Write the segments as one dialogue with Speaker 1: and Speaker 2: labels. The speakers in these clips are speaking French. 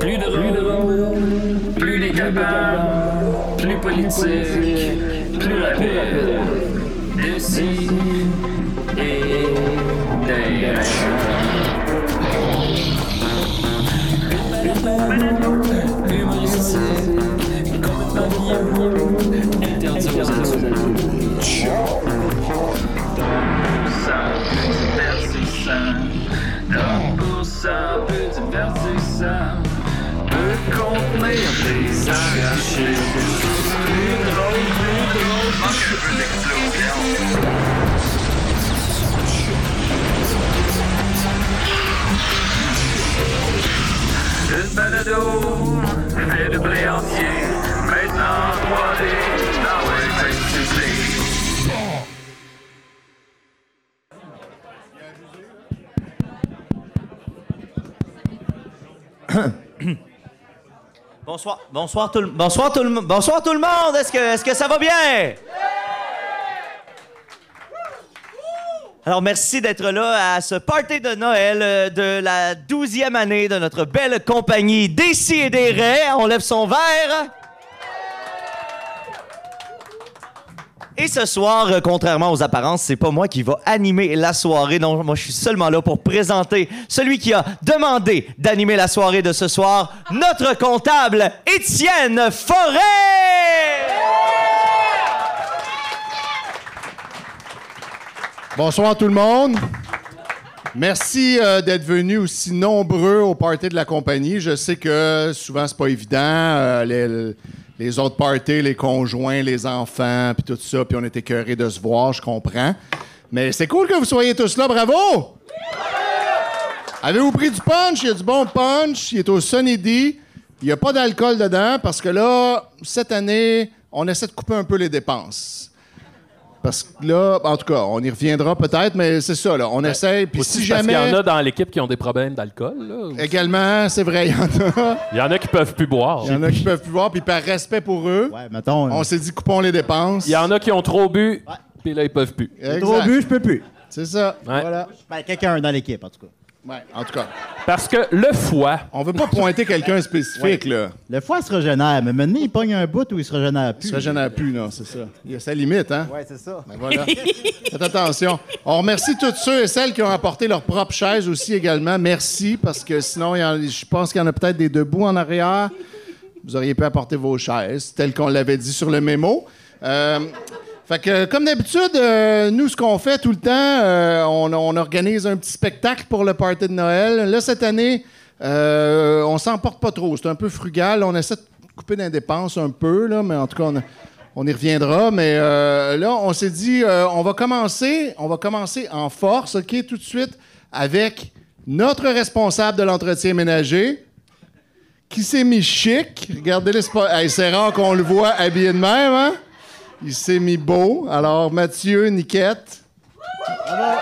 Speaker 1: Plus de rôle, plus décapable, plus politique, plus rapide. D'ici et d'ailleurs. Humoristique, comme interdit aux adultes. Donc pour ça, peu divertissant, peut contenir des arachides. Plus drôle, plus drôle, manque un peu d'explosion. Une balado fait de blé entier, maintenant 3D dans l'électricité.
Speaker 2: Bonsoir, bonsoir tout le bonsoir tout le mo- bonsoir tout le monde. Est-ce que est-ce que ça va bien Alors merci d'être là à ce party de Noël euh, de la douzième année de notre belle compagnie Décis et des Raies. On lève son verre. Et ce soir, euh, contrairement aux apparences, c'est pas moi qui va animer la soirée. Donc, moi, je suis seulement là pour présenter celui qui a demandé d'animer la soirée de ce soir, notre comptable, Étienne Forêt!
Speaker 3: Bonsoir tout le monde. Merci euh, d'être venus aussi nombreux au party de la compagnie. Je sais que souvent c'est pas évident euh, les, les autres parties, les conjoints, les enfants, puis tout ça, puis on est écœurés de se voir, je comprends. Mais c'est cool que vous soyez tous là, bravo! Avez-vous pris du punch? Il y a du bon punch. Il est au Sunny D. Il n'y a pas d'alcool dedans parce que là, cette année, on essaie de couper un peu les dépenses. Parce que là, en tout cas, on y reviendra peut-être, mais c'est ça, là. On essaye. Puis
Speaker 4: Ben, Aussi
Speaker 3: si
Speaker 4: parce
Speaker 3: jamais.
Speaker 4: qu'il y en a dans l'équipe qui ont des problèmes d'alcool. là.
Speaker 3: Également, c'est vrai, il y en a.
Speaker 4: Il y en a qui peuvent plus boire.
Speaker 3: Il y en a qui peuvent plus voir, puis par respect pour eux,
Speaker 5: Ouais, mettons. euh,
Speaker 3: on s'est dit coupons les dépenses.
Speaker 4: Il y en a qui ont trop bu, puis là, ils peuvent plus.
Speaker 3: Exact.
Speaker 5: Trop bu, je peux plus.
Speaker 3: C'est ça.
Speaker 4: Ouais.
Speaker 3: Voilà.
Speaker 5: Ben, quelqu'un dans l'équipe, en tout cas.
Speaker 3: Ouais, en tout cas,
Speaker 4: Parce que le foie,
Speaker 3: on veut pas pointer quelqu'un spécifique, là.
Speaker 5: Le foie se régénère, mais maintenant, il pogne un bout où il se régénère plus.
Speaker 3: Ça régénère plus, non, c'est ça. Il y a sa limite, hein?
Speaker 5: Ouais, c'est ça.
Speaker 3: Voilà. Faites attention. On remercie tous ceux et celles qui ont apporté leur propre chaise aussi également. Merci, parce que sinon, il y en- je pense qu'il y en a peut-être des debout en arrière. Vous auriez pu apporter vos chaises, tel qu'on l'avait dit sur le mémo. Euh, fait que, comme d'habitude, euh, nous, ce qu'on fait tout le temps, euh, on, on organise un petit spectacle pour le party de Noël. Là, cette année, euh, on s'emporte pas trop. C'est un peu frugal. On essaie de couper dans les dépenses un peu, là, mais en tout cas, on, on y reviendra. Mais euh, là, on s'est dit, euh, on va commencer, on va commencer en force, OK, tout de suite, avec notre responsable de l'entretien ménager, qui s'est mis chic. Regardez les spo- Hey, c'est rare qu'on le voit habillé de même, hein? Il s'est mis beau. Alors, Mathieu, Niquette, alors,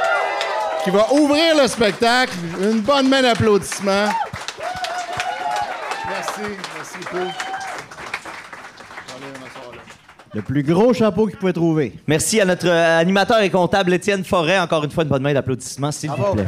Speaker 3: qui va ouvrir le spectacle. Une bonne main d'applaudissements. Merci, merci beaucoup.
Speaker 5: Le plus gros chapeau qu'il pouvait trouver.
Speaker 2: Merci à notre euh, animateur et comptable Étienne Forêt. Encore une fois, une bonne main d'applaudissements, s'il vous plaît.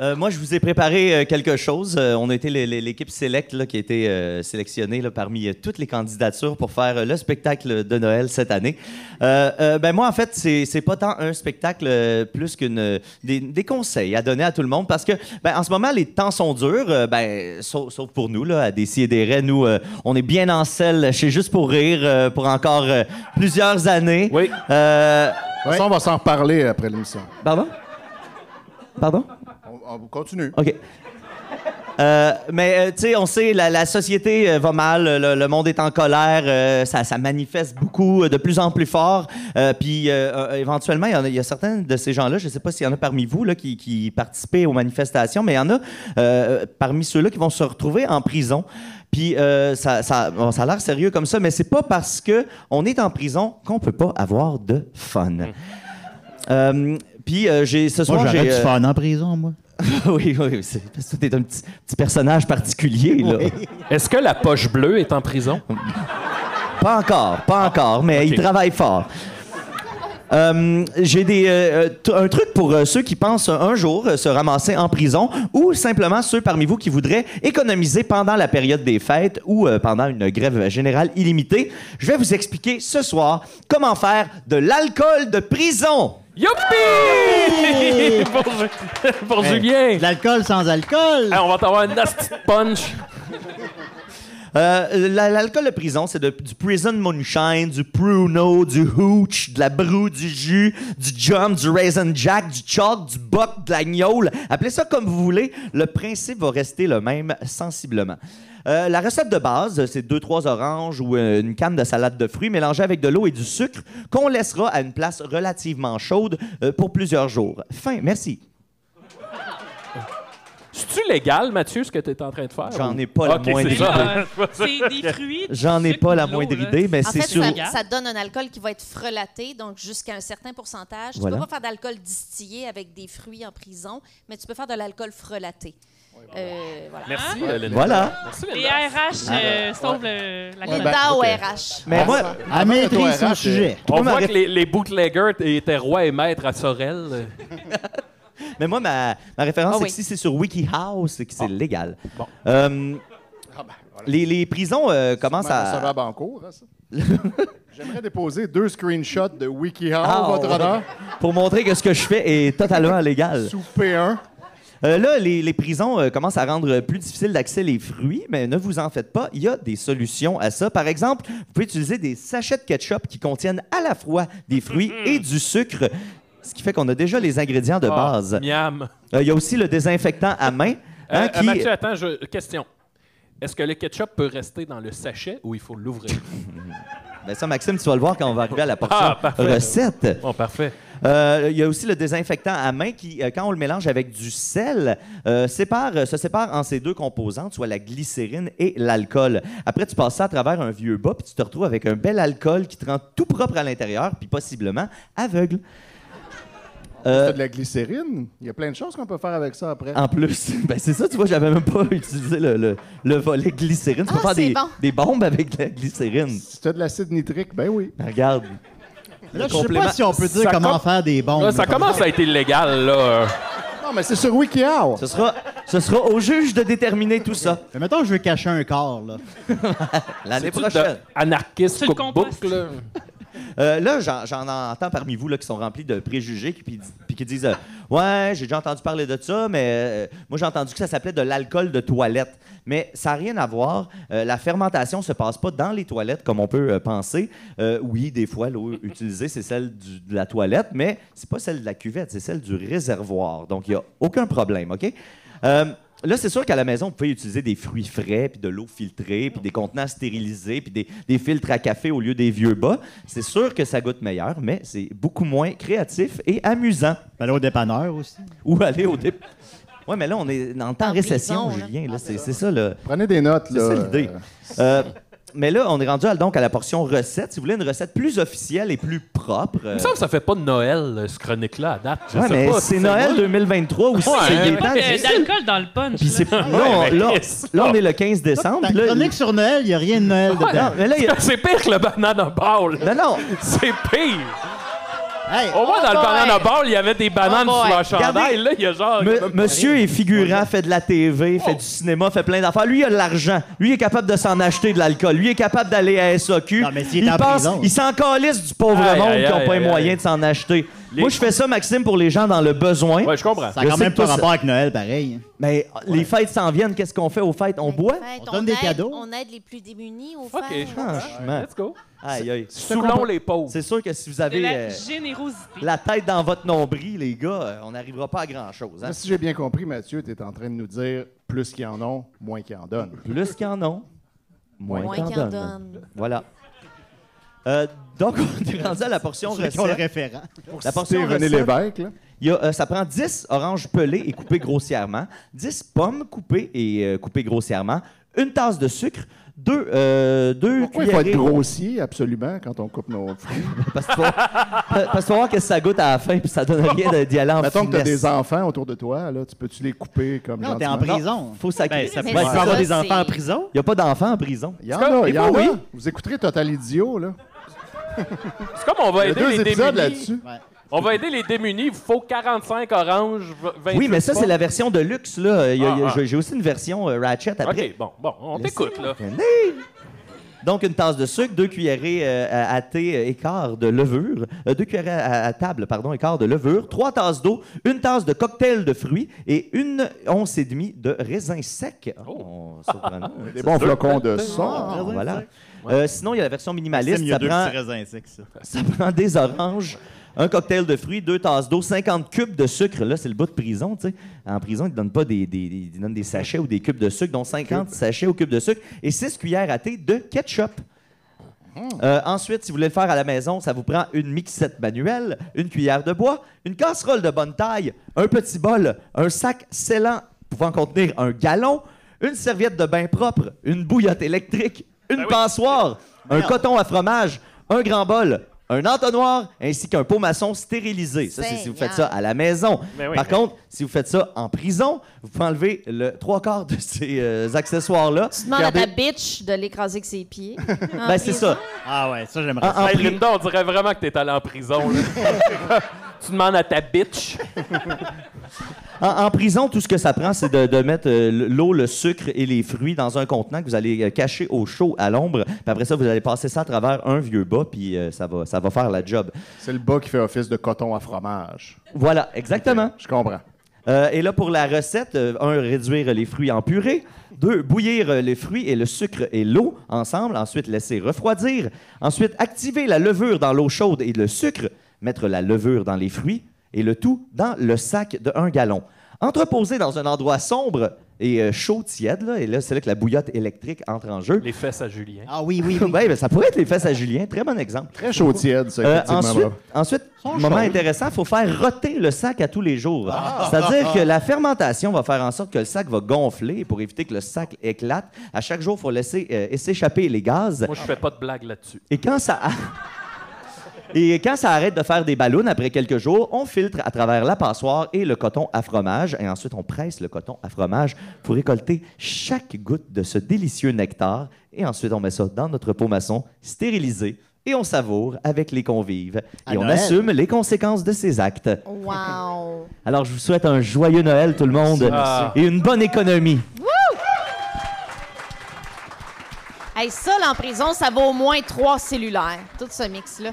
Speaker 2: Euh, moi, je vous ai préparé euh, quelque chose. Euh, on a été les- les- l'équipe Select là, qui a été euh, sélectionnée là, parmi euh, toutes les candidatures pour faire euh, le spectacle de Noël cette année. Euh, euh, ben moi, en fait, c'est c'est pas tant un spectacle euh, plus qu'une des, des conseils à donner à tout le monde parce que ben, en ce moment, les temps sont durs. euh, ben, sauf, sauf pour nous, là, à Décideret, nous, euh, on est bien en selle chez Juste pour rire euh, pour encore euh, plusieurs années.
Speaker 4: Oui.
Speaker 2: Euh,
Speaker 3: Ça, on va s'en reparler après l'émission.
Speaker 2: pardon? Pardon?
Speaker 3: On, on continue.
Speaker 2: OK. Euh, mais euh, tu sais, on sait, la, la société euh, va mal, le, le monde est en colère, euh, ça, ça manifeste beaucoup, euh, de plus en plus fort. Euh, Puis euh, euh, éventuellement, il y en a- il y, a certains de ces gens-là, je ne sais pas s'il y en a parmi vous là, qui, qui participaient aux manifestations, mais il y en a euh, parmi ceux-là qui vont se retrouver en prison. Puis euh, ça, ça, bon, ça a l'air sérieux comme ça, mais c'est pas parce que on est en prison qu'on peut pas avoir de fun. Euh, Puis euh, j'ai ce soir
Speaker 5: Moi, j'arrête
Speaker 2: j'ai,
Speaker 5: de
Speaker 2: euh,
Speaker 5: se faire en prison, moi.
Speaker 2: oui, oui, oui, c'est parce que t'es un petit, petit personnage particulier, là.
Speaker 4: est-ce que la poche bleue est en prison?
Speaker 2: Pas encore, pas encore, mais il travaille fort. Euh, J'ai des euh, t- un truc pour euh, ceux qui pensent euh, un jour euh, se ramasser en prison ou simplement ceux parmi vous qui voudraient économiser pendant la période des fêtes ou euh, pendant une grève générale illimitée. Je vais vous expliquer ce soir comment faire de l'alcool de prison.
Speaker 4: Youpi! pour Ju- pour
Speaker 5: Hey,
Speaker 4: Julien.
Speaker 5: de L'alcool sans alcool.
Speaker 4: Hey, on va t'avoir un nasty punch.
Speaker 2: Euh, la- L'alcool de prison, c'est de- du prison moonshine, du pruno, du hooch, de la brew, du jus, du jump, du raisin jack, du chalk, du boc, de la gnôle. Appelez ça comme vous voulez. Le principe va rester le même sensiblement. Euh, la recette de base, c'est deux, trois oranges ou euh, une canne de salade de fruits mélangée avec de l'eau et du sucre qu'on laissera à une place relativement chaude euh, pour plusieurs jours. Fin, merci.
Speaker 4: C'est-tu légal, Mathieu, ce que tu es en train de faire?
Speaker 2: J'en
Speaker 4: ou-
Speaker 2: ai pas la
Speaker 4: Ok,
Speaker 2: moindre
Speaker 4: c'est
Speaker 2: idée.
Speaker 4: ça.
Speaker 6: C'est des fruits. du
Speaker 2: J'en ai
Speaker 6: sucre,
Speaker 2: pas la
Speaker 6: de l'eau,
Speaker 2: moindre
Speaker 4: hein.
Speaker 6: là.
Speaker 2: idée, mais
Speaker 7: En
Speaker 2: c'est
Speaker 7: fait,
Speaker 2: sûr.
Speaker 7: ça, ça donne un alcool qui va être frelaté, donc jusqu'à un certain pourcentage.
Speaker 2: Voilà.
Speaker 7: Tu peux pas faire d'alcool distillé avec des fruits en prison, mais tu peux faire de l'alcool frelaté. Euh, voilà.
Speaker 4: Merci, euh, Linda.
Speaker 2: Voilà.
Speaker 4: Merci,
Speaker 6: Les
Speaker 4: Linda.
Speaker 6: RH
Speaker 2: Ah,
Speaker 6: euh, sauvent le- la
Speaker 3: Ouais,
Speaker 7: Les
Speaker 3: ben,
Speaker 7: dents au
Speaker 3: ok.
Speaker 7: RH.
Speaker 4: Ah,
Speaker 2: Mais moi,
Speaker 5: Elle maîtrise son sujet.
Speaker 4: On
Speaker 2: Moi,
Speaker 4: voit
Speaker 2: ma-
Speaker 4: que les, les bootleggers étaient rois et maîtres à Sorel.
Speaker 2: Mais moi, ma, ma référence,
Speaker 7: Ah
Speaker 2: c'est
Speaker 7: oui.
Speaker 2: que si c'est sur WikiHow, c'est que c'est légal.
Speaker 4: Bon. Ah, ben,
Speaker 2: Euh, les, les prisons euh, commencent
Speaker 3: Ça va
Speaker 2: à...
Speaker 3: à Bancourt, hein, ça? J'aimerais déposer deux screenshots de WikiHow,
Speaker 2: Ah,
Speaker 3: votre
Speaker 2: ouais.
Speaker 3: honneur,
Speaker 2: Pour montrer que ce que je fais est totalement légal.
Speaker 3: sous P1.
Speaker 2: Euh, là, les, les prisons euh, commencent à rendre plus difficile d'accès les fruits, mais ne vous en faites pas, il y a des solutions à ça. Par exemple, vous pouvez utiliser des sachets de ketchup qui contiennent à la fois des fruits et du sucre, ce qui fait qu'on a déjà les ingrédients de
Speaker 4: Mm-hmm. Ah,
Speaker 2: base. Euh,
Speaker 4: miam.
Speaker 2: Il y a aussi le désinfectant à main. hein,
Speaker 4: Euh, euh,
Speaker 2: qui-
Speaker 4: Mathieu, attends, je- question. Est-ce que le ketchup peut rester dans le sachet ou il faut l'ouvrir?
Speaker 2: Ben ça, Maxime, tu vas le voir quand on va arriver à la portion
Speaker 4: Ah, parfait.
Speaker 2: recette.
Speaker 4: bon, parfait.
Speaker 2: Euh, Il y a aussi le désinfectant à main qui, euh, quand on le mélange avec du sel, euh, sépare- euh, se sépare en ces deux composantes, soit la glycérine et l'alcool. Après, tu passes ça à travers un vieux bas, puis tu te retrouves avec un bel alcool qui te rend tout propre à l'intérieur, puis possiblement aveugle. Euh,
Speaker 3: C'est de la glycérine. Il y a plein de choses qu'on peut faire avec ça après.
Speaker 2: en plus, ben c'est ça, tu vois, j'avais même pas utilisé le, le- le volet glycérine. Tu peux
Speaker 7: Ah,
Speaker 2: faire
Speaker 7: c'est
Speaker 2: des,
Speaker 7: bon.
Speaker 2: des bombes avec de la glycérine.
Speaker 3: Si tu as de l'acide nitrique, ben oui.
Speaker 2: Regarde.
Speaker 5: Là, je sais
Speaker 2: complément-
Speaker 5: pas si on peut dire
Speaker 4: Ça
Speaker 5: comment
Speaker 4: com-
Speaker 5: faire des bombes.
Speaker 4: Là, ça commence à être illégal, là. euh.
Speaker 3: Non, mais c'est sur WikiHow.
Speaker 2: Ce sera, ce sera au juge de déterminer tout ça
Speaker 5: Mais mettons, je veux cacher un corps, là.
Speaker 2: l'année
Speaker 4: C'est-tu
Speaker 2: prochaine.
Speaker 4: de Anarchiste
Speaker 6: C'est le
Speaker 4: cookbook,
Speaker 6: compost.
Speaker 4: là.
Speaker 2: Euh, là, j'en, j'en entends parmi vous là, qui sont remplis de préjugés qui- puis di- puis qui disent euh, Ouais, j'ai déjà entendu parler de ça, mais euh, moi j'ai entendu que ça s'appelait de l'alcool de toilette. Mais ça n'a rien à voir. Euh, la fermentation se passe pas dans les toilettes comme on peut euh, penser. Euh, oui, des fois, l'eau utilisée, c'est celle du- de la toilette, mais c'est pas celle de la cuvette, c'est celle du réservoir. Donc, il n'y a aucun problème, OK? Euh, Là, c'est sûr qu'à la maison, vous pouvez utiliser des fruits frais, puis de l'eau filtrée, puis des contenants stérilisés, puis des, des filtres à café au lieu des vieux bas. C'est sûr que ça goûte meilleur, mais c'est beaucoup moins créatif et amusant.
Speaker 5: Ben, aller au dépanneur aussi.
Speaker 2: Ou aller au dé... Ouais, mais là, on est dans le temps
Speaker 7: En
Speaker 2: récession,
Speaker 7: prison, là.
Speaker 2: Julien. Là, c'est c'est ça, là.
Speaker 3: Prenez des notes,
Speaker 2: C'est
Speaker 3: là.
Speaker 2: ça l'idée.
Speaker 3: Euh,
Speaker 2: Euh, mais là, on est rendu à- donc à la portion recette. Si vous voulez une recette plus officielle et plus propre. euh,
Speaker 4: Il me semble que ça fait pas de Noël, euh, ce chronique-là, à date. Je
Speaker 2: ouais,
Speaker 4: sais
Speaker 2: mais
Speaker 4: pas si
Speaker 2: c'est Noël 2023 aussi.
Speaker 4: Ouais,
Speaker 2: c'est des
Speaker 4: hein.
Speaker 2: temps
Speaker 6: Euh,
Speaker 2: difficiles.
Speaker 6: D'alcool dans le punch.
Speaker 2: Puis
Speaker 6: là.
Speaker 2: c'est- là, on-
Speaker 4: mais
Speaker 2: là,
Speaker 4: qu'est-ce
Speaker 2: là, on est le 15 décembre.
Speaker 5: Ta
Speaker 2: puis là-
Speaker 5: chronique sur Noël, il n'y a rien de Noël dedans.
Speaker 2: Non, mais là, il y a- Ben-
Speaker 4: C'est pire que le banana ball.
Speaker 2: Non, non.
Speaker 4: C'est pire.
Speaker 5: Hey,
Speaker 4: Au
Speaker 6: Oh
Speaker 4: moins, dans le banana ball, il y avait des bananes
Speaker 7: Oh
Speaker 4: sur
Speaker 7: boy.
Speaker 4: leur chandail.
Speaker 2: Regardez.
Speaker 4: Là, Ah, il y a genre.
Speaker 2: Me- monsieur est figurant, fait de la TV, fait du cinéma, fait plein d'affaires. Lui, il a de l'argent. Lui, il est capable de s'en acheter de l'alcool. Lui, il est capable d'aller à SAQ.
Speaker 5: Non, mais s'il est en prison.
Speaker 2: il s'en calisse du pauvre
Speaker 4: Aïe,
Speaker 2: monde
Speaker 4: aïe,
Speaker 2: qui n'ont
Speaker 4: aïe,
Speaker 2: pas les
Speaker 4: aïe,
Speaker 2: moyens
Speaker 4: aïe.
Speaker 2: de s'en acheter.
Speaker 4: Les-
Speaker 2: Moi, je fais ça, Maxime, pour les gens dans le besoin.
Speaker 4: Ouais, je comprends.
Speaker 5: ça
Speaker 2: Je
Speaker 5: a quand
Speaker 2: sais
Speaker 5: même
Speaker 2: que
Speaker 5: pas
Speaker 2: toi,
Speaker 5: rapport avec Noël, pareil.
Speaker 2: Mais euh, les fêtes s'en viennent. Qu'est-ce qu'on fait aux fêtes? On boit?
Speaker 7: Fait,
Speaker 5: On donne des
Speaker 7: aide-
Speaker 5: cadeaux.
Speaker 7: On aide les plus démunis au
Speaker 4: Ok,
Speaker 7: fait.
Speaker 4: je
Speaker 2: Franchement.
Speaker 4: Let's go.
Speaker 2: Aïe, aïe.
Speaker 4: Soulons les pauvres.
Speaker 2: C'est sûr que si vous
Speaker 6: de
Speaker 2: avez
Speaker 6: la
Speaker 2: euh,
Speaker 6: générosité.
Speaker 2: la tête dans votre nombril, les gars, euh, on n'arrivera pas à grand-chose. hein.
Speaker 3: Si j'ai bien compris, Mathieu, tu es en train de nous dire plus qu'ils en ont, moins qu'ils en donnent.
Speaker 2: Plus qu'ils en ont, moins,
Speaker 7: Moins
Speaker 2: qu'ils en
Speaker 7: qu'il en
Speaker 2: donnent.
Speaker 7: donne.
Speaker 2: Voilà. Euh, donc, on est rendu à la portion
Speaker 5: C'est qu'on le
Speaker 2: recette.
Speaker 5: référent.
Speaker 2: La
Speaker 3: C'est
Speaker 2: portion
Speaker 3: René
Speaker 2: recette,
Speaker 3: Lévesque, là.
Speaker 2: il y a, euh, ça prend 10 oranges pelées et coupées grossièrement, 10 pommes coupées et euh, coupées grossièrement, une tasse de sucre, deux, euh, deux
Speaker 3: Pourquoi il faut être
Speaker 2: cuillerées-
Speaker 3: grossier, absolument, quand on coupe nos fruits?
Speaker 2: Parce qu'il faut, parce qu'il faut voir que ça goûte à la fin puis ça donne rien de- d'y aller en
Speaker 3: Mettons que tu as
Speaker 2: Ah, finesse.
Speaker 3: des enfants autour de toi, là, tu peux-tu les couper comme
Speaker 5: Non, t'es en
Speaker 3: gentiment?
Speaker 5: prison.
Speaker 2: faut sacrer.
Speaker 7: ça
Speaker 2: Ouais,
Speaker 7: peut-
Speaker 2: c'est
Speaker 7: ça,
Speaker 2: ça.
Speaker 7: c'est-
Speaker 8: prison?
Speaker 2: Il n'y a pas d'enfants en prison.
Speaker 3: Il y en
Speaker 4: C'est comme-
Speaker 3: a, il y
Speaker 4: il
Speaker 3: en
Speaker 4: faut,
Speaker 3: a.
Speaker 4: oui.
Speaker 3: Vous écouterez Total Idiot, là.
Speaker 4: C'est comme on va
Speaker 3: Il y a
Speaker 4: aider
Speaker 3: deux
Speaker 4: les
Speaker 3: épisodes
Speaker 4: démunis.
Speaker 3: là-dessus.
Speaker 5: Ouais.
Speaker 4: On va aider les démunis. Il faut 45 oranges,
Speaker 3: Ben,
Speaker 4: 20
Speaker 2: Oui, mais ça, c'est la version de luxe, là. Il y a- il y a-
Speaker 4: Ah, ah.
Speaker 2: J'ai aussi une version euh, Ratchet après.
Speaker 4: OK, bon, bon, on t'écoute, là.
Speaker 2: Venez! Donc, une tasse de sucre, deux cuillerées euh, à à thé euh, et quart de levure, euh, deux cuillerées à, à table, pardon, et quart de levure, trois tasses d'eau, une tasse de cocktail de fruits et une once et demie de raisin sec. Oh, surprenant.
Speaker 8: Des bons flocons de
Speaker 2: Ah,
Speaker 8: sang.
Speaker 2: voilà. Euh, sinon, il y a la version
Speaker 5: C'est
Speaker 2: minimaliste.
Speaker 5: mieux
Speaker 2: Ça
Speaker 5: deux
Speaker 2: prend,
Speaker 5: petits raisins secs, ça.
Speaker 2: ça prend des oranges, un cocktail de fruits, deux tasses d'eau, 50 cubes de sucre. Là, c'est le bout de prison, tu sais. En prison, ils ne donnent pas des, des- des- ils donnent des sachets ou des cubes de sucre, dont 50 sachets au cube de sucre et 6 cuillères à thé de ketchup. Euh, ensuite, si vous voulez le faire à la maison, ça vous prend une mixette manuelle, une cuillère de bois, une casserole de bonne taille, un petit bol, un sac scellant pouvant contenir un gallon, une serviette de bain propre, une bouillotte électrique, une passoire, un
Speaker 5: Merde.
Speaker 2: coton à fromage, un grand bol, un entonnoir ainsi qu'un pot maçon stérilisé. Ça, c'est si vous
Speaker 7: Seigneur.
Speaker 2: faites ça à la maison.
Speaker 4: Mais oui,
Speaker 2: Par
Speaker 4: mais-
Speaker 2: contre, si vous faites ça en prison, vous pouvez enlever le trois quarts de ces euh, accessoires-là.
Speaker 7: Tu demandes à
Speaker 2: Gardez-
Speaker 7: ta bitch de l'écraser avec ses pieds. En
Speaker 2: Ben, c'est
Speaker 7: prison.
Speaker 2: ça.
Speaker 5: Ah ouais, ça, j'aimerais
Speaker 2: En-
Speaker 5: ça.
Speaker 2: en
Speaker 4: Hey,
Speaker 2: pri-
Speaker 4: Linda, on dirait vraiment que t'es allé en prison, là. tu demandes à ta bitch.
Speaker 2: En, en prison, tout ce que ça prend, c'est de, de mettre euh, l- l'eau, le sucre et les fruits dans un contenant que vous allez euh, cacher au chaud, à l'ombre. Puis après ça, vous allez passer ça à travers un vieux bas, puis euh, ça, va, ça va faire la job.
Speaker 8: C'est le bas qui fait office de coton à fromage.
Speaker 2: Voilà, exactement.
Speaker 8: Je comprends.
Speaker 2: Euh, et là, pour la recette, euh, un, réduire les fruits en purée. Deux, bouillir euh, les fruits et le sucre et l'eau ensemble. Ensuite, laisser refroidir. Ensuite, activer la levure dans l'eau chaude et le sucre. Mettre la levure dans les fruits et le tout dans le sac de un gallon. Entreposer dans un endroit sombre et euh, chaud, tiède. là. et là, c'est là que la bouillotte électrique entre en jeu.
Speaker 4: Les fesses à Julien.
Speaker 5: Ah oui, oui, oui.
Speaker 2: Ouais, ben, ça pourrait être les fesses à Julien. Très bon exemple.
Speaker 8: Très chaud tiède, ça,
Speaker 2: Euh,
Speaker 8: effectivement.
Speaker 2: ensuite,
Speaker 8: bravo.
Speaker 2: ensuite moment intéressant, il faut faire roter le sac à tous les jours. C'est-à-dire que la fermentation va faire en sorte que le sac va gonfler et pour éviter que le sac éclate. À chaque jour, il faut laisser euh, s'échapper les gaz.
Speaker 4: Moi, je fais pas de blague là-dessus.
Speaker 2: Et quand ça... Et quand ça arrête de faire des ballons après quelques jours, on filtre à travers la passoire et le coton à fromage. Et ensuite, on presse le coton à fromage pour récolter chaque goutte de ce délicieux nectar. Et ensuite, on met ça dans notre pot maçon stérilisé et on savoure avec les convives.
Speaker 5: À
Speaker 2: et on
Speaker 5: Noël.
Speaker 2: assume les conséquences de ces actes.
Speaker 7: Wow.
Speaker 2: Alors, je vous souhaite un joyeux Noël, tout le monde.
Speaker 4: Ah.
Speaker 2: Et une bonne économie.
Speaker 7: Hey, ça, là, en prison, ça vaut au moins trois cellulaires. Tout ce mix-là.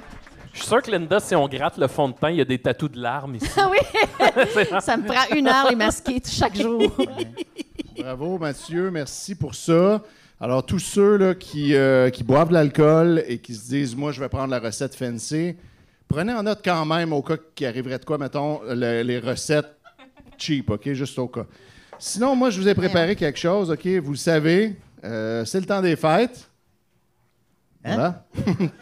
Speaker 4: Je suis sûr que Linda, si on gratte le fond de teint, il y a des tatous de larmes ici.
Speaker 7: Ah oui! ça me prend une heure les masquer chaque jour.
Speaker 3: Bravo, Mathieu. Merci pour ça. Alors, tous ceux là, qui, euh, qui boivent de l'alcool et qui se disent, moi, je vais prendre la recette fancy, prenez en note quand même, au cas qui arriverait de quoi, mettons, le- les recettes cheap, OK? Juste au cas. Sinon, moi, je vous ai préparé quelque chose, OK? Vous le savez, euh, c'est le temps des fêtes.
Speaker 5: Hein?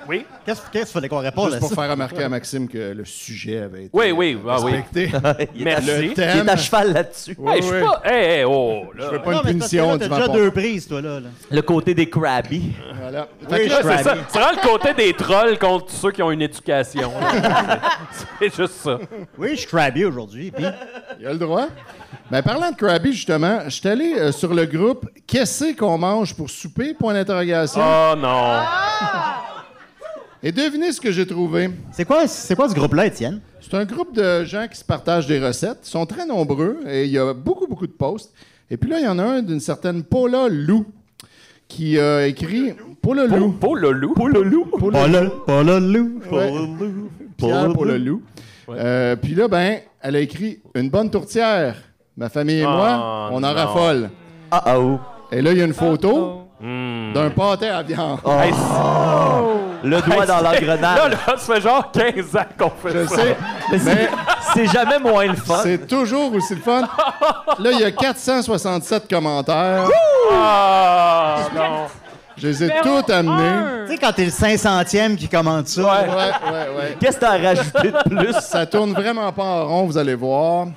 Speaker 3: Voilà.
Speaker 5: Qu'est-ce qu'il fallait qu'on réponde
Speaker 3: Juste
Speaker 5: à
Speaker 3: pour
Speaker 5: ça?
Speaker 3: faire remarquer à Maxime que le sujet avait été
Speaker 4: Oui, oui,
Speaker 3: euh,
Speaker 4: ah oui.
Speaker 3: respecté.
Speaker 2: Eh, Il est à-
Speaker 4: Merci.
Speaker 3: Le
Speaker 2: il
Speaker 3: thème.
Speaker 2: est à cheval là-dessus.
Speaker 3: Oui,
Speaker 4: Hey, je suis
Speaker 3: oui.
Speaker 4: pas. Hey, hey, oh, là.
Speaker 3: Je veux pas
Speaker 5: Non,
Speaker 3: une
Speaker 5: mais c'est parce
Speaker 3: punition
Speaker 5: que là, t'as
Speaker 3: du
Speaker 5: déjà
Speaker 3: vent
Speaker 5: deux prises, toi, là. là.
Speaker 2: Le côté des crabbies.
Speaker 3: Voilà. Fait
Speaker 5: Oui,
Speaker 3: que là,
Speaker 5: je
Speaker 4: C'est
Speaker 5: suis
Speaker 4: ça. C'est vraiment le côté des trolls contre ceux qui ont une éducation. là. C'est juste ça.
Speaker 5: Oui, je suis crabby aujourd'hui. Puis,
Speaker 3: Il a le droit. Ben, parlant de Krabby, justement, je suis allé euh, sur le groupe Qu'est-ce qu'on mange pour souper? Point d'interrogation.
Speaker 4: Oh non.
Speaker 3: Et devinez ce que j'ai trouvé.
Speaker 5: c'est quoi, c'est quoi ce groupe-là, Étienne?
Speaker 3: C'est un groupe de gens qui se partagent des recettes. Ils sont très nombreux et il y a beaucoup, beaucoup de posts. Et puis là, il y en a un d'une certaine Paula Lou qui a écrit... Paula
Speaker 4: Pour,
Speaker 3: Lou.
Speaker 4: pour le loup. Pour le loup.
Speaker 5: Pas là, pas là, loup.
Speaker 3: Ouais. Pierre Paula Lou. Euh, puis là, ben, elle a écrit « Une bonne tourtière. Ma famille et moi,
Speaker 4: Oh,
Speaker 3: on en
Speaker 4: non.
Speaker 3: raffole.
Speaker 2: Ah oh. »
Speaker 3: Et là, il y a une photo d'un pâté à viande.
Speaker 2: Le doigt dans
Speaker 4: Là,
Speaker 2: l'engrenage.
Speaker 4: là, ça fait genre 15 ans qu'on fait
Speaker 3: Je
Speaker 4: ça.
Speaker 3: sais,
Speaker 2: Mais
Speaker 3: mais...
Speaker 2: c'est- C'est jamais moins le fun.
Speaker 3: C'est toujours aussi le fun. Là, il y a 467 commentaires.
Speaker 4: Ah non.
Speaker 3: Je les ai tous amenés.
Speaker 5: Tu sais, quand t'es le 500e qui commande ça, là,
Speaker 3: Ouais, ouais, ouais.
Speaker 2: Qu'est-ce que t'as rajouté de plus?
Speaker 3: Ça tourne vraiment pas en rond, vous allez voir.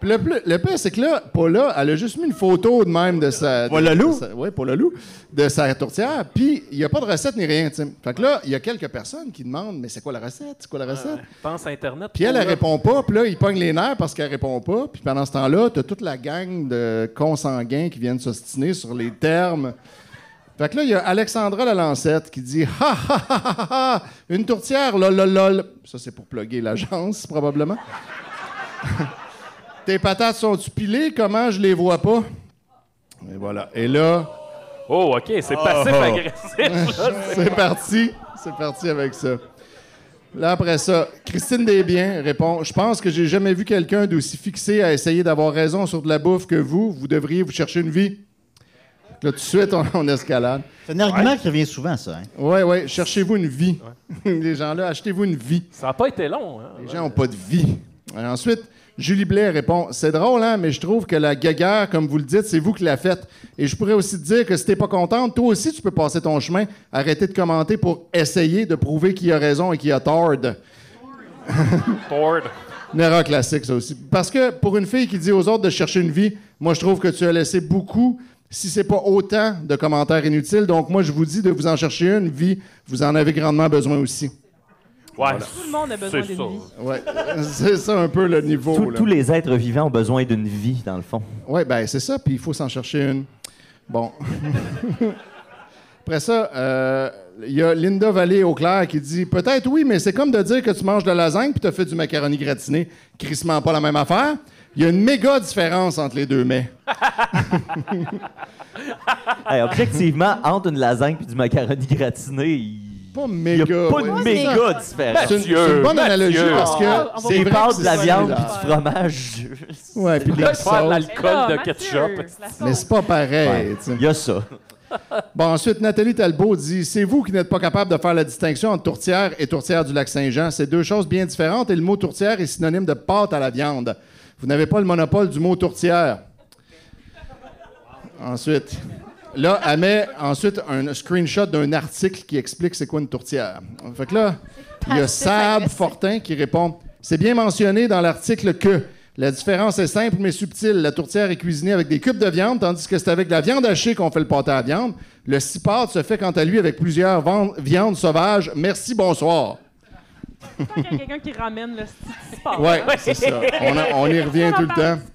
Speaker 3: Puis le, plus- le pire, c'est que là, Paula, elle a juste mis une photo de même de sa.
Speaker 5: Paula
Speaker 3: de- de
Speaker 5: Lou?
Speaker 3: sa- Ouais, Paula Lou, de sa tourtière. Puis il n'y a pas de recette ni rien, tu sais. Fait que là, il y a quelques personnes qui demandent Mais c'est quoi la recette C'est quoi la recette
Speaker 4: Ah, Pense à Internet.
Speaker 3: Puis elle,
Speaker 4: pour
Speaker 3: elle
Speaker 4: le-
Speaker 3: répond pas. Puis là, il pogne les nerfs parce qu'elle répond pas. Puis pendant ce temps-là, t'as toute la gang de consanguins qui viennent s'ostiner sur les termes. Fait que là, il y a Alexandra Lalancette qui dit Ha ha ha ha ha Une tourtière, lol lol lol. Ça, c'est pour plugger l'agence, probablement. Tes patates sont-tu pilées? Comment je les vois pas? Et voilà. Et là,
Speaker 4: Oh, OK,
Speaker 3: Ah.
Speaker 4: c'est passif-agressif. là.
Speaker 3: c'est parti. C'est parti avec ça. Là, après ça, Christine Desbiens répond Je pense que j'ai jamais vu quelqu'un d'aussi fixé à essayer d'avoir raison sur de la bouffe que vous. Vous devriez vous chercher une vie. Là, tout de suite, on- on escalade.
Speaker 5: C'est un argument qui revient souvent, ça. hein.
Speaker 3: Oui, oui, cherchez-vous une vie. Les gens-là, achetez-vous une vie.
Speaker 4: Ça n'a pas été long. Hein?
Speaker 3: Les gens n'ont pas de vie. Alors ensuite, Julie Blais répond C'est drôle, hein, mais je trouve que la gaguère, comme vous le dites, c'est vous qui la faites. Et je pourrais aussi te dire que si t'es pas contente, toi aussi, tu peux passer ton chemin, arrêter de commenter pour essayer de prouver qui a raison et qui a tort.
Speaker 4: Ford.
Speaker 3: Une erreur classique, ça aussi. Parce que pour une fille qui dit aux autres de chercher une vie, moi, je trouve que tu as laissé beaucoup, si c'est pas autant, de commentaires inutiles. Donc, moi, je vous dis de vous en chercher une vie. Vous en avez grandement besoin aussi.
Speaker 4: Ouais,
Speaker 6: Tout le monde a besoin
Speaker 4: c'est
Speaker 6: d'une
Speaker 4: ça.
Speaker 6: vie.
Speaker 3: Ouais, c'est ça un peu le niveau.
Speaker 2: Tous-
Speaker 3: là.
Speaker 2: tous les êtres vivants ont besoin d'une vie, dans le fond.
Speaker 3: Oui, ben c'est ça, puis il faut s'en chercher une. Bon. Après ça, euh, il y a Linda Vallée-Auclair qui dit Peut-être oui, mais c'est comme de dire que tu manges de la lasagne puis tu as fait du macaroni gratiné. Crissement pas la même affaire. Il y a une méga différence entre les deux mets.
Speaker 2: Hey, objectivement, entre une lasagne et du macaroni gratiné, il n'y
Speaker 3: Pas
Speaker 2: a
Speaker 3: méga.
Speaker 2: pas de
Speaker 3: ouais.
Speaker 2: méga différence.
Speaker 3: C'est une, c'est une bonne analogie parce
Speaker 6: Ah, on
Speaker 3: que
Speaker 6: va
Speaker 3: c'est
Speaker 2: Tu
Speaker 3: vrai
Speaker 2: parles
Speaker 3: que
Speaker 2: de la
Speaker 3: c'est
Speaker 2: viande et
Speaker 3: similaire.
Speaker 2: du fromage.
Speaker 3: Ouais, puis de la
Speaker 4: Peut-être faire de
Speaker 3: sauce.
Speaker 6: Ah,
Speaker 4: l'alcool de
Speaker 6: Mathieu,
Speaker 4: ketchup.
Speaker 6: c'est la sauce.
Speaker 3: Mais c'est pas pareil. tu sais.
Speaker 2: Il y a ça.
Speaker 3: Bon, ensuite, Nathalie Talbot dit C'est vous qui n'êtes pas capable de faire la distinction entre tourtière et tourtière du lac Saint-Jean. C'est deux choses bien différentes et le mot tourtière est synonyme de pâte à la viande. Vous n'avez pas le monopole du mot tourtière. Ensuite, là, elle met ensuite un screenshot d'un article qui explique c'est quoi une tourtière. Fait que là, il y a
Speaker 7: Passif
Speaker 3: Sab
Speaker 7: agressif.
Speaker 3: Fortin qui répond C'est bien mentionné dans l'article que la différence est simple mais subtile. La tourtière est cuisinée avec des cubes de viande, tandis que c'est avec de la viande hachée qu'on fait le pâté à la viande. Le cipard se fait quant à lui avec plusieurs van- viandes sauvages. Merci, bonsoir.
Speaker 6: Tant qu'il y a quelqu'un qui ramène le petit sport.
Speaker 3: Ouais, c'est ça. On, a- on y revient tout le temps.
Speaker 6: C'est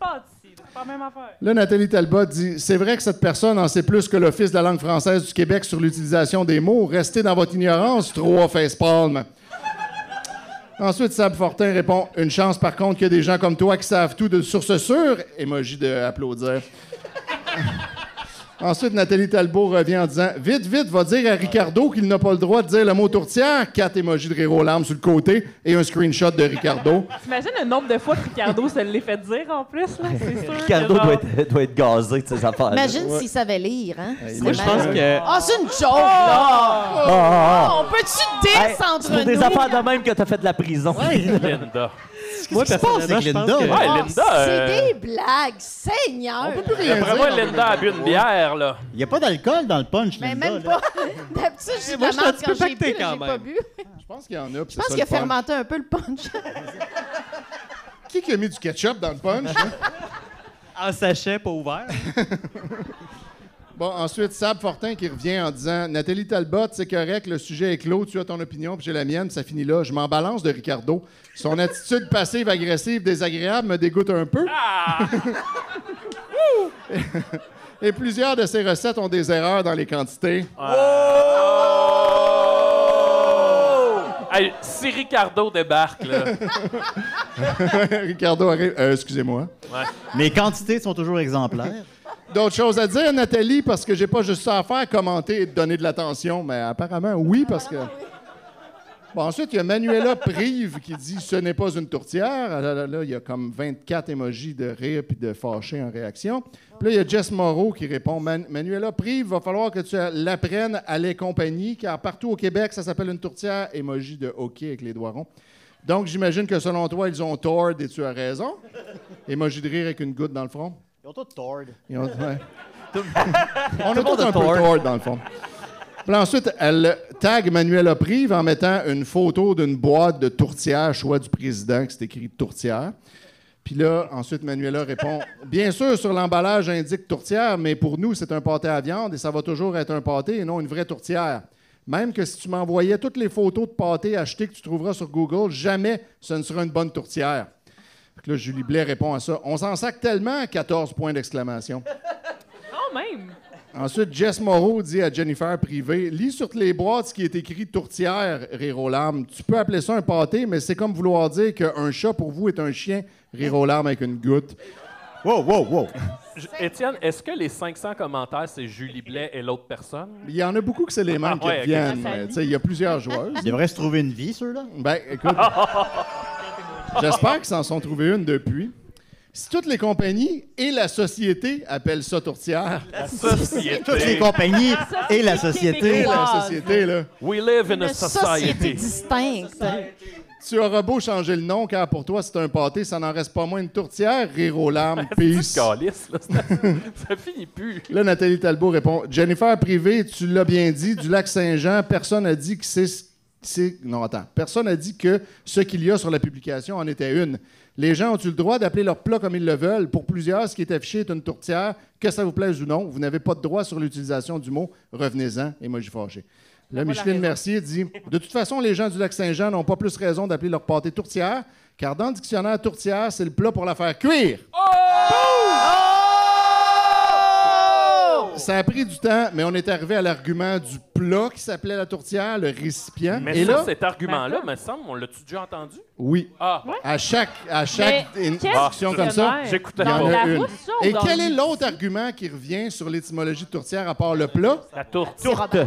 Speaker 6: pas la même affaire.
Speaker 3: Là, Nathalie Talbot dit C'est vrai que cette personne en sait plus que l'Office de la langue française du Québec sur l'utilisation des mots. Restez dans votre ignorance, trois facepalm. Ensuite, Sab Fortin répond Une chance, par contre, qu'il y a des gens comme toi qui savent tout de source sûre. Émoji de applaudir. Ensuite, Nathalie Talbot revient en disant Vite, vite, va dire à Ricardo qu'il n'a pas le droit de dire le mot tourtière. Quatre émojis de rire aux larmes sur le côté et un screenshot de Ricardo.
Speaker 6: T'imagines le nombre de fois que Ricardo se l'est fait dire en plus, là, c'est sûr.
Speaker 2: Ricardo
Speaker 6: que genre-
Speaker 2: doit être, doit être gazé de ses affaires.
Speaker 7: Imagine s'il savait lire, hein?
Speaker 3: Moi,
Speaker 7: C'est
Speaker 3: je
Speaker 7: mal.
Speaker 3: pense
Speaker 5: que-
Speaker 7: Ah, c'est une joke, là! On peut-tu
Speaker 2: Ah, Oh!
Speaker 3: Ah,
Speaker 2: Hey,
Speaker 7: descendre
Speaker 2: c'est pour des affaires de même que t'as fait de la prison.
Speaker 4: Linda.
Speaker 5: Moi, personnellement, je pense que...
Speaker 4: Ouais,
Speaker 7: Oh,
Speaker 4: Linda, euh,
Speaker 7: C'est des blagues, Seigneur!
Speaker 3: On peut plus rien
Speaker 4: Après
Speaker 3: dire.
Speaker 4: moi, Linda a bu une bière, là.
Speaker 5: Il n'y a pas d'alcool dans le punch,
Speaker 7: Mais
Speaker 5: Linda,
Speaker 7: même
Speaker 5: là.
Speaker 7: pas. D'habitude, je suis
Speaker 9: Moi, je suis un
Speaker 7: demande
Speaker 9: petit
Speaker 7: quand
Speaker 9: peu
Speaker 7: j'ai bu,
Speaker 9: pacté
Speaker 7: là,
Speaker 9: quand
Speaker 7: j'ai pas
Speaker 9: même.
Speaker 7: bu.
Speaker 3: Je pense qu'il y en a.
Speaker 7: Je pense qu'il a fermenté un peu le punch.
Speaker 3: Qui qui a mis du ketchup dans le punch? hein?
Speaker 9: En sachet, pas ouvert.
Speaker 3: bon, ensuite, Sab Fortin qui revient en disant Nathalie Talbot, c'est correct, le sujet est clos, tu as ton opinion, puis j'ai la mienne, puis ça finit là. Je m'en balance de Ricardo. Son attitude passive, agressive, désagréable me dégoûte un peu. Et plusieurs de ses recettes ont des erreurs dans les quantités.
Speaker 4: Hey, si Ricardo débarque, là.
Speaker 3: Ricardo arrive. Euh, excusez-moi.
Speaker 5: Mes quantités sont toujours exemplaires.
Speaker 3: D'autres choses à dire, Nathalie, parce que j'ai pas juste ça à faire, commenter et te donner de l'attention. Mais apparemment, oui, parce que. Bon, ensuite, il y a Manuela Prive qui dit Ce n'est pas une tourtière. Ah Là, là, là, il y a comme 24 émojis de rire puis de fâché en réaction. Puis là, il y a Jess Moreau qui répond Man- Manuela Prive, va falloir que tu l'apprennes à les compagnies, car partout au Québec, ça s'appelle une tourtière. Émoji de hockey avec les doigts ronds. Donc, j'imagine que selon toi, ils ont tort et tu as raison. Émoji de rire avec une goutte dans le front.
Speaker 5: Ils ont tout tord.
Speaker 3: Ils ont- ouais. On a
Speaker 2: monde
Speaker 3: tous
Speaker 2: a
Speaker 3: un peu
Speaker 2: tort.
Speaker 3: tort, dans le fond. Puis là, ensuite, elle tag Manuel Prive en mettant une photo d'une boîte de tourtière, choix du président, qui c'est écrit tourtière. Puis là, ensuite, Manuela répond Bien sûr, sur l'emballage indique tourtière, mais pour nous, c'est un pâté à viande et ça va toujours être un pâté et non une vraie tourtière. Même que si tu m'envoyais toutes les photos de pâté achetés que tu trouveras sur Google, jamais ce ne sera une bonne tourtière. Fait que là, Julie Blais répond à ça On s'en sac tellement 14 points d'exclamation.
Speaker 6: Quand oh, même.
Speaker 3: Ensuite, Jess Moreau dit à Jennifer Privé Lis sur les boîtes ce qui est écrit tourtière, Rirolam. Tu peux appeler ça un pâté, mais c'est comme vouloir dire qu'un chat pour vous est un chien, Rirolam avec une goutte.
Speaker 5: Wow, wow, wow.
Speaker 4: Je- Étienne, est-ce que les 500 commentaires, c'est Julie Blais et l'autre personne?
Speaker 3: Il y en a beaucoup que c'est les mêmes
Speaker 4: Ah, ouais,
Speaker 3: qui
Speaker 4: ok.
Speaker 3: reviennent.
Speaker 6: La famille.
Speaker 3: Euh, tu sais, Il y a plusieurs joueuses.
Speaker 5: Ils devraient se trouver une vie, ceux-là.
Speaker 3: Ben, écoute. J'espère qu'ils s'en sont trouvés une depuis. Si toutes les compagnies et la société appellent ça tourtière,
Speaker 5: Toutes les compagnies et la société.
Speaker 3: et la
Speaker 7: Wow.
Speaker 3: société, là,
Speaker 4: We live in a
Speaker 7: Une société
Speaker 4: society.
Speaker 7: distincte.
Speaker 3: tu auras beau changer le nom, car pour toi, c'est un pâté, ça n'en reste pas moins une tourtière, rire aux larmes, peace.
Speaker 4: C'est calice, là. Ça- Ça finit plus.
Speaker 3: Là, Nathalie Talbot répond Jennifer Privé, tu l'as bien dit, du lac Saint-Jean, personne n'a dit que c'est. ce- c'est- Non, attends. Personne n'a dit que ce qu'il y a sur la publication en était une. Les gens ont eu le droit d'appeler leur plat comme ils le veulent. Pour plusieurs, ce qui est affiché est une tourtière, que ça vous plaise ou non. Vous n'avez pas de droit sur l'utilisation du mot. Revenez-en. Émoji fâché. Là, Micheline Mercier dit De toute façon, les gens du lac Saint-Jean n'ont pas plus raison d'appeler leur pâté tourtière, car dans le dictionnaire, tourtière, c'est le plat pour la faire cuire. Ça a pris du temps, mais on est arrivé à l'argument du plat qui s'appelait la tourtière, le récipient.
Speaker 4: Mais
Speaker 3: Et
Speaker 4: ça,
Speaker 3: là,
Speaker 4: cet argument-là, me semble, on l'a-tu déjà entendu?
Speaker 3: oui,
Speaker 4: Ah,
Speaker 3: à chaque, à chaque
Speaker 6: Mais
Speaker 3: in-
Speaker 6: quel
Speaker 3: discussion comme ça,
Speaker 6: dictionnaire?
Speaker 4: j'écoutais
Speaker 3: il y
Speaker 6: Dans
Speaker 3: en
Speaker 4: pas.
Speaker 6: la
Speaker 3: a une.
Speaker 6: route, ça, ou
Speaker 3: Et
Speaker 6: dans
Speaker 3: quel
Speaker 6: le-
Speaker 3: est l'autre argument qui revient sur l'étymologie de tourtière à part le plat?
Speaker 4: La tourte.
Speaker 2: Tourte.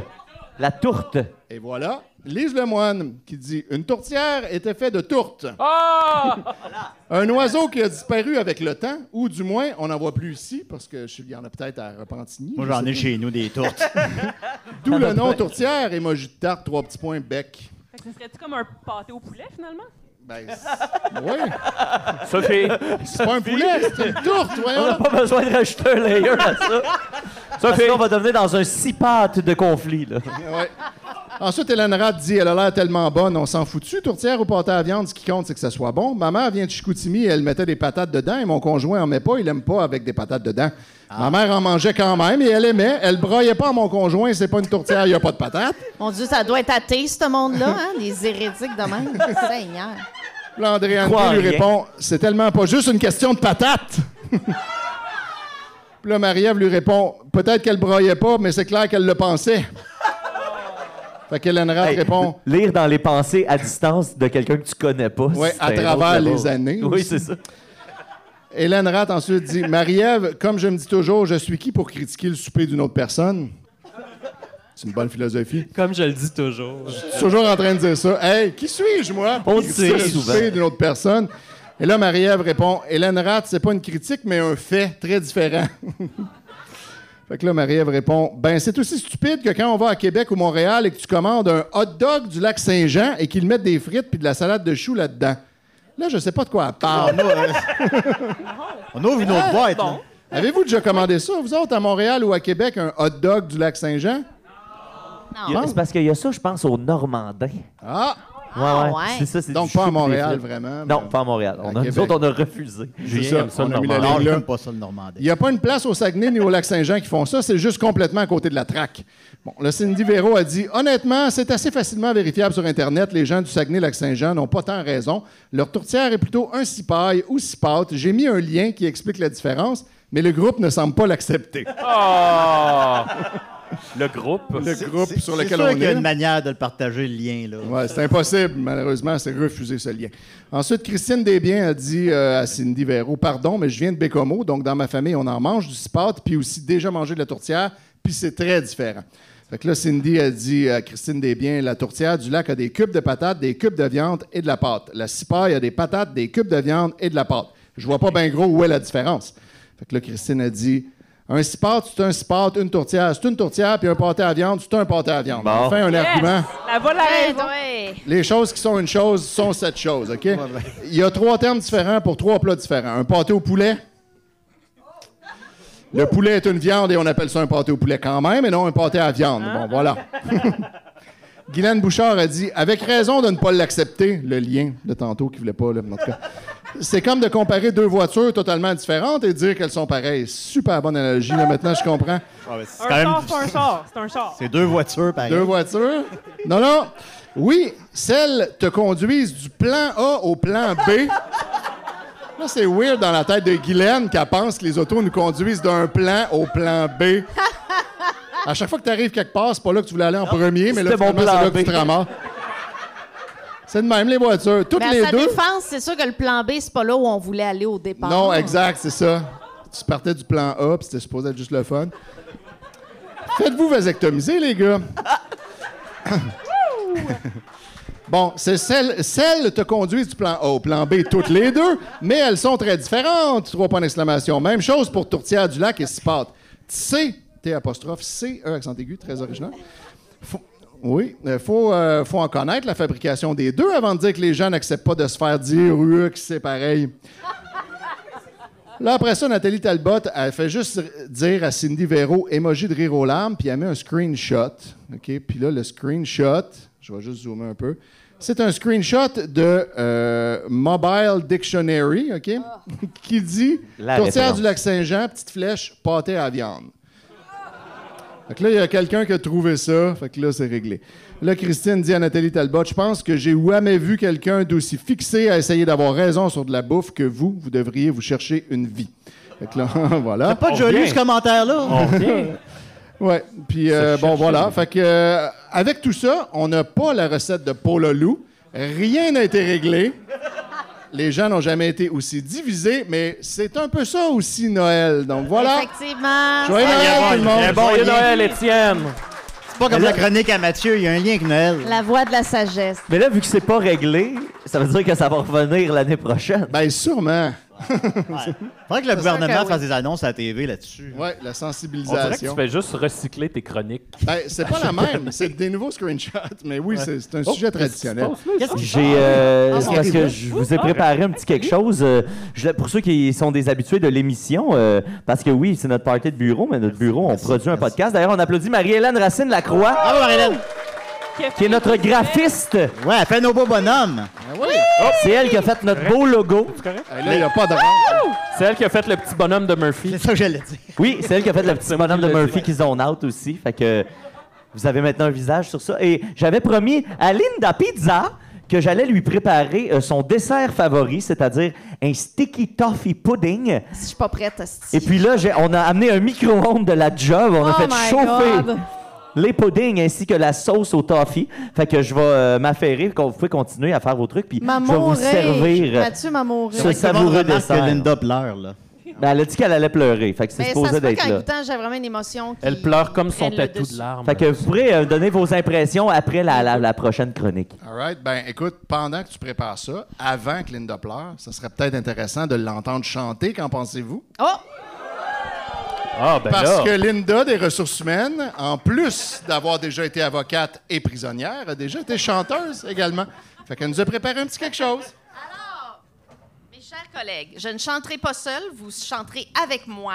Speaker 2: La tourte.
Speaker 3: Et voilà, Lise Lemoine qui dit « Une tourtière était faite de tourte.
Speaker 4: Ah!
Speaker 3: Un oiseau qui a disparu avec le temps, ou du moins, on n'en voit plus ici, parce que je- il y en a peut-être à Repentigny.
Speaker 5: Moi,
Speaker 3: je
Speaker 5: j'en
Speaker 3: sais
Speaker 5: ai chez nous des tourtes.
Speaker 3: pas. D'où le nom tourtière, émoji de tarte, trois petits points, bec.
Speaker 6: Fait que Ce serait-tu comme un pâté au poulet, finalement?
Speaker 3: Ben, c'est- ouais.
Speaker 4: Sophie,
Speaker 3: C'est pas un poulet, c'est une tourte,
Speaker 2: On n'a
Speaker 3: voyons.
Speaker 2: pas besoin de rajouter un layer à ça. Parce que là, on va devenir dans un six pattes de conflit. Là.
Speaker 3: Ouais. Ensuite, Hélène Ratt dit Elle a l'air tellement bonne, on s'en fout dessus. Tourtière ou pâté à viande, ce qui compte, c'est que ça soit bon. Ma mère vient de Chicoutimi, elle mettait des patates dedans et mon conjoint en met pas, il aime pas avec des patates dedans. Ma mère en mangeait quand même et elle aimait. Elle broyait pas à mon conjoint, c'est pas une tourtière, il y a pas de patates.
Speaker 7: Mon Dieu, ça doit être athée, ce monde-là, hein? les hérétiques de même. Seigneur.
Speaker 3: Là, André
Speaker 2: Crois en
Speaker 3: André lui
Speaker 2: rien.
Speaker 3: répond C'est tellement pas juste une question de patates. Puis là, Marie-Ève lui répond Peut-être qu'elle broyait pas, mais c'est clair qu'elle le pensait. fait qu'Hélène Ratt
Speaker 2: Hey,
Speaker 3: répond
Speaker 2: Lire dans les pensées à distance de quelqu'un que tu connais pas.
Speaker 3: Ouais,
Speaker 2: c'est
Speaker 3: à
Speaker 2: un
Speaker 3: travers
Speaker 2: autre
Speaker 3: les
Speaker 2: level.
Speaker 3: années
Speaker 2: Oui,
Speaker 3: aussi.
Speaker 2: c'est ça.
Speaker 3: Hélène Ratt ensuite dit Marie-Ève, comme je me dis toujours, je suis qui pour critiquer le souper d'une autre personne C'est une bonne philosophie.
Speaker 9: Comme je le dis toujours.
Speaker 3: Je suis toujours en train de dire ça. Hey, qui suis-je, moi pour
Speaker 2: On
Speaker 3: critiquer
Speaker 2: le
Speaker 3: le
Speaker 2: sait souvent.
Speaker 3: souper d'une autre personne Et là, Marie-Ève répond Hélène Ratt, c'est pas une critique, mais un fait très différent. Fait que là, Marie-Ève répond Ben, c'est aussi stupide que quand on va à Québec ou Montréal et que tu commandes un hot dog du lac Saint-Jean et qu'ils mettent des frites puis de la salade de choux là-dedans. Là, je sais pas de quoi elle parle.
Speaker 5: Ah, moi, euh, on ouvre une
Speaker 3: Ah,
Speaker 5: autre boîte. là.
Speaker 3: Avez-vous déjà commandé ça, vous autres, à Montréal ou à Québec, un hot dog du lac Saint-Jean?
Speaker 2: Il y a- C'est parce qu'il y a ça, je pense, au Normandin.
Speaker 3: Ah!
Speaker 7: Ah, ouais.
Speaker 2: C'est ça, c'est
Speaker 3: Donc
Speaker 2: du
Speaker 3: pas à
Speaker 2: chou pis des
Speaker 3: Montréal,
Speaker 2: frites.
Speaker 3: vraiment.
Speaker 2: Non,
Speaker 3: mais-
Speaker 2: pas à Montréal. On a, nous
Speaker 3: Québec.
Speaker 2: autres, on a refusé.
Speaker 3: C'est ça,
Speaker 4: ça,
Speaker 3: on a
Speaker 4: le
Speaker 3: mis la
Speaker 5: Non,
Speaker 3: ligne là.
Speaker 5: j'aime pas ça, le Normandais.
Speaker 3: Il n'y a pas une place au Saguenay ni au lac Saint-Jean qui font ça, c'est juste complètement à côté de la traque. Bon, le Cindy Véro a dit Honnêtement, c'est assez facilement vérifiable sur Internet. Les gens du Saguenay-Lac Saint-Jean n'ont pas tant raison. Leur tourtière est plutôt un six pailles ou six pâtes. J'ai mis un lien qui explique la différence, mais le groupe ne semble pas l'accepter.
Speaker 4: Ah! le groupe.
Speaker 3: Le groupe
Speaker 5: Ah, C'est-
Speaker 3: sur
Speaker 5: c'est
Speaker 3: lequel
Speaker 5: sûr
Speaker 3: on
Speaker 5: qu'il y a
Speaker 3: est.
Speaker 5: une manière de le partager, le lien. Là.
Speaker 3: Ouais, c'est impossible, malheureusement, c'est refuser ce lien. Ensuite, Christine Desbiens a dit euh, à Cindy Véro Pardon, mais je viens de Bécomo, donc dans ma famille, on en mange du spot, puis aussi déjà mangé de la tourtière, puis c'est très différent. Fait que là, Cindy a dit à Christine Desbiens La tourtière du lac a des cubes de patates, des cubes de viande et de la pâte. La cipaille a des patates, des cubes de viande et de la pâte. Je vois pas bien gros où est la différence. Fait que là, Christine a dit Un cipote, c'est un cipote, une tourtière, c'est une tourtière, puis un pâté à viande, c'est un pâté à viande.
Speaker 2: Bon.
Speaker 3: Enfin, un argument.
Speaker 6: La voilà la raison.
Speaker 3: Les choses qui sont une chose sont cette chose, OK? Il y a trois termes différents pour trois plats différents. Un pâté au poulet. Le poulet est une viande et on appelle ça un pâté au poulet quand même, et non un pâté à viande. Bon, voilà. Guylaine Bouchard a dit avec raison de ne pas l'accepter, le lien de tantôt qui voulait pas, là, en tout cas. C'est comme de comparer deux voitures totalement différentes et dire qu'elles sont pareilles. Super bonne analogie, là, maintenant je comprends.
Speaker 5: Ah, ouais, c'est
Speaker 6: Un
Speaker 5: quand même
Speaker 6: char, c'est un
Speaker 5: difficile.
Speaker 6: char. C'est un char.
Speaker 5: C'est deux voitures, pareil.
Speaker 3: Deux voitures? Non, non. Oui, celles te conduisent du plan A au plan B. Là, c'est weird dans la tête de Guylaine qu'elle pense que les autos nous conduisent d'un plan au plan B. À chaque fois que tu arrives quelque part, c'est pas là que tu voulais aller en premier, mais là,
Speaker 2: c'était mon
Speaker 3: finalement, c'est
Speaker 2: plan
Speaker 3: là que tu
Speaker 2: B.
Speaker 3: te ramasses. C'est de même, les voitures. Toutes
Speaker 10: Mais à
Speaker 3: les
Speaker 10: sa
Speaker 3: deux.
Speaker 10: défense, c'est sûr que le plan B, c'est pas là où on voulait aller au départ.
Speaker 3: Non, exact, c'est ça. Tu partais du plan A, puis c'était supposé être juste le fun. Faites-vous vasectomiser, les gars. bon, c'est celle, celle te conduisent du plan A au plan B, toutes les deux, mais elles sont très différentes. Trois points d'exclamation. Même chose pour Tourtière du Lac et Cipote. C, T apostrophe, C, E accent aigu, très original. Faut- oui, il faut, euh, faut en connaître la fabrication des deux avant de dire que les gens n'acceptent pas de se faire dire euh, que c'est pareil. Là, après ça, Nathalie Talbot, elle fait juste r- dire à Cindy Véro émoji de rire aux larmes, puis elle met un screenshot. OK? Puis là, le screenshot, je vais juste zoomer un peu. C'est un screenshot de euh, Mobile Dictionary, OK? qui dit
Speaker 2: La
Speaker 3: Tourtière
Speaker 2: référence.
Speaker 3: du Lac-Saint-Jean, petite flèche, pâté à viande. Fait que là, il y a quelqu'un qui a trouvé ça. Fait que là, c'est réglé. Là, Christine dit à Nathalie Talbot Je pense que j'ai jamais vu quelqu'un d'aussi fixé à essayer d'avoir raison sur de la bouffe que vous. Vous devriez vous chercher une vie. Fait que là, voilà.
Speaker 5: Pas de joli, ce commentaire-là.
Speaker 3: Ouais. Puis, euh, bon, voilà. Fait que, euh, avec tout ça, on n'a pas la recette de Paul Loup. Rien n'a été réglé. Les gens n'ont jamais été aussi divisés, mais c'est un peu ça aussi, Noël. Donc, voilà.
Speaker 10: Effectivement.
Speaker 3: Joyeux Noël, tout le monde.
Speaker 5: bon,
Speaker 4: Joyeux Noël, Étienne!
Speaker 5: C'est pas comme la chronique à Mathieu, il y a un lien avec Noël.
Speaker 10: La voix de la sagesse.
Speaker 2: Mais là, vu que c'est pas réglé, ça veut dire que ça va revenir l'année prochaine.
Speaker 3: Ben, sûrement.
Speaker 5: Faudrait que le
Speaker 10: sûr que
Speaker 5: gouvernement
Speaker 10: oui.
Speaker 5: fasse des annonces à la TV là-dessus.
Speaker 3: Ouais, la
Speaker 4: On dirait que tu
Speaker 3: sensibilisation.
Speaker 4: fais juste recycler tes chroniques.
Speaker 3: Ben, c'est pas la même, c'est des nouveaux screenshots, mais oui, c'est c'est un
Speaker 4: Oh,
Speaker 3: sujet traditionnel.
Speaker 5: Qu'est-ce qui-
Speaker 2: J'ai, euh,
Speaker 7: Ah,
Speaker 2: c'est
Speaker 5: oui.
Speaker 2: parce que je vous ai préparé un petit quelque chose. euh, je l'ai- pour ceux qui sont des habitués de l'émission, euh, parce que oui, c'est notre party de bureau, mais notre bureau, on produit un podcast. D'ailleurs, on applaudit Marie-Hélène
Speaker 3: Ah,
Speaker 2: Racine-Lacroix,
Speaker 5: Bravo, Marie-Hélène.
Speaker 2: qui est notre graphiste.
Speaker 5: Ouais, elle fait nos beaux bonhommes.
Speaker 10: Oh!
Speaker 2: C'est elle qui a fait notre beau logo.
Speaker 3: Hey, là, il n'y a pas de rente.
Speaker 4: C'est elle qui a fait le petit bonhomme de Murphy.
Speaker 5: C'est ça que j'allais dire.
Speaker 2: Oui, c'est elle qui a fait le petit bonhomme de
Speaker 4: qui l'ai
Speaker 2: Murphy
Speaker 4: dit.
Speaker 2: qui zone out aussi. Fait que vous avez maintenant un visage sur ça. Et j'avais promis à Linda Pizza que j'allais lui préparer euh, son dessert favori, c'est-à-dire un sticky toffee pudding.
Speaker 10: Si je suis pas prête, hostie.
Speaker 2: Et puis là, j'ai- on a amené un micro-ondes de la job. On a
Speaker 10: Oh
Speaker 2: fait
Speaker 10: my
Speaker 2: chauffer
Speaker 10: God.
Speaker 2: les puddings ainsi que la sauce au toffee. Fait que je vais euh, m'affairer. qu'on- Vous pouvez continuer à faire vos trucs. Puis je vais vous
Speaker 10: Maman
Speaker 2: servir. euh,
Speaker 10: Mathieu m'a mouru.
Speaker 2: Ce
Speaker 5: Tout le monde
Speaker 2: savoureux
Speaker 5: remarque
Speaker 2: dessert.
Speaker 5: que Linda pleure, là.
Speaker 2: ben, elle a dit qu'elle allait pleurer. Fait que c'est
Speaker 10: Mais Ben, ça se
Speaker 2: supposé
Speaker 10: fait
Speaker 2: d'être
Speaker 10: qu'en
Speaker 2: là.
Speaker 10: goûtant, j'ai vraiment une émotion qui
Speaker 4: Elle pleure comme son
Speaker 10: prenne le
Speaker 4: tatou
Speaker 10: dessus.
Speaker 4: de larmes.
Speaker 2: Fait que vous pourrez euh, donner vos impressions après la, la- la prochaine chronique.
Speaker 3: All right, ben écoute, pendant que tu prépares ça, avant que Linda pleure, ça serait peut-être intéressant de l'entendre chanter, qu'en pensez-vous?
Speaker 10: Oh!
Speaker 4: Ah, ben
Speaker 3: Parce
Speaker 4: là.
Speaker 3: que Linda des Ressources humaines, en plus d'avoir déjà été avocate et prisonnière, a déjà été chanteuse également. Fait qu'elle nous a préparé un petit quelque chose.
Speaker 10: Alors, mes chers collègues, je ne chanterai pas seule, vous chanterez avec moi.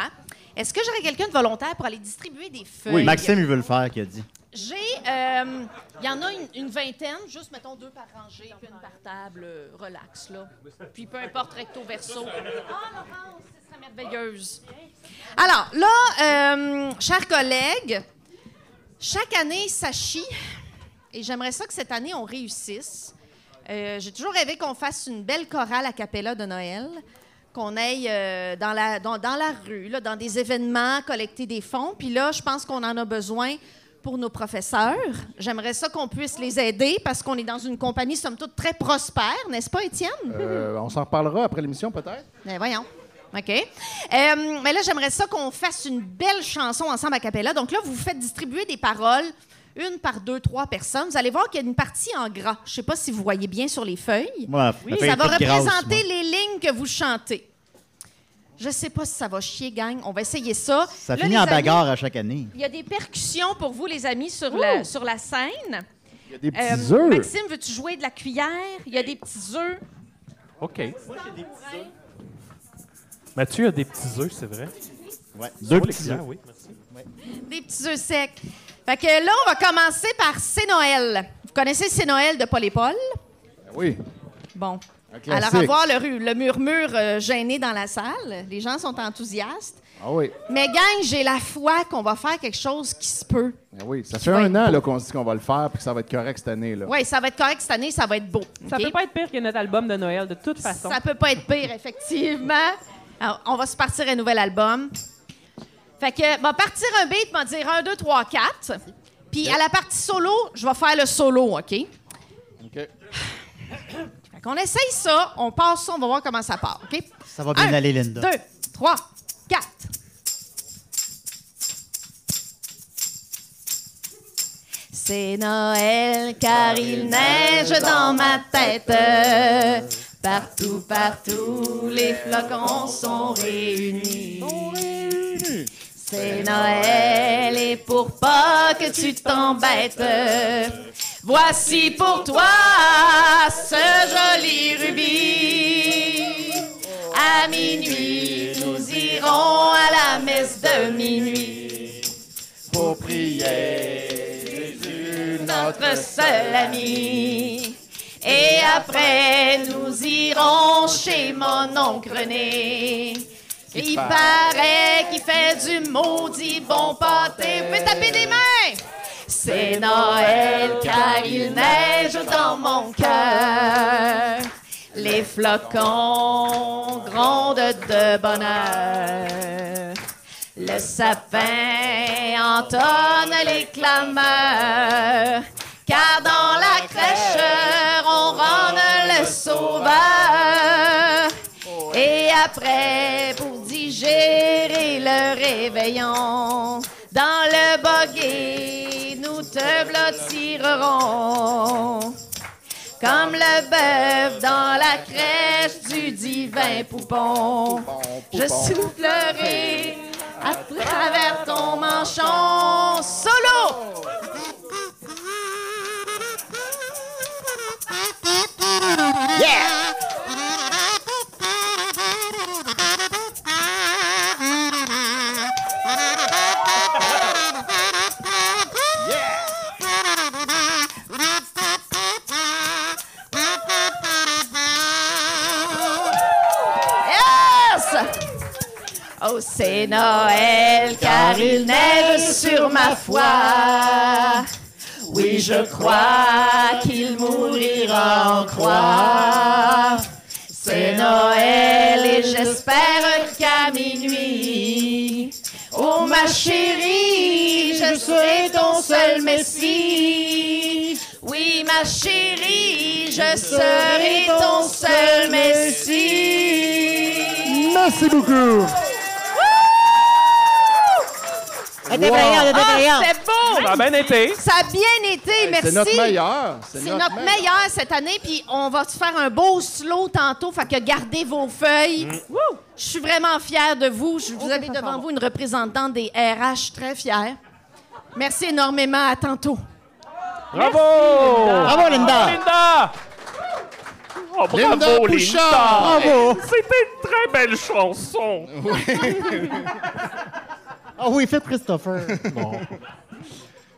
Speaker 10: Est-ce que j'aurais quelqu'un de volontaire pour aller distribuer des feuilles?
Speaker 5: Maxime, il veut le faire, qu'il a dit.
Speaker 10: J'ai, euh, il y en a une, une vingtaine, juste mettons deux par rangée, puis une par table, euh, relax, là. Puis peu importe recto verso. Ah, Laurence, ce serait merveilleuse. Alors, là, euh, chers collègues, chaque année, ça chie, et j'aimerais ça que cette année, on réussisse. Euh, J'ai toujours rêvé qu'on fasse une belle chorale à cappella de Noël, qu'on aille euh, dans, la, dans, dans la rue, là, dans des événements, collecter des fonds. Puis là, je pense qu'on en a besoin pour nos professeurs. J'aimerais ça qu'on puisse les aider parce qu'on est dans une compagnie, somme toute, très prospère, n'est-ce pas, Étienne?
Speaker 3: Euh, on s'en reparlera après l'émission, peut-être?
Speaker 10: Ben voyons. OK. Euh, mais là, j'aimerais ça qu'on fasse une belle chanson ensemble à Capella. Donc là, vous vous faites distribuer des paroles, une par deux, trois personnes. Vous allez voir qu'il y a une partie en gras. Je sais pas si vous voyez bien sur les feuilles.
Speaker 5: Moi, la feuille
Speaker 10: ça
Speaker 5: est
Speaker 10: va
Speaker 5: toute grasse,
Speaker 10: représenter
Speaker 5: moi.
Speaker 10: les lignes que vous chantez. Je sais pas si ça va chier, gang. On va essayer ça.
Speaker 5: Ça
Speaker 10: Là,
Speaker 5: finit
Speaker 10: les
Speaker 5: en
Speaker 10: amis,
Speaker 5: bagarre à chaque année.
Speaker 10: Il y a des percussions pour vous, les amis, sur, la, sur la scène.
Speaker 8: Il y a des
Speaker 10: Euh,
Speaker 8: petits œufs.
Speaker 10: Maxime, veux-tu jouer de la cuillère? Il y a des petits œufs.
Speaker 4: OK. Mathieu a des petits œufs, c'est vrai.
Speaker 5: Deux
Speaker 4: Oh, les
Speaker 5: petits
Speaker 4: clients, oui, merci.
Speaker 10: Des petits œufs secs. Fait que là, on va commencer par C'est Noël. Vous connaissez C'est Noël de Paul et Paul?
Speaker 3: Ben Oui.
Speaker 10: Bon.
Speaker 3: classique.
Speaker 10: Alors, à voir le, ru- le murmure euh, gêné dans la salle, les gens sont enthousiastes.
Speaker 3: Ah oui.
Speaker 10: Mais gang, j'ai la foi qu'on va faire quelque chose qui se peut.
Speaker 3: Ah oui. Ça
Speaker 10: Qui
Speaker 3: fait
Speaker 10: va
Speaker 3: un
Speaker 10: être
Speaker 3: an
Speaker 10: beau.
Speaker 3: là, qu'on se dit qu'on va le faire puis que ça va être correct cette année. Là.
Speaker 10: Oui, ça va être correct cette année, ça va être beau.
Speaker 6: Ça
Speaker 10: OK?
Speaker 6: peut pas être pire que notre album de Noël, de toute façon.
Speaker 10: Ça peut pas être pire, effectivement. Alors, on va se partir un nouvel album. Fait que, m'en partir un beat, m'en dire un, deux, trois, quatre. Puis à la partie solo, je vais faire le solo, OK?
Speaker 3: OK.
Speaker 10: Fait qu'on essaye ça, on passe ça, on va voir comment ça part, OK?
Speaker 5: Ça va bien
Speaker 10: Un,
Speaker 5: aller, Linda.
Speaker 10: Deux, trois, quatre. C'est Noël car il neige dans ma tête. Partout, partout, les flocons sont réunis. C'est Noël et pour pas que tu t'embêtes, voici pour toi ce joli rubis. À minuit, nous irons à la messe de minuit
Speaker 8: Pour prier
Speaker 10: notre seul ami. Et après, nous irons chez mon oncle René. Il paraît qu'il fait du maudit bon pâté. Vous pouvez taper des mains! C'est Noël car il neige dans mon cœur. Les flocons grondent de bonheur. Le sapin entonne les clameurs, car dans la crèche, on rende le sauveur. Et après, pour digérer le réveillon, dans le boguet, nous te blottirons. Comme le bœuf dans la crèche du divin poupon, je soufflerai à travers ton manchon solo. Yes! Oh, c'est Noël, car il neige sur ma foi. Oui, je crois qu'il mourira en croix. C'est Noël et j'espère qu'à minuit, oh ma chérie, je serai ton seul messie. Oui, ma chérie, je serai ton seul messie.
Speaker 8: Merci beaucoup.
Speaker 5: On était brillants, on était brillants.
Speaker 10: Ah, c'était beau!
Speaker 4: Ça a bien été.
Speaker 10: Ça a bien été, merci.
Speaker 3: C'est notre meilleur.
Speaker 10: C'est notre meilleur cette année, puis on va te faire un beau slow tantôt, fait que gardez vos feuilles. Wouh! Je suis vraiment fière de vous. Je vous avez devant vous une représentante des RH très fière. Merci énormément, à tantôt.
Speaker 4: Bravo!
Speaker 5: Bravo, Linda.
Speaker 4: Linda! Oh, bravo,
Speaker 3: Linda Pouchard!
Speaker 5: Bravo.
Speaker 4: C'était une très belle chanson.
Speaker 5: Ah oui, faites Christopher.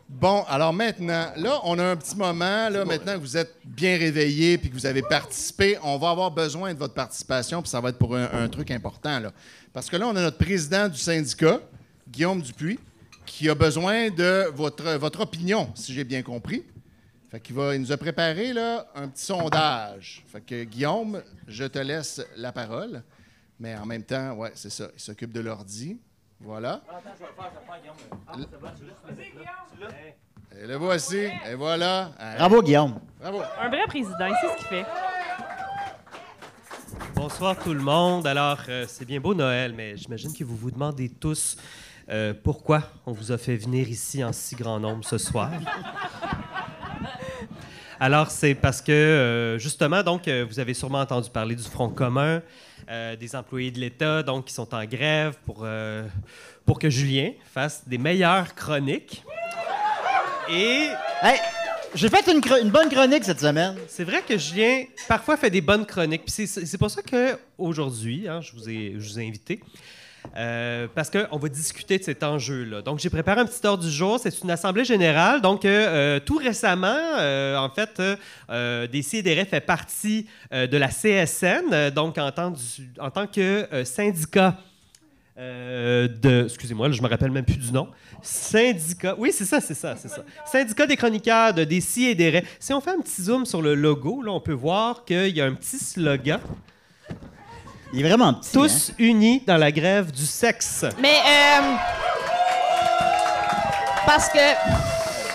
Speaker 3: Bon, alors maintenant, là, on a un petit moment. Là, maintenant que vous êtes bien réveillés puis que vous avez participé, on va avoir besoin de votre participation, puis ça va être pour un, un truc important. Là. Parce que là, on a notre président du syndicat, Guillaume Dupuis, qui a besoin de votre, votre opinion, si j'ai bien compris. Fait qu'il va, il nous a préparé là, un petit sondage. Fait que Guillaume, je te laisse la parole. Mais en même temps, ouais, c'est ça. Il s'occupe de l'ordi. Voilà. Et le voici. Et voilà. Ah,
Speaker 5: Bravo, Guillaume.
Speaker 3: Bravo.
Speaker 6: Un vrai président, c'est ce qu'il fait.
Speaker 9: Bonsoir tout le monde. Alors, euh, c'est bien beau Noël, mais j'imagine que vous vous demandez tous euh, pourquoi on vous a fait venir ici en si grand nombre ce soir. Alors, c'est parce que, euh, justement, donc, euh, vous avez sûrement entendu parler du Front commun, euh, des employés de l'État, donc, qui sont en grève pour, euh, pour que Julien fasse des meilleures chroniques. Et
Speaker 5: Hey, j'ai fait une, cro- une bonne chronique cette semaine.
Speaker 9: c'est vrai que Julien, parfois, fait des bonnes chroniques. Puis c'est- c'est c'est pour ça qu'aujourd'hui, je, vous ai- je vous ai invité. euh, parce qu'on va discuter de cet enjeu-là. Donc, j'ai préparé un petit ordre du jour. C'est une assemblée générale. Donc, euh, euh, tout récemment, euh, en fait, euh, euh, DCDR fait partie euh, de la CSN, euh, donc en tant, du- en tant que euh, syndicat euh, de. Excusez-moi, là, je me rappelle même plus du nom. Syndicat. Oui, c'est ça, c'est ça, c'est ça. Syndicat des chroniqueurs de des si et des raies. Si on fait un petit zoom sur le logo, là, on peut voir qu'il y a un petit slogan.
Speaker 5: Il est vraiment petit.
Speaker 10: hein.
Speaker 9: Tous unis dans la grève du sexe.
Speaker 10: Mais euh, parce que.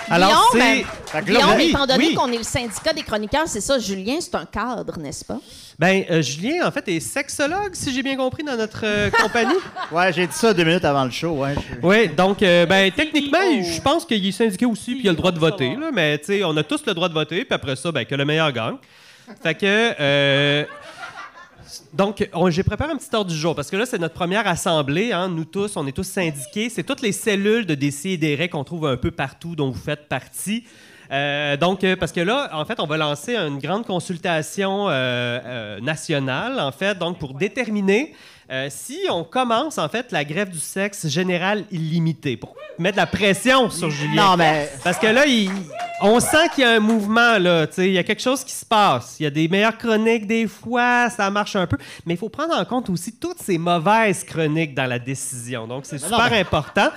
Speaker 9: Alors,
Speaker 10: Guillaume,
Speaker 9: c'est-
Speaker 10: euh,
Speaker 9: La
Speaker 10: Guillaume,
Speaker 9: glorie,
Speaker 10: étant donné
Speaker 9: oui.
Speaker 10: qu'on est le syndicat des chroniqueurs, c'est ça, Julien, c'est un cadre, n'est-ce pas?
Speaker 9: Ben, euh, Julien, en fait, est sexologue, si j'ai bien compris, dans notre euh, compagnie.
Speaker 5: hein? Ouais, j'ai dit ça deux minutes avant le show. Ouais, Je-
Speaker 9: Oui, donc, euh, ben, techniquement, je pense qu'il est syndiqué aussi, puis il a le droit de voter. Là, mais, tu sais, on a tous le droit de voter, puis après ça, ben, que le meilleur gagne. Fait que. euh, donc, on- j'ai préparé un petit ordre du jour, parce que là, c'est notre première assemblée. hein, nous tous, on est tous syndiqués. C'est toutes les cellules de Décideret qu'on trouve un peu partout, dont vous faites partie. Euh, donc, euh, parce que là, en fait, on va lancer une grande consultation euh, euh, nationale, en fait, donc pour déterminer euh, si on commence, en fait, la grève du sexe générale illimitée, pour mettre de la pression sur Julien.
Speaker 5: Non, mais-
Speaker 9: Parce que là, il- on sent qu'il y a un mouvement, là. tu sais, Il y a quelque chose qui se passe. Il y a des meilleures chroniques des fois, ça marche un peu. Mais il faut prendre en compte aussi toutes ces mauvaises chroniques dans la décision. Donc, c'est
Speaker 5: Ben
Speaker 9: super
Speaker 5: non, ben-
Speaker 9: important.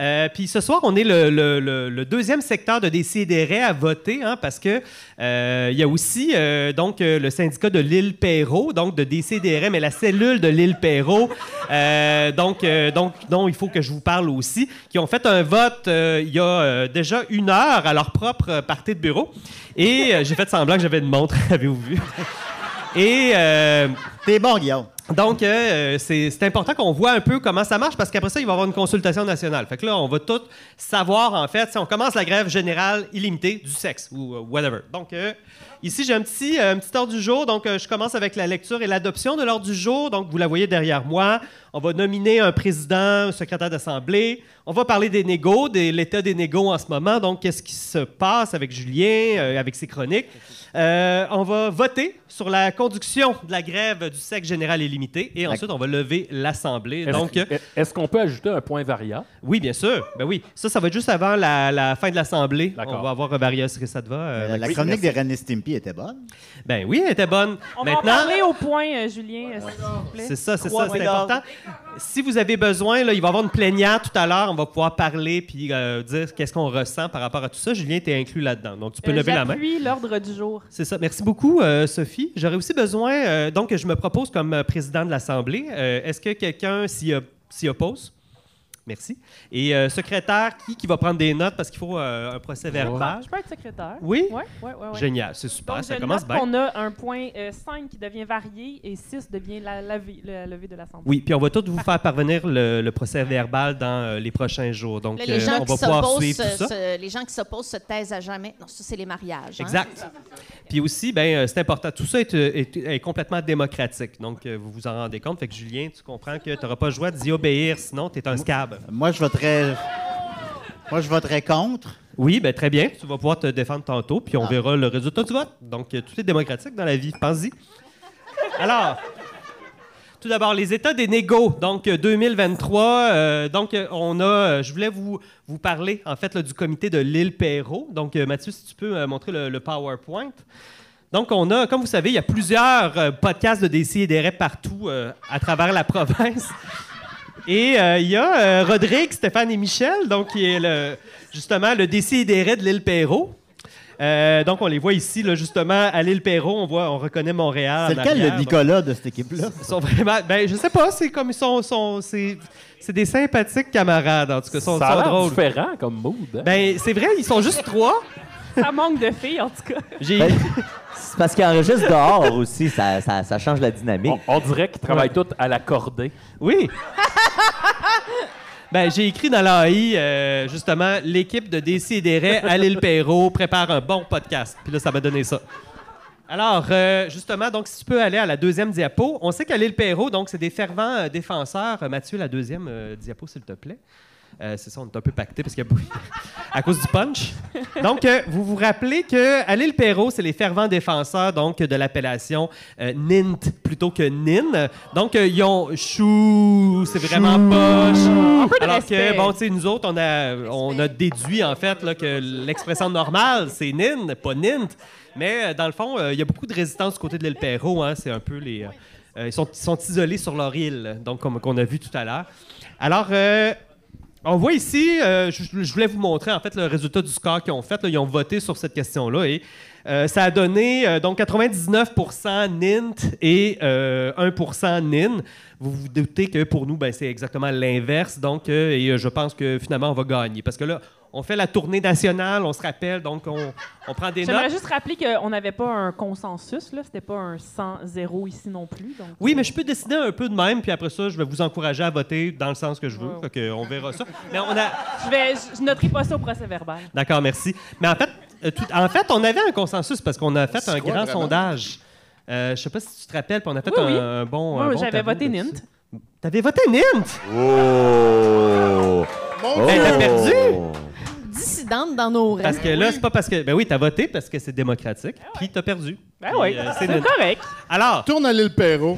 Speaker 9: Euh, Puis ce soir, on est le, le- le- le deuxième secteur de Décideret à voter, hein, parce que euh, il y a aussi euh, donc euh, le syndicat de l'île Perrault, donc de Décideret, mais la cellule de l'île Perrault, euh, donc, euh, donc dont il faut que je vous parle aussi, qui ont fait un vote euh, il y a euh, déjà une heure à leur propre euh, partie de bureau. Et euh, j'ai fait semblant que j'avais une montre, avez-vous vu? Et. euh,
Speaker 5: T'es bon, Guillaume.
Speaker 9: Donc, euh, c'est c'est important qu'on voit un peu comment ça marche parce qu'après ça, il va y avoir une consultation nationale. Fait que là, on va tout savoir, en fait, si on commence la grève générale illimitée du sexe ou euh, whatever. Donc, euh, ici, j'ai un petit, euh, un petit ordre du jour. Donc, euh, je commence avec la lecture et l'adoption de l'ordre du jour. Donc, vous la voyez derrière moi. On va nominer un président, un secrétaire d'assemblée. On va parler des négos, de l'état des négos en ce moment. Donc, qu'est-ce qui se passe avec Julien, euh, avec ses chroniques. Euh, on va voter sur la conduction de la grève du sexe général illimité et ensuite on va lever l'Assemblée.
Speaker 4: Est-ce
Speaker 9: Donc, euh,
Speaker 4: que- est-ce qu'on peut ajouter un point variant?
Speaker 9: oui, bien sûr. Ben oui. Ça, ça va être juste avant la, la fin de l'Assemblée.
Speaker 4: D'accord.
Speaker 9: On va avoir Varios et ça te va. euh,
Speaker 5: Ben, La
Speaker 9: Maxime?
Speaker 5: chronique de René Stimpy était bonne.
Speaker 9: Ben oui, elle était bonne.
Speaker 6: On va en
Speaker 9: Maintenant,
Speaker 6: parler au point, euh, Julien, euh, s'il vous plaît.
Speaker 9: c'est ça, c'est
Speaker 2: Trois
Speaker 9: ça, c'est
Speaker 2: points d'ordre.
Speaker 9: important. Si vous avez besoin, là, il va y avoir une plénière tout à l'heure. On va pouvoir parler puis euh, dire qu'est-ce qu'on ressent par rapport à tout ça. Julien, t'es inclus là-dedans. Donc, tu peux
Speaker 6: Euh,
Speaker 9: lever la main.
Speaker 6: J'appuie l'ordre du jour.
Speaker 9: C'est ça. Merci beaucoup, euh, Sophie. J'aurais aussi besoin, euh, donc je me propose comme euh, président de l'Assemblée. Euh, Est-ce que quelqu'un s'y op- s'y oppose? Merci. Et euh, secrétaire, qui, qui va prendre des notes parce qu'il faut euh, un procès verbal?
Speaker 6: Je peux être secrétaire?
Speaker 9: Oui?
Speaker 6: Oui, oui, oui.
Speaker 9: Génial, c'est super,
Speaker 6: Donc,
Speaker 9: ça
Speaker 6: je
Speaker 9: commence
Speaker 6: note
Speaker 9: bien.
Speaker 6: qu'on a un point 5 qui devient varié et 6 devient la, la vi- la levée de l'Assemblée.
Speaker 9: Oui, puis on va tous vous faire parvenir le, le procès verbal dans euh, les prochains jours. Donc,
Speaker 10: Là,
Speaker 9: euh,
Speaker 10: les, gens
Speaker 9: on
Speaker 10: qui
Speaker 9: va pouvoir
Speaker 10: s'opposent,
Speaker 9: suivre tout
Speaker 10: se-
Speaker 9: ça.
Speaker 10: se- les gens qui s'opposent se taisent à jamais. Non, ça, c'est les mariages. hein?
Speaker 9: Exact. Puis aussi, ben, euh, c'est important. Tout ça est, euh, est- est complètement démocratique. Donc, euh, vous vous en rendez compte. Fait que Julien, tu comprends que tu n'auras pas le choix d'y obéir, sinon tu es un scab.
Speaker 5: Moi, je voterais. Moi, je voterais contre.
Speaker 9: Oui, ben, très bien. Tu vas pouvoir te défendre tantôt, puis on
Speaker 5: Ah.
Speaker 9: verra le résultat du vote. Donc, euh, tout est démocratique dans la vie. Pense-y. Alors, tout d'abord, les états des négos. Donc, euh, 2023, euh, donc, euh, on a, euh, je voulais vous, vous parler, en fait, là, du comité de l'île Perrault. Donc, euh, Mathieu, si tu peux euh, montrer le, le PowerPoint. Donc, on a, comme vous savez, il y a plusieurs euh, podcasts de DC et des rêves partout euh, à travers la province. Et euh, il y a euh, Rodrigue, Stéphane et Michel, donc qui est le, justement le décidéré de l'île Perrault. Euh, donc, on les voit ici, là, justement, à l'île Perrault, on voit, on reconnaît Montréal.
Speaker 5: C'est
Speaker 9: en
Speaker 5: lequel
Speaker 9: arrière,
Speaker 5: le
Speaker 9: donc-
Speaker 5: Nicolas de cette équipe-là?
Speaker 9: ils sont vraiment. Ben, je sais pas, c'est comme ils sont. sont c'est, c'est des sympathiques camarades, en tout cas. Ils sont,
Speaker 4: ça
Speaker 9: sont
Speaker 4: a l'air
Speaker 9: drôles.
Speaker 4: différent comme mood. hein?
Speaker 9: Ben, c'est vrai, ils sont juste trois.
Speaker 6: Ça manque de filles, en tout cas.
Speaker 9: J'ai.
Speaker 2: Ben, C'est parce qu'il enregistre dehors aussi, ça, ça- ça change la
Speaker 4: on,
Speaker 2: dynamique.
Speaker 4: on dirait qu'ils travaillent tous à la cordée.
Speaker 9: Oui! Ben, j'ai écrit dans l'AI, euh, justement, l'équipe de Décideret à l'île Perrault prépare un bon podcast. Puis là, ça m'a donné ça. Alors, euh, justement, donc, si tu peux aller à la deuxième diapo, on sait qu'à l'île Perrault, donc, c'est des fervents euh, défenseurs. Euh, Mathieu, la deuxième euh, diapo, s'il te plaît. Euh, c'est ça, on est un peu pacté parce qu'il y a beaucoup- à cause du punch. Donc, euh, vous vous rappelez que à l'île Perrault, c'est les fervents défenseurs donc de l'appellation euh, Nint plutôt que Nin. Donc, euh, ils ont chou, c'est vraiment poche.
Speaker 6: peu de
Speaker 9: Alors
Speaker 6: respect.
Speaker 9: que, bon, tu sais, nous autres, on a, on a déduit en fait là, que l'expression normale, c'est Nin, pas Nint. Mais euh, dans le fond, euh, il y a beaucoup de résistance du côté de l'île Perrault. hein. C'est un peu les. euh, euh, ils sont, ils sont isolés sur leur île, donc comme qu'on a vu tout à l'heure. Alors, euh, on voit ici, euh, je, je voulais vous montrer en fait le résultat du score qu'ils ont fait. là. ils ont voté sur cette question-là et Euh, ça a donné euh, donc 99% Nint et euh, 1% Nin. Vous vous doutez que pour nous, ben, c'est exactement l'inverse. Donc, euh, et euh, je pense que finalement, on va gagner. Parce que là, on fait la tournée nationale, on se rappelle, donc on, on prend des
Speaker 6: J'aimerais
Speaker 9: notes.
Speaker 6: juste rappeler qu'on n'avait pas un consensus, là. C'était pas un 100-0 ici non plus. Donc,
Speaker 9: Oui, mais je peux dessiner un peu de même, puis après ça, je vais vous encourager à voter dans le sens que je veux. Fait que on verra ça. Mais on a...
Speaker 6: je, vais, je je noterai pas ça au procès verbal.
Speaker 9: D'accord, merci. Mais en fait, euh, tout- en fait, on avait un consensus parce qu'on a fait
Speaker 6: C'est
Speaker 9: un
Speaker 6: quoi,
Speaker 9: grand
Speaker 6: vraiment?
Speaker 9: sondage. Euh, je sais pas si tu te rappelles, puis on a fait
Speaker 6: Oui,
Speaker 9: un,
Speaker 6: oui.
Speaker 9: un bon.
Speaker 6: Moi,
Speaker 9: un bon
Speaker 6: j'avais
Speaker 9: tableau
Speaker 6: voté
Speaker 9: là-dessus.
Speaker 6: Nint.
Speaker 9: T'avais voté Nint?
Speaker 11: Oh!
Speaker 9: Ben, t'as perdu!
Speaker 10: Dissidente dans nos rêves.
Speaker 9: Parce que là, c'est pas parce que. Ben oui, t'as voté parce que c'est démocratique, puis t'as perdu.
Speaker 6: Ben
Speaker 9: Puis,
Speaker 6: oui,
Speaker 9: euh,
Speaker 6: c'est
Speaker 9: Nint.
Speaker 6: correct.
Speaker 9: Alors.
Speaker 3: Tourne à l'île Perrault.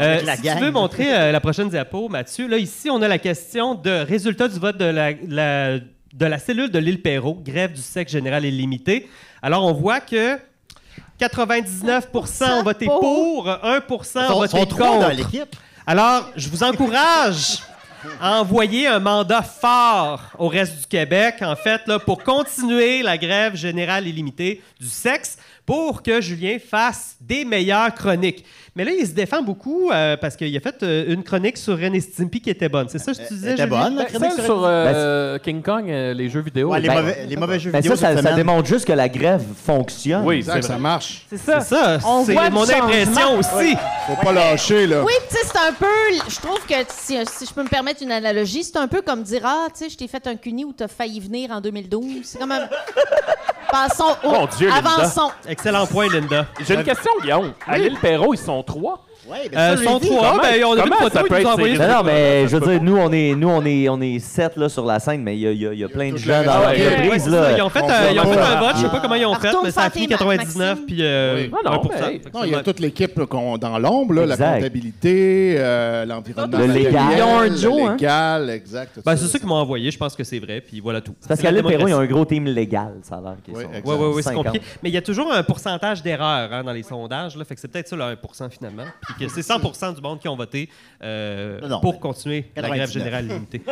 Speaker 9: Euh,
Speaker 3: Avec la
Speaker 9: si
Speaker 3: gang.
Speaker 9: tu veux montrer euh, la prochaine diapo, Mathieu, là, ici, on a la question de résultat du vote de la, la- de la cellule de l'île Perrault, grève du sexe général illimité. Alors, on voit que 99 ont voté pour, 1
Speaker 5: Sont-
Speaker 9: ont voté
Speaker 5: sont trois
Speaker 9: contre.
Speaker 5: dans l'équipe.
Speaker 9: Alors, je vous encourage à envoyer un mandat fort au reste du Québec, en fait, là, pour continuer la grève générale illimitée du sexe, pour que Julien fasse des meilleures chroniques. Mais là, il se défend beaucoup euh, parce qu'il a fait euh, une chronique sur Ren et Stimpy qui était bonne. C'est ça que tu disais,
Speaker 5: était
Speaker 9: Julien?
Speaker 5: bonne, la
Speaker 4: hein?
Speaker 9: Ben,
Speaker 5: chronique
Speaker 9: celle
Speaker 5: sur
Speaker 9: sur
Speaker 5: Ren-
Speaker 4: Euh, King Kong, euh, les jeux vidéo.
Speaker 5: Ouais, les
Speaker 4: Ben,
Speaker 5: mauvais- les mauvais jeux
Speaker 2: Ben ça,
Speaker 5: vidéo cette
Speaker 2: ça, ça
Speaker 5: semaine.
Speaker 2: démontre juste que la grève fonctionne.
Speaker 4: Oui, c'est Exact, vrai.
Speaker 3: ça marche.
Speaker 6: C'est ça.
Speaker 9: C'est ça,
Speaker 10: On
Speaker 9: c'est
Speaker 10: voit du
Speaker 9: mon impression
Speaker 10: changement.
Speaker 9: aussi.
Speaker 3: Faut pas lâcher, là.
Speaker 10: Oui, tu sais, c'est un peu. Je trouve que si, si je peux me permettre une analogie, c'est un peu comme dire Ah, tu sais, je t'ai fait un cuny où t'as failli venir en 2012. C'est comme un. Passons au.
Speaker 4: Mon Dieu, Linda.
Speaker 10: avançons.
Speaker 9: Excellent point, Linda.
Speaker 4: J'ai une question, Guillaume. À l'île Perrault, ils sont trois.
Speaker 5: Oui,
Speaker 9: Euh, sont trois, ben, on a vu une
Speaker 4: Comment ça peut
Speaker 9: photo qu'ils nous ont
Speaker 4: être
Speaker 9: envoyée.
Speaker 4: serré?
Speaker 2: Non, non, mais
Speaker 4: Ça
Speaker 2: je
Speaker 4: se
Speaker 2: veux
Speaker 4: peut
Speaker 2: dire, nous, on est, nous, on est, on est sept là, sur la scène, mais il y a, il y a- il y a plein de
Speaker 3: toute
Speaker 2: gens
Speaker 3: la
Speaker 2: dans
Speaker 3: raison. Ouais,
Speaker 2: l'entreprise.
Speaker 9: ouais,
Speaker 2: là.
Speaker 9: c'est ça, ils ont fait, euh, ils ont fait un vote, je sais pas comment ils ont fait,
Speaker 10: Retourne
Speaker 9: mais ça a
Speaker 10: fêter,
Speaker 9: fini
Speaker 10: Ma-
Speaker 9: 99
Speaker 10: Maxime.
Speaker 9: puis euh,
Speaker 3: Oui.
Speaker 4: Ah, Non, non,
Speaker 9: 1%.
Speaker 4: hey.
Speaker 9: Fait que
Speaker 3: Non,
Speaker 9: c'est
Speaker 3: il y a
Speaker 9: bon.
Speaker 3: toute l'équipe là, qu'on- dans l'ombre, là, la
Speaker 2: Exact.
Speaker 3: comptabilité, euh, l'environnement,
Speaker 2: Le légal.
Speaker 3: matériel,
Speaker 2: Ils
Speaker 6: ont un Joe,
Speaker 3: le
Speaker 6: hein.
Speaker 3: légal, exact. tout
Speaker 9: Ben,
Speaker 3: ça.
Speaker 9: c'est ça qu'ils m'ont envoyé, je pense que c'est vrai, puis voilà tout.
Speaker 2: C'est parce
Speaker 9: C'est
Speaker 2: qu'à
Speaker 9: la
Speaker 2: l'île Perrault, il y a un
Speaker 9: démocratie.
Speaker 2: gros team légal, ça a l'air qu'ils
Speaker 3: Oui,
Speaker 2: sont.
Speaker 3: exact.
Speaker 9: Ouais, ouais, ouais, c'est
Speaker 2: 50.
Speaker 9: compliqué. Mais il y a toujours un pourcentage d'erreurs hein, dans les sondages, là, fait que c'est peut-être ça le 1% finalement, puis que c'est 100% du monde qui ont voté euh,
Speaker 5: Non, non,
Speaker 9: pour
Speaker 5: mais-
Speaker 9: continuer la
Speaker 5: 99.
Speaker 9: grève générale limitée.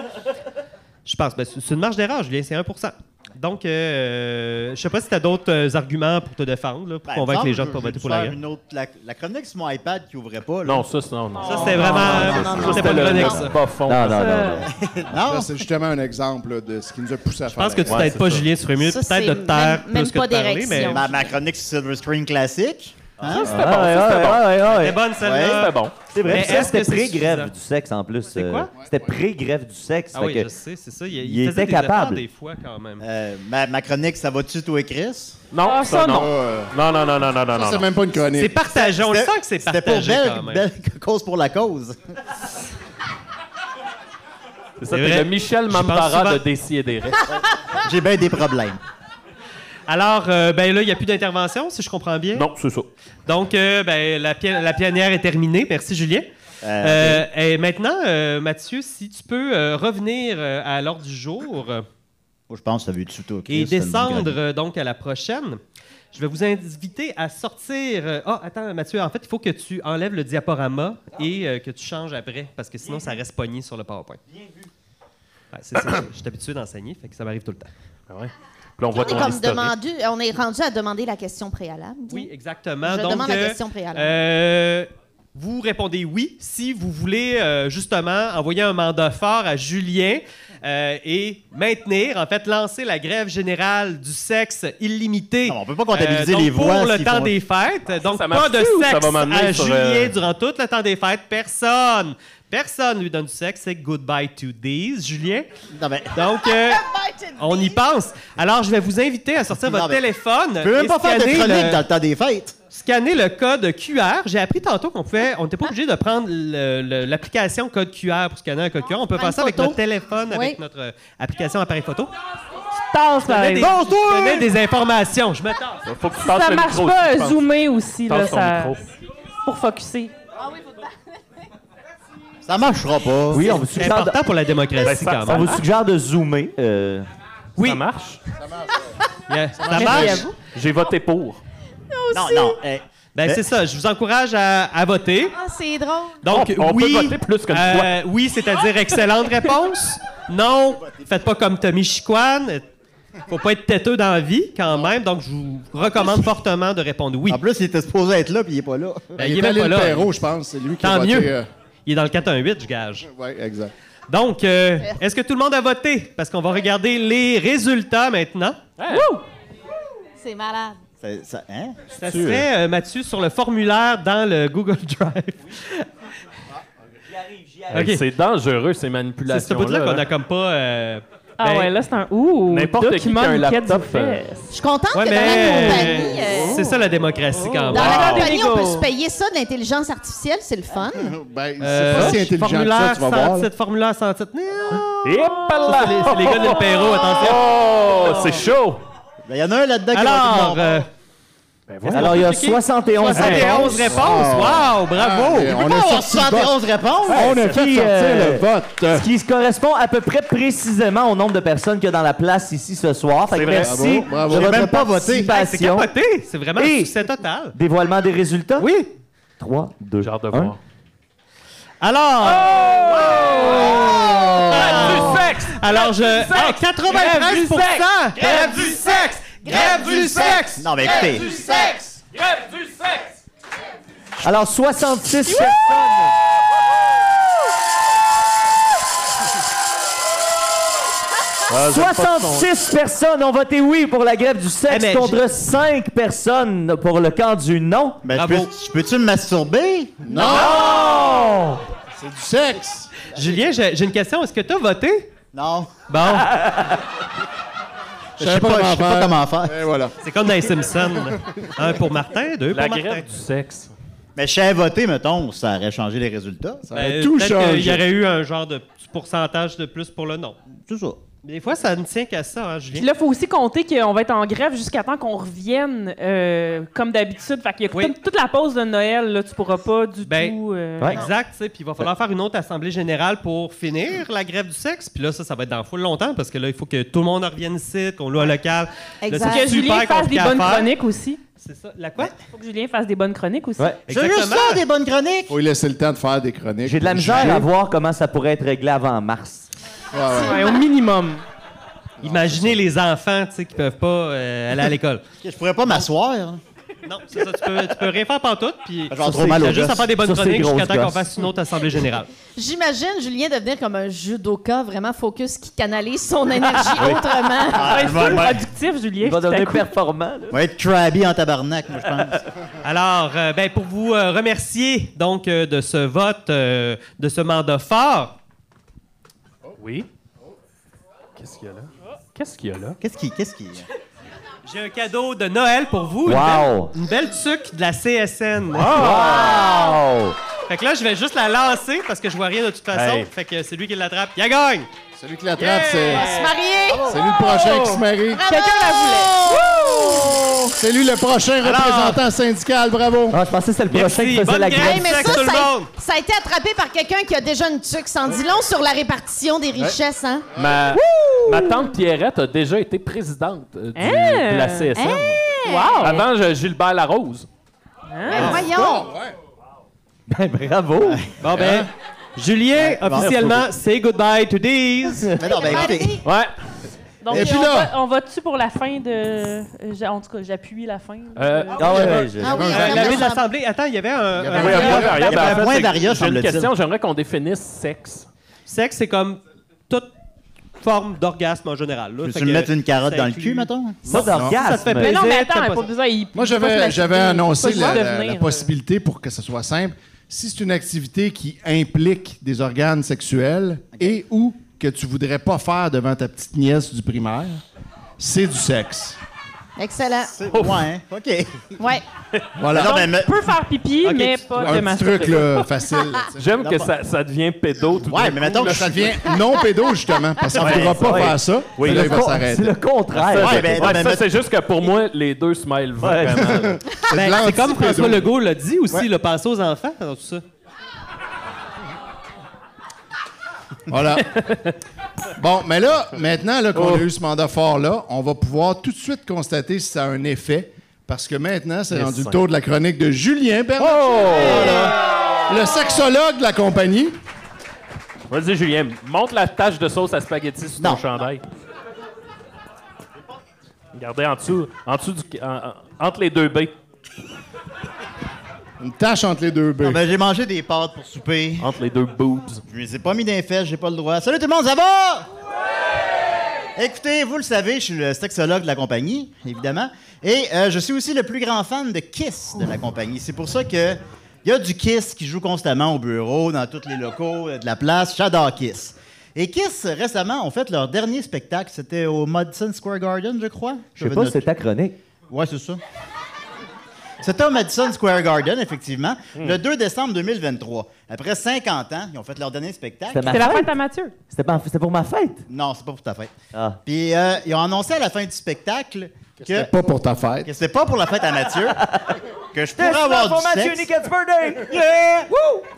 Speaker 9: je pense, ben, c'est c'est une marge d'erreur, Julien, c'est 1%. Donc, euh, je sais pas si tu as d'autres euh, arguments pour te défendre, là, pour
Speaker 5: Ben, exemple,
Speaker 9: convaincre les gens de
Speaker 5: je-
Speaker 9: pas
Speaker 5: je
Speaker 9: voter
Speaker 5: vais
Speaker 9: pour
Speaker 5: faire
Speaker 9: la grève.
Speaker 5: une autre- la, la chronique sur mon iPad qui ouvrait pas. là.
Speaker 4: Non, ça, c'est non. non.
Speaker 9: Ça, c'était vraiment.
Speaker 10: non,
Speaker 9: euh,
Speaker 10: non,
Speaker 9: C'était pas une chronique, ça.
Speaker 4: C'est pas fond.
Speaker 2: Non, non, non. non.
Speaker 3: Ça, c'est justement un exemple là, de ce qui nous a poussé à
Speaker 9: Je
Speaker 3: faire.
Speaker 9: pense que
Speaker 3: la
Speaker 9: tu
Speaker 3: grève.
Speaker 9: t'aides pas, Julien, tu ferais mieux
Speaker 10: Ça,
Speaker 9: peut-être
Speaker 10: c'est
Speaker 9: de te taire
Speaker 10: même- même
Speaker 9: plus que de
Speaker 10: pas
Speaker 9: parler, mais.
Speaker 10: d'érection.
Speaker 5: Ma, ma chronique sur Silver Screen classique. hein?
Speaker 4: C'était
Speaker 2: Ah,
Speaker 4: bon,
Speaker 2: ouais,
Speaker 4: ça, c'était bon.
Speaker 2: ouais, ouais, ouais.
Speaker 9: C'était bonne
Speaker 5: Ouais,
Speaker 9: celle-là.
Speaker 4: C'était bon.
Speaker 2: C'est vrai,
Speaker 9: Mais
Speaker 2: puis ça,
Speaker 9: est-ce
Speaker 2: c'était
Speaker 9: que c'est
Speaker 2: pré-grève
Speaker 9: suffisant?
Speaker 2: du sexe en plus.
Speaker 9: C'est
Speaker 2: euh,
Speaker 9: quoi?
Speaker 2: C'était pré-grève du sexe.
Speaker 9: Ah
Speaker 2: fait
Speaker 9: oui,
Speaker 2: que-
Speaker 9: je sais, c'est ça. Il, il
Speaker 2: il
Speaker 9: faisait
Speaker 2: était
Speaker 9: des efforts
Speaker 2: capable.
Speaker 9: des fois quand même.
Speaker 5: Euh, ma, ma chronique, ça va-tu, toi et Chris?
Speaker 4: Non,
Speaker 6: Ah,
Speaker 4: ça,
Speaker 6: ça,
Speaker 4: non.
Speaker 3: Ah, euh,
Speaker 4: Non, non, non, non, non, non,
Speaker 3: ça, c'est
Speaker 4: non.
Speaker 3: même pas une
Speaker 9: C'est
Speaker 3: chronique.
Speaker 9: partagé, on le
Speaker 5: C'était-
Speaker 9: sent que c'est
Speaker 5: C'était pour
Speaker 9: partagé
Speaker 5: belle,
Speaker 9: quand même.
Speaker 5: belle cause pour la cause.
Speaker 4: C'est ça,
Speaker 9: C'est
Speaker 4: t'es
Speaker 9: vrai.
Speaker 4: le Michel
Speaker 9: Je pense
Speaker 4: Mampara de
Speaker 9: souvent-
Speaker 4: Décideret.
Speaker 5: J'ai bien des problèmes.
Speaker 9: Alors, euh, ben là, il n'y a plus d'intervention, si je comprends bien.
Speaker 4: Non, c'est ça.
Speaker 9: Donc, euh, ben, la, pia- la pionnière est terminée. Merci, Julien. Euh, Et maintenant, euh, Mathieu, si tu peux euh, revenir euh, à l'ordre du jour euh,
Speaker 5: Oh, je pense que ça vu-tu, toi, Chris?
Speaker 9: et
Speaker 5: c'est une
Speaker 9: descendre
Speaker 5: chronique.
Speaker 9: euh, donc à la prochaine. Je vais vous inviter à sortir. euh, Ah, attends, Mathieu, en fait, il faut que tu enlèves le diaporama et euh, que tu changes après, parce que sinon, ça reste pogné sur le PowerPoint. Bien vu. je suis habitué d'enseigner, fait que ça m'arrive tout le temps.
Speaker 4: Ah ouais. Puis là, on voit
Speaker 10: On est
Speaker 4: ton
Speaker 10: comme
Speaker 4: historique.
Speaker 10: demandu, on est rendu à demander la question préalable.
Speaker 9: Oui, exactement.
Speaker 10: Hein? Je
Speaker 9: Donc,
Speaker 10: demande la
Speaker 9: euh,
Speaker 10: question préalable.
Speaker 9: euh, vous répondez oui si vous voulez euh, justement envoyer un mandat fort à Julien euh, et maintenir, en fait, lancer la grève générale du sexe illimité. euh,
Speaker 5: Non, on peut pas comptabiliser
Speaker 9: donc
Speaker 5: les voix
Speaker 9: Pour le
Speaker 5: s'ils
Speaker 9: temps
Speaker 5: font-
Speaker 9: des fêtes. donc,
Speaker 4: Ah, ça
Speaker 9: pas
Speaker 4: marche-tu
Speaker 9: de
Speaker 4: ou ça
Speaker 9: sexe
Speaker 4: va m'amener
Speaker 9: à
Speaker 4: sur,
Speaker 9: Julien
Speaker 4: euh,
Speaker 9: durant tout le temps des fêtes. Personne. Personne lui donne du sexe. C'est goodbye to these, Julien.
Speaker 5: Non, mais...
Speaker 9: Donc, euh, on y pense. Alors, je vais vous inviter à sortir
Speaker 5: Non,
Speaker 9: votre
Speaker 5: mais-
Speaker 9: téléphone.
Speaker 5: Tu peux même
Speaker 9: et
Speaker 5: pas faire de
Speaker 9: scanner
Speaker 5: chronique
Speaker 9: le-
Speaker 5: dans le temps des fêtes.
Speaker 9: Scanner le code QR. J'ai appris tantôt qu'on pouvait, on n'était pas obligé de prendre le- le- l'application code QR pour scanner un code QR. On peut
Speaker 10: prends
Speaker 9: faire ça
Speaker 10: une
Speaker 9: avec
Speaker 10: photo.
Speaker 9: notre téléphone, avec
Speaker 10: Oui.
Speaker 9: notre euh, application appareil photo.
Speaker 6: Tasse,
Speaker 9: Je donnais
Speaker 6: pareil.
Speaker 9: des, je donnais des informations. Je me tasse.
Speaker 4: Faut que tu passes
Speaker 6: Ça
Speaker 4: le
Speaker 6: marche
Speaker 4: micro.
Speaker 6: pas,
Speaker 4: aussi, je pense.
Speaker 6: zoomer aussi, là,
Speaker 4: Passe ton
Speaker 6: ça.
Speaker 4: micro.
Speaker 6: Pour focusser.
Speaker 5: Ça marchera pas.
Speaker 2: Oui, on vous
Speaker 9: C'est
Speaker 2: suggère de,
Speaker 9: important pour la démocratie
Speaker 4: Ben, ça-
Speaker 9: quand
Speaker 2: on
Speaker 9: même.
Speaker 2: vous suggère de zoomer. euh,
Speaker 9: Oui,
Speaker 4: Ça marche?
Speaker 9: Yeah, ça
Speaker 6: Merci
Speaker 9: marche.
Speaker 6: à vous.
Speaker 4: J'ai voté pour.
Speaker 5: Non, non. eh,
Speaker 9: Ben, c'est ça. Je vous encourage à, à voter.
Speaker 10: Ah, c'est drôle.
Speaker 9: Donc,
Speaker 4: On- on peut
Speaker 9: oui,
Speaker 4: voter plus qu'une fois.
Speaker 9: euh, oui, c'est-à-dire excellente réponse. Non, faites pas comme Tommy Chiquan. Faut pas être têteux dans la vie, quand même. Donc, je vous recommande fortement de répondre oui. En
Speaker 5: plus, il était supposé être là, puis il est pas là.
Speaker 9: Ben, il est même pas là.
Speaker 3: Perrault, je pense. C'est lui qui a
Speaker 9: Tant
Speaker 3: voté,
Speaker 9: mieux.
Speaker 3: euh,
Speaker 9: Il est dans le 418, je gage.
Speaker 3: Oui, exact.
Speaker 9: Donc, euh, est-ce que tout le monde a voté? Parce qu'on va regarder les résultats maintenant. Wouh!
Speaker 10: C'est malade.
Speaker 5: Ça, ça- hein?
Speaker 9: Ça
Speaker 5: Tu-
Speaker 9: serait, euh, Mathieu, sur le formulaire dans le Google Drive.
Speaker 4: Hey, C'est dangereux, ces manipulations.
Speaker 9: C'est ce bout-là qu'on a comme pas. euh,
Speaker 6: Ah
Speaker 9: ben,
Speaker 6: ouais, là, c'est un ouh.
Speaker 4: N'importe qui qui a un
Speaker 6: document
Speaker 4: laptop.
Speaker 6: nickel du
Speaker 4: euh,
Speaker 6: fest.
Speaker 7: Je suis contente
Speaker 9: ouais,
Speaker 7: que
Speaker 9: mais-
Speaker 7: dans la compagnie. euh,
Speaker 9: C'est ça la démocratie, quand
Speaker 7: Dans
Speaker 9: même.
Speaker 10: Ah,
Speaker 7: la
Speaker 9: Wow.
Speaker 7: compagnie, on peut se payer ça de l'intelligence artificielle, c'est le fun.
Speaker 3: Ben,
Speaker 9: Euh,
Speaker 3: c'est pas si intelligent que ça,
Speaker 9: formulaire
Speaker 3: tu vas voir.
Speaker 9: 107, formulaire 107. Non!
Speaker 7: Ah.
Speaker 4: Ça,
Speaker 9: c'est les, c'est les gars de l'Opéro, attention.
Speaker 4: Oh, c'est chaud!
Speaker 5: Ben, Il y en a un là-dedans
Speaker 3: Ah.
Speaker 5: qui va tout le
Speaker 9: Alors,
Speaker 5: monde.
Speaker 9: euh,
Speaker 4: voyons.
Speaker 2: Alors, il y a
Speaker 9: Checker.
Speaker 2: 71
Speaker 3: Ah.
Speaker 2: réponses.
Speaker 9: 71 réponses. Wow, bravo!
Speaker 3: mais
Speaker 5: On
Speaker 3: a
Speaker 5: a
Speaker 3: sorti le vote.
Speaker 5: 71 réponses.
Speaker 3: On a fait
Speaker 2: Qui,
Speaker 3: sortir
Speaker 2: euh,
Speaker 3: le vote.
Speaker 2: Ce qui se correspond à peu près précisément au nombre de personnes qu'il y a dans la place ici ce soir. Fait que
Speaker 4: C'est vrai.
Speaker 2: merci
Speaker 3: Bravo, bravo.
Speaker 2: de
Speaker 3: J'ai
Speaker 2: votre
Speaker 5: même pas voté.
Speaker 9: Hey, Ben, c'est
Speaker 2: participation.
Speaker 9: capoté! C'est vraiment
Speaker 2: Et-
Speaker 9: un succès total.
Speaker 2: Dévoilement des résultats? Oui. 3, 2,
Speaker 4: J'ai hâte de
Speaker 2: 1.
Speaker 4: voir.
Speaker 3: Ah.
Speaker 9: Alors,
Speaker 4: Du sexe!
Speaker 9: alors je. Ah, 93
Speaker 4: Grève du sexe!
Speaker 9: Grève du sexe!
Speaker 5: Non, mais écoutez,
Speaker 4: sexe! Grève du sexe!
Speaker 2: Alors, 66
Speaker 9: Ah,
Speaker 2: personnes. 66 personnes ont voté oui pour la grève du sexe
Speaker 9: Eh ben,
Speaker 2: contre 5 personnes pour le camp du non.
Speaker 5: ben, je
Speaker 9: Bravo.
Speaker 5: peux- je peux-tu me masturber?
Speaker 3: C'est du sexe.
Speaker 9: Julien, j'ai j'ai une question. Est-ce que t'as voté?
Speaker 5: Non.
Speaker 9: Bon,
Speaker 5: Je sais pas, je sais pas comment faire.
Speaker 3: Et voilà.
Speaker 9: c'est comme dans les Simpsons. Un pour Martin, deux
Speaker 4: La
Speaker 9: pour Martin.
Speaker 4: grève du sexe.
Speaker 5: Mais je savais voter, mettons, ça aurait changé les résultats.
Speaker 3: Ça
Speaker 9: Ben,
Speaker 3: a tout
Speaker 9: peut-être
Speaker 3: changé.
Speaker 9: qu'il y aurait eu un genre de petit pourcentage de plus pour le non.
Speaker 5: Tout ça.
Speaker 9: Des fois, ça ne tient qu'à ça, hein,
Speaker 6: Puis
Speaker 9: Julien.
Speaker 6: là, il faut aussi compter qu'on va être en grève jusqu'à temps qu'on revienne euh, comme d'habitude. Fait qu'il y a
Speaker 9: Oui.
Speaker 6: toute- toute la pause de Noël, là, tu pourras pas du
Speaker 9: Ben,
Speaker 6: tout. euh,
Speaker 2: ouais.
Speaker 9: Exact, tu sais, puis il va falloir faire une autre assemblée générale pour finir la grève du sexe. Puis là, ça, ça va être dans full longtemps parce que là, il faut que tout le monde revienne ici, qu'on loue un local. Là,
Speaker 7: Exact.
Speaker 9: c'est
Speaker 6: Que Julien fasse
Speaker 9: super
Speaker 6: des
Speaker 9: compliqué à
Speaker 6: bonnes
Speaker 9: faire.
Speaker 6: chroniques aussi.
Speaker 9: C'est ça. La quoi?
Speaker 6: Faut que Julien fasse des bonnes chroniques aussi.
Speaker 2: Ouais.
Speaker 5: C'est juste ça, des bonnes chroniques.
Speaker 3: Faut lui laisser le temps de faire des chroniques.
Speaker 2: J'ai de la misère à voir comment ça pourrait être réglé avant mars.
Speaker 3: Ouais, ouais.
Speaker 6: Ouais, au minimum.
Speaker 9: Imaginez les enfants, tu sais, qui peuvent pas euh, aller à l'école.
Speaker 5: Je pourrais pas m'asseoir.
Speaker 9: non, c'est ça. Tu peux, tu peux rien faire pantoute, puis...
Speaker 5: vais avoir trop mal
Speaker 9: t'as
Speaker 5: aux
Speaker 9: juste à
Speaker 5: gosses.
Speaker 9: faire des bonnes
Speaker 2: Ah, Ça, c'est
Speaker 9: chroniques jusqu'à
Speaker 2: grosse
Speaker 9: temps qu'on
Speaker 2: gosse.
Speaker 9: fasse une autre assemblée générale.
Speaker 10: J'imagine Julien devenir comme un judoka vraiment focus qui canalise son énergie autrement.
Speaker 6: Ça va être
Speaker 5: je vais-
Speaker 6: full
Speaker 5: ouais.
Speaker 6: productif, Julien.
Speaker 2: Il va
Speaker 6: tout à
Speaker 2: devenir
Speaker 6: coup.
Speaker 2: performant. là.
Speaker 5: On va être crabby en tabarnak, moi, je pense.
Speaker 9: Alors, euh, ben, pour vous euh, remercier donc euh, de ce vote, euh, de ce mandat fort,
Speaker 4: Oui. Qu'est-ce qu'il y a là? Qu'est-ce qu'il y a là?
Speaker 5: Qu'est-ce qui, qu'est-ce qui?
Speaker 9: j'ai un cadeau de Noël pour vous. une
Speaker 2: Wow.
Speaker 9: Une belle tuque de la CSN.
Speaker 2: Wow!
Speaker 9: Fait que là, je vais juste la lancer parce que je vois rien de toute façon.
Speaker 4: Hey.
Speaker 9: Fait que c'est lui qui l'attrape. Il gagne!
Speaker 3: Celui qui l'attrape, c'est
Speaker 10: Se marier!
Speaker 3: c'est lui le prochain qui se marie.
Speaker 6: Quelqu'un la voulait.
Speaker 3: C'est lui le prochain
Speaker 9: Alors-
Speaker 3: représentant syndical. Bravo.
Speaker 2: Ah, je pensais que c'était le prochain
Speaker 9: Merci.
Speaker 2: qui faisait
Speaker 9: Bonne
Speaker 2: la
Speaker 9: grève.
Speaker 2: grève.
Speaker 10: Hey, mais ça,
Speaker 9: Sac tout le
Speaker 10: ça a,
Speaker 9: monde.
Speaker 10: ça a été attrapé par quelqu'un qui a déjà une tuque. Sans dit long sur la répartition des richesses, hein?
Speaker 4: Ma, ma tante Pierrette a déjà été présidente euh, du-
Speaker 6: Hein?
Speaker 4: de la CSN.
Speaker 6: Wow!
Speaker 4: Avant je- Gilbert Larose.
Speaker 9: Ah.
Speaker 10: Ben, voyons!
Speaker 2: Ben, bravo!
Speaker 9: Bon, ben, Julien, officiellement, say goodbye to these.
Speaker 5: Mais non, ben écoutez.
Speaker 4: Ouais.
Speaker 6: Donc,
Speaker 3: Et puis
Speaker 6: on,
Speaker 3: là-
Speaker 6: va, on va-tu pour la fin de. euh, j'a- En tout cas, j'appuie la fin.
Speaker 4: Euh,
Speaker 6: Euh,
Speaker 2: Ah ouais, ouais, je-
Speaker 10: Ah oui,
Speaker 3: Euh,
Speaker 9: Euh,
Speaker 10: on
Speaker 9: la
Speaker 10: aime
Speaker 9: vie de
Speaker 10: ça.
Speaker 9: l'Assemblée. Attends, il y avait un. un-
Speaker 3: avait un point
Speaker 4: Ben,
Speaker 5: Il y avait un point
Speaker 4: variable.
Speaker 5: d'Aria,
Speaker 4: J'ai une
Speaker 5: semble-t-il.
Speaker 4: question, j'aimerais qu'on définisse sexe.
Speaker 9: Sexe, c'est comme toute forme d'orgasme en général. là. Fait
Speaker 5: Peux-tu me
Speaker 9: que
Speaker 5: mettre une carotte
Speaker 9: ça
Speaker 5: dans le
Speaker 9: inclut-
Speaker 5: cul, mettons?
Speaker 2: Pas
Speaker 9: Ça te fait
Speaker 2: d'orgasme.
Speaker 6: mais non, mais
Speaker 9: plaisir,
Speaker 6: attends,
Speaker 9: t'as
Speaker 6: pas
Speaker 9: pas ça.
Speaker 6: besoin. il-
Speaker 3: Moi,
Speaker 6: il faut se
Speaker 3: j'avais,
Speaker 6: la
Speaker 3: j'avais
Speaker 6: citer,
Speaker 3: annoncé
Speaker 6: faut juste
Speaker 3: la, la- la
Speaker 6: devenir, euh,
Speaker 3: possibilité pour que ce soit simple. Si c'est une activité qui implique des organes sexuels et ou que tu voudrais pas faire devant ta petite nièce du primaire, c'est du sexe.
Speaker 10: Excellent.
Speaker 5: C'est- Ouais, hein. OK.
Speaker 10: Ouais.
Speaker 3: Voilà.
Speaker 5: Non, mais
Speaker 6: Donc,
Speaker 5: me-
Speaker 6: peut faire pipi,
Speaker 9: Ok,
Speaker 6: mais
Speaker 9: tu-
Speaker 6: pas de
Speaker 3: un petit
Speaker 6: masturber.
Speaker 3: truc là, facile. là, tu sais.
Speaker 4: J'aime que ça, ça devient pédo tout d'un
Speaker 5: Ouais, mais
Speaker 4: coup.
Speaker 5: mettons que
Speaker 3: Là,
Speaker 5: je
Speaker 3: ça devient non pédo, justement, parce qu'on ne pourra pas
Speaker 2: ouais.
Speaker 3: faire ça.
Speaker 4: Oui.
Speaker 3: Puis là, il va
Speaker 2: C'est
Speaker 3: s'arrêter.
Speaker 2: le contraire.
Speaker 5: Ouais, ben, non,
Speaker 4: Ouais,
Speaker 5: mais
Speaker 4: ça,
Speaker 5: met-
Speaker 4: c'est juste que pour moi, les deux se mêlent vraiment. là.
Speaker 9: Ben,
Speaker 3: de
Speaker 9: c'est comme
Speaker 3: l'anti-pédo.
Speaker 9: François Legault l'a dit aussi, le passer aux enfants dans tout ça.
Speaker 3: Voilà. Bon, mais là, maintenant là, qu'on a eu ce mandat fort-là, on va pouvoir tout de suite constater si ça a un effet. Parce que maintenant, c'est rendu le tour de la chronique de Julien Bernard. Le sexologue de la compagnie.
Speaker 4: Vas-y, Julien, montre la tache de sauce à spaghetti sur ton
Speaker 5: Non.
Speaker 4: chandail. Regardez en dessous, en dessous du, en- en- entre les deux baies.
Speaker 3: Une tache entre les deux bœufs.
Speaker 5: Ah, ben, j'ai mangé des pâtes pour souper.
Speaker 4: Entre les deux boobs.
Speaker 5: Je les ai pas mis dans les fesses, j'ai pas le droit. Salut tout le monde, ça va? Écoutez, vous le savez, je suis le sexologue de la compagnie, évidemment. Et euh, je suis aussi le plus grand fan de Kiss de la compagnie. C'est pour ça que il y a du Kiss qui joue constamment au bureau, dans tous les locaux, euh, de la place. J'adore Kiss. Et Kiss, récemment, ont fait leur dernier spectacle. C'était au Madison Square Garden, je crois.
Speaker 2: Je sais pas si c'est ta chronique.
Speaker 5: Ouais, c'est ça. C'était au Madison Square Garden, effectivement,
Speaker 2: Hmm.
Speaker 5: le 2 décembre 2023. Après 50 ans, ils ont fait leur dernier spectacle.
Speaker 2: C'était ma
Speaker 6: C'était la
Speaker 2: fête.
Speaker 6: fête à Mathieu.
Speaker 2: C'était pas- c'était pour ma fête.
Speaker 5: Non, c'est pas pour ta fête.
Speaker 2: Ah.
Speaker 5: Puis euh, ils ont annoncé à la fin du spectacle que,
Speaker 3: C'était pas pour ta fête.
Speaker 5: que c'était pas pour la fête à Mathieu, que je pourrais
Speaker 2: This is
Speaker 5: avoir
Speaker 2: for
Speaker 5: du
Speaker 2: Mathieu
Speaker 5: sexe.
Speaker 2: Nicket's birthday.
Speaker 5: Yeah!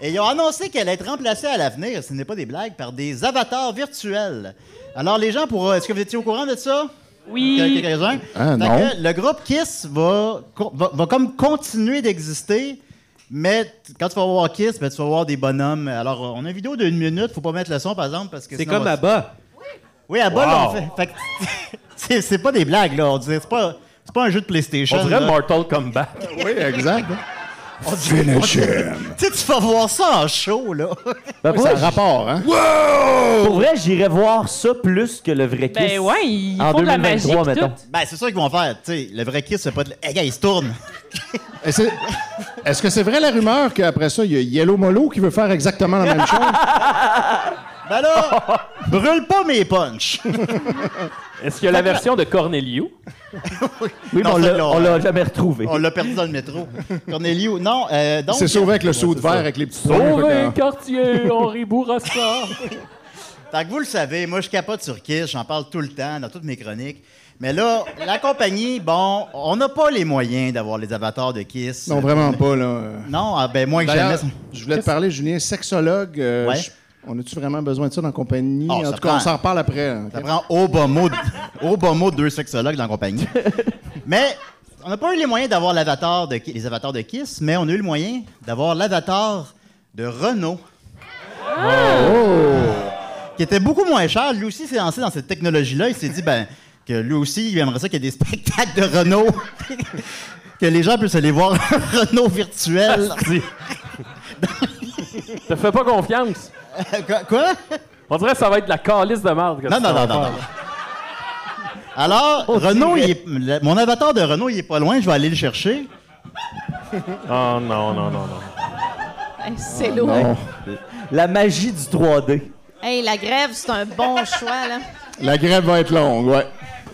Speaker 5: Et ils ont annoncé qu'elle allait être remplacée à l'avenir, ce n'est pas des blagues, par des avatars virtuels. Alors les gens pourront... Est-ce que vous étiez au courant de ça?
Speaker 6: Oui.
Speaker 5: Quelques-uns?
Speaker 3: Ah,
Speaker 5: Fait
Speaker 3: non.
Speaker 5: que le groupe Kiss va, co- va, va comme continuer d'exister, mais t- quand tu vas voir Kiss, ben, tu vas voir des bonhommes. Alors, on a une vidéo d'une minute, faut pas mettre le son, par exemple, parce que
Speaker 9: C'est
Speaker 5: sinon, on
Speaker 9: comme
Speaker 5: va-
Speaker 9: Abba.
Speaker 5: Oui, à bas, là, on
Speaker 4: Wow.
Speaker 5: fait... fait que- c'est, c'est pas des blagues, là. On dirait, c'est pas, c'est pas un jeu de PlayStation.
Speaker 4: On dirait
Speaker 5: là.
Speaker 4: Mortal Kombat.
Speaker 3: Oui, exact.
Speaker 5: On dirait- on dirait- Tu sais, tu vas voir ça en show, là.
Speaker 2: Ben,
Speaker 3: Oui,
Speaker 2: pour,
Speaker 3: ça a
Speaker 2: vrai,
Speaker 3: rapport, hein?
Speaker 2: j- pour vrai, j'irais voir ça plus que le vrai Kiss.
Speaker 6: Ben ouais, ils
Speaker 2: en
Speaker 6: font de la magie
Speaker 2: 2023,
Speaker 6: pis
Speaker 2: mettons.
Speaker 6: tout.
Speaker 5: ben, c'est ça qu'ils vont faire. Tu sais, le vrai kiss, c'est pas de. Hey, gars, il se tourne.
Speaker 3: Et c'est- Est-ce que c'est vrai la rumeur qu'après ça, il y a Yellow Molo qui veut faire exactement la même chose?
Speaker 5: Ben là, brûle pas mes punchs.
Speaker 4: Est-ce qu'il y a la version de Cornelio?
Speaker 2: Oui, mais
Speaker 5: Non,
Speaker 2: on
Speaker 5: ça,
Speaker 2: l'a-
Speaker 5: là,
Speaker 2: on l'a jamais retrouvé.
Speaker 5: On l'a perdu dans le métro. Cornelio, non. euh, donc,
Speaker 3: C'est sauvé avec le saut de verre avec les petits points, fait
Speaker 5: hein.
Speaker 4: Sauvé
Speaker 3: que-
Speaker 4: quartier, Henri Bourassa.
Speaker 5: Tant euh, que vous le savez, moi, je capote sur Kiss, j'en parle tout le temps, dans toutes mes chroniques. Mais là, la compagnie, bon, on n'a pas les moyens d'avoir les avatars de Kiss.
Speaker 3: Non, vraiment pas, là.
Speaker 5: Non, ah, ben, moins que jamais.
Speaker 3: D'ailleurs, je voulais te parler, Julien, sexologue. euh,
Speaker 5: Ouais.
Speaker 3: je- On a-tu vraiment besoin de ça dans la compagnie?
Speaker 5: Oh,
Speaker 3: en
Speaker 5: ça
Speaker 3: tout cas, on
Speaker 5: prend.
Speaker 3: s'en reparle après. hein,
Speaker 5: Ça
Speaker 3: ok?
Speaker 5: prend au bas mot, au bas mot deux sexologues dans la compagnie. mais on n'a pas eu les moyens d'avoir l'avatar de Ki- les avatars de Kiss, mais on a eu le moyen d'avoir l'avatar de Renault. Oh! Qui était beaucoup moins cher. Lui aussi s'est lancé dans cette technologie-là. Il s'est dit ben que lui aussi, il aimerait ça qu'il y ait des spectacles de Renault. que les gens puissent aller voir un Renault virtuel.
Speaker 4: Te fais pas confiance.
Speaker 5: Quoi- Quoi?
Speaker 4: On dirait que ça va être de la calice de merde. que
Speaker 5: Non,
Speaker 4: tu
Speaker 5: non,
Speaker 4: vas
Speaker 5: non, non,
Speaker 4: faire.
Speaker 5: non. Alors, Renault, il est- le- mon avatar de Renault, il est pas loin, je vais aller le chercher.
Speaker 4: Oh non, non, non, non.
Speaker 10: Hey,
Speaker 9: Ah,
Speaker 10: c'est lourd.
Speaker 2: La magie du 3D.
Speaker 10: Hey, la grève, c'est un bon choix, là.
Speaker 3: La grève va être longue, ouais.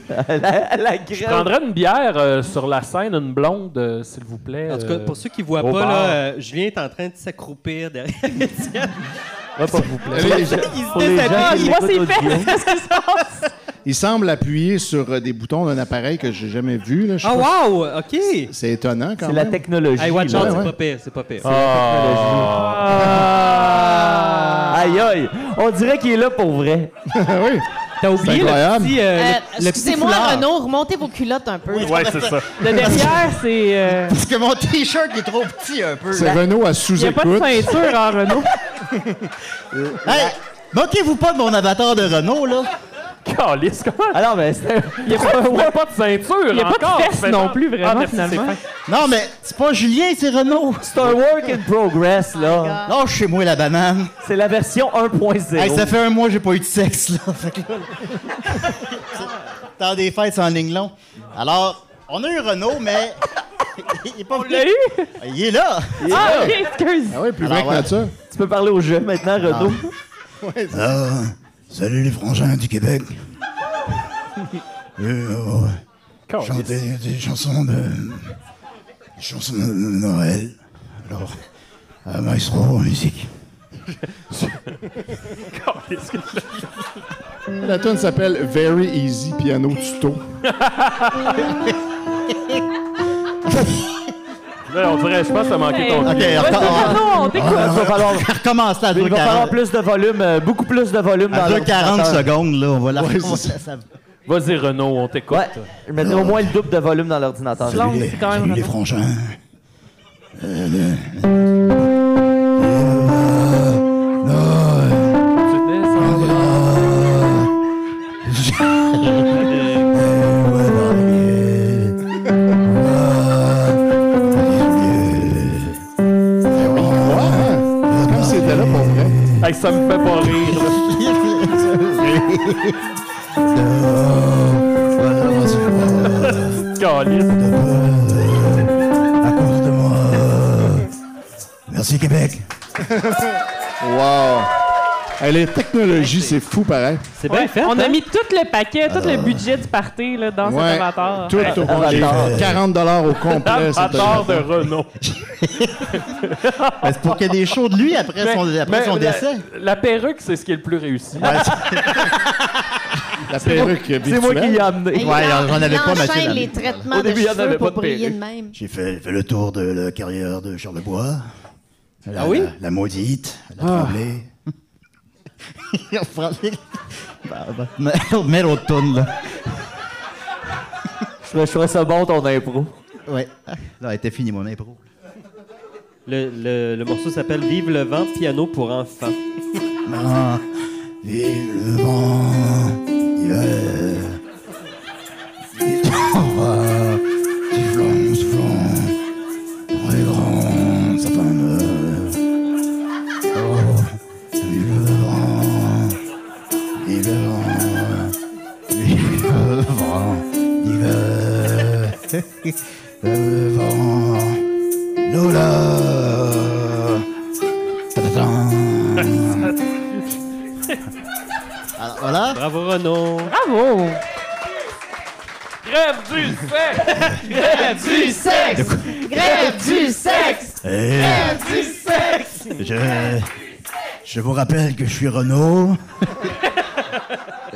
Speaker 2: la, la
Speaker 4: Je
Speaker 2: grève.
Speaker 4: prendrais une bière euh, sur la scène, une blonde, euh, s'il vous plaît.
Speaker 9: En tout cas,
Speaker 4: euh,
Speaker 9: pour ceux qui voient
Speaker 4: au
Speaker 9: pas,
Speaker 4: bar.
Speaker 9: là, euh, Julien est en train de s'accroupir derrière Étienne.
Speaker 4: Ouais, s'il vous plaît.
Speaker 3: Les gens-
Speaker 2: Pour les gens qui
Speaker 6: Moi,
Speaker 2: l'écoutent
Speaker 6: c'est
Speaker 2: au
Speaker 6: fait.
Speaker 2: bio.
Speaker 6: Qu'est-ce que ça?
Speaker 3: Il semble appuyer sur euh, des boutons d'un appareil que j'ai jamais vu. là, je sais
Speaker 9: Ah,
Speaker 3: pas
Speaker 9: wow! OK! Hey,
Speaker 3: si- C'est étonnant
Speaker 2: C'est
Speaker 3: quand même.
Speaker 2: la technologie.
Speaker 9: watch
Speaker 2: là.
Speaker 9: out,
Speaker 3: ouais.
Speaker 9: c'est pas pire, c'est pas pire.
Speaker 2: Ah. Aïe aïe. On dirait qu'il est là pour vrai.
Speaker 3: oui.
Speaker 9: T'as oublié
Speaker 3: C'est
Speaker 9: le
Speaker 3: incroyable.
Speaker 9: petit, euh,
Speaker 10: Euh,
Speaker 9: le- le, petit
Speaker 10: Excusez-moi,
Speaker 9: foulard.
Speaker 10: Renaud, remontez vos culottes un peu.
Speaker 4: Ouais, c'est ça.
Speaker 6: Le derrière, c'est. euh,
Speaker 5: Parce que mon t-shirt il est trop petit un peu.
Speaker 3: C'est Renault à
Speaker 6: Il n'y a pas de
Speaker 3: sous-écoute.
Speaker 6: ceinture en Renault.
Speaker 5: Hey, moquez-vous pas de mon avatar de Renault là.
Speaker 4: Calice, comment?
Speaker 2: Alors, Ah mais c'est.
Speaker 4: Il n'y a pas, ouais, pas de ceinture
Speaker 6: Il n'y a pas
Speaker 4: encore.
Speaker 6: de fesses
Speaker 4: mais
Speaker 6: non
Speaker 4: non.
Speaker 6: plus,
Speaker 4: Ah,
Speaker 6: vraiment,
Speaker 4: merci,
Speaker 6: finalement.
Speaker 5: Non mais c'est pas Julien, c'est Renault.
Speaker 2: C'est un work in progress, là.
Speaker 5: Non, chez moi la banane.
Speaker 2: C'est la version 1.0.
Speaker 5: Hey, ça fait un mois que j'ai pas eu de sexe là. Fait que là, Tant des fêtes c'est en ligne long. Alors, on a eu Renault mais il est pas venu.
Speaker 6: T'as eu?
Speaker 5: Il est là.
Speaker 6: Ah, ok, excuse.
Speaker 3: Ah oui, plus
Speaker 5: Alors,
Speaker 3: vrai que
Speaker 5: ouais.
Speaker 3: nature.
Speaker 2: Tu peux parler au jeu maintenant, Renaud.
Speaker 5: Ah, salut les frangins du Québec.
Speaker 4: Calice.
Speaker 5: des, des chansons de des chansons de Noël. Alors, euh, maestro en musique.
Speaker 3: La tune s'appelle Very Easy Piano Tuto.
Speaker 4: Là, on dirait, je pense que t'as manqué ton...
Speaker 5: Ok,
Speaker 6: Ouais, c'est Renault, on t'écoute.
Speaker 2: Il va falloir,
Speaker 5: recommence là, à
Speaker 2: il va falloir
Speaker 5: 2,40
Speaker 2: plus de volume, euh, beaucoup plus de volume dans
Speaker 5: À
Speaker 2: l'ordinateur.
Speaker 5: 2,40 secondes, là, on va la recommencer.
Speaker 4: Vas-y, Renaud, on t'écoute.
Speaker 2: Ouais. Je mettrais au moins le double de volume dans l'ordinateur.
Speaker 6: Long, c'est quand même Renault.
Speaker 5: frangins.
Speaker 4: Tu descends.
Speaker 5: Noël,
Speaker 3: Ah,
Speaker 4: pour vrai. Hey, ça me fait pas rire. là. Caliste.
Speaker 3: Merci, Québec. wow. Hey, les technologies, c'est fou, pareil.
Speaker 9: C'est
Speaker 6: Ouais, On a mis tout le paquet, tout le budget du party là, dans
Speaker 3: Ouais.
Speaker 6: cet avatar.
Speaker 3: Tout au complet. 40 au complet. c'est
Speaker 4: Avatar de renom.
Speaker 5: Ben, c'est pour qu'il y ait des shows de lui après son, après
Speaker 4: Mais
Speaker 5: son
Speaker 4: la-
Speaker 5: décès.
Speaker 4: La perruque, c'est ce qui est le plus réussi.
Speaker 3: La
Speaker 4: C'est moi-
Speaker 3: perruque
Speaker 4: c'est moi qui l'ai amené.
Speaker 7: Et il
Speaker 5: Ouais,
Speaker 7: en-
Speaker 5: on en avait
Speaker 7: il
Speaker 5: pas, Mathieu,
Speaker 7: enchaîne
Speaker 5: l'année
Speaker 7: les traitements
Speaker 4: Au début, il
Speaker 7: de
Speaker 4: y en avait
Speaker 7: cheveux pour
Speaker 4: pas de
Speaker 7: briller de
Speaker 4: perruque.
Speaker 7: même.
Speaker 5: J'ai fait, fait le tour de la carrière de Charlebois. La,
Speaker 9: Ah oui?
Speaker 5: La, la maudite, la
Speaker 2: Ah.
Speaker 5: tremblée. Il reprend les- Bah, bah, mais- mais l'autre tourne, là.
Speaker 2: Je trouvais- je trouvais ça bon, ton impro.
Speaker 5: Ouais. Là, elle était finie, mon impro.
Speaker 12: Le, le- le morceau s'appelle Vive le vent, piano pour enfants.
Speaker 5: Ah, vive le vent d'hiver. Il s'en va, sifflant, sifflant. Très grand, sa femme meurt. Oh, vive le vent, vive le vent, vive le vent d'hiver. Le vent, nous là. Alors, voilà.
Speaker 12: Bravo Renaud.
Speaker 6: Bravo!
Speaker 4: Grève du sexe! Grève du sexe!
Speaker 6: Grève du sexe!
Speaker 5: Et
Speaker 6: du sexe!
Speaker 5: je, je vous rappelle que je suis Renaud.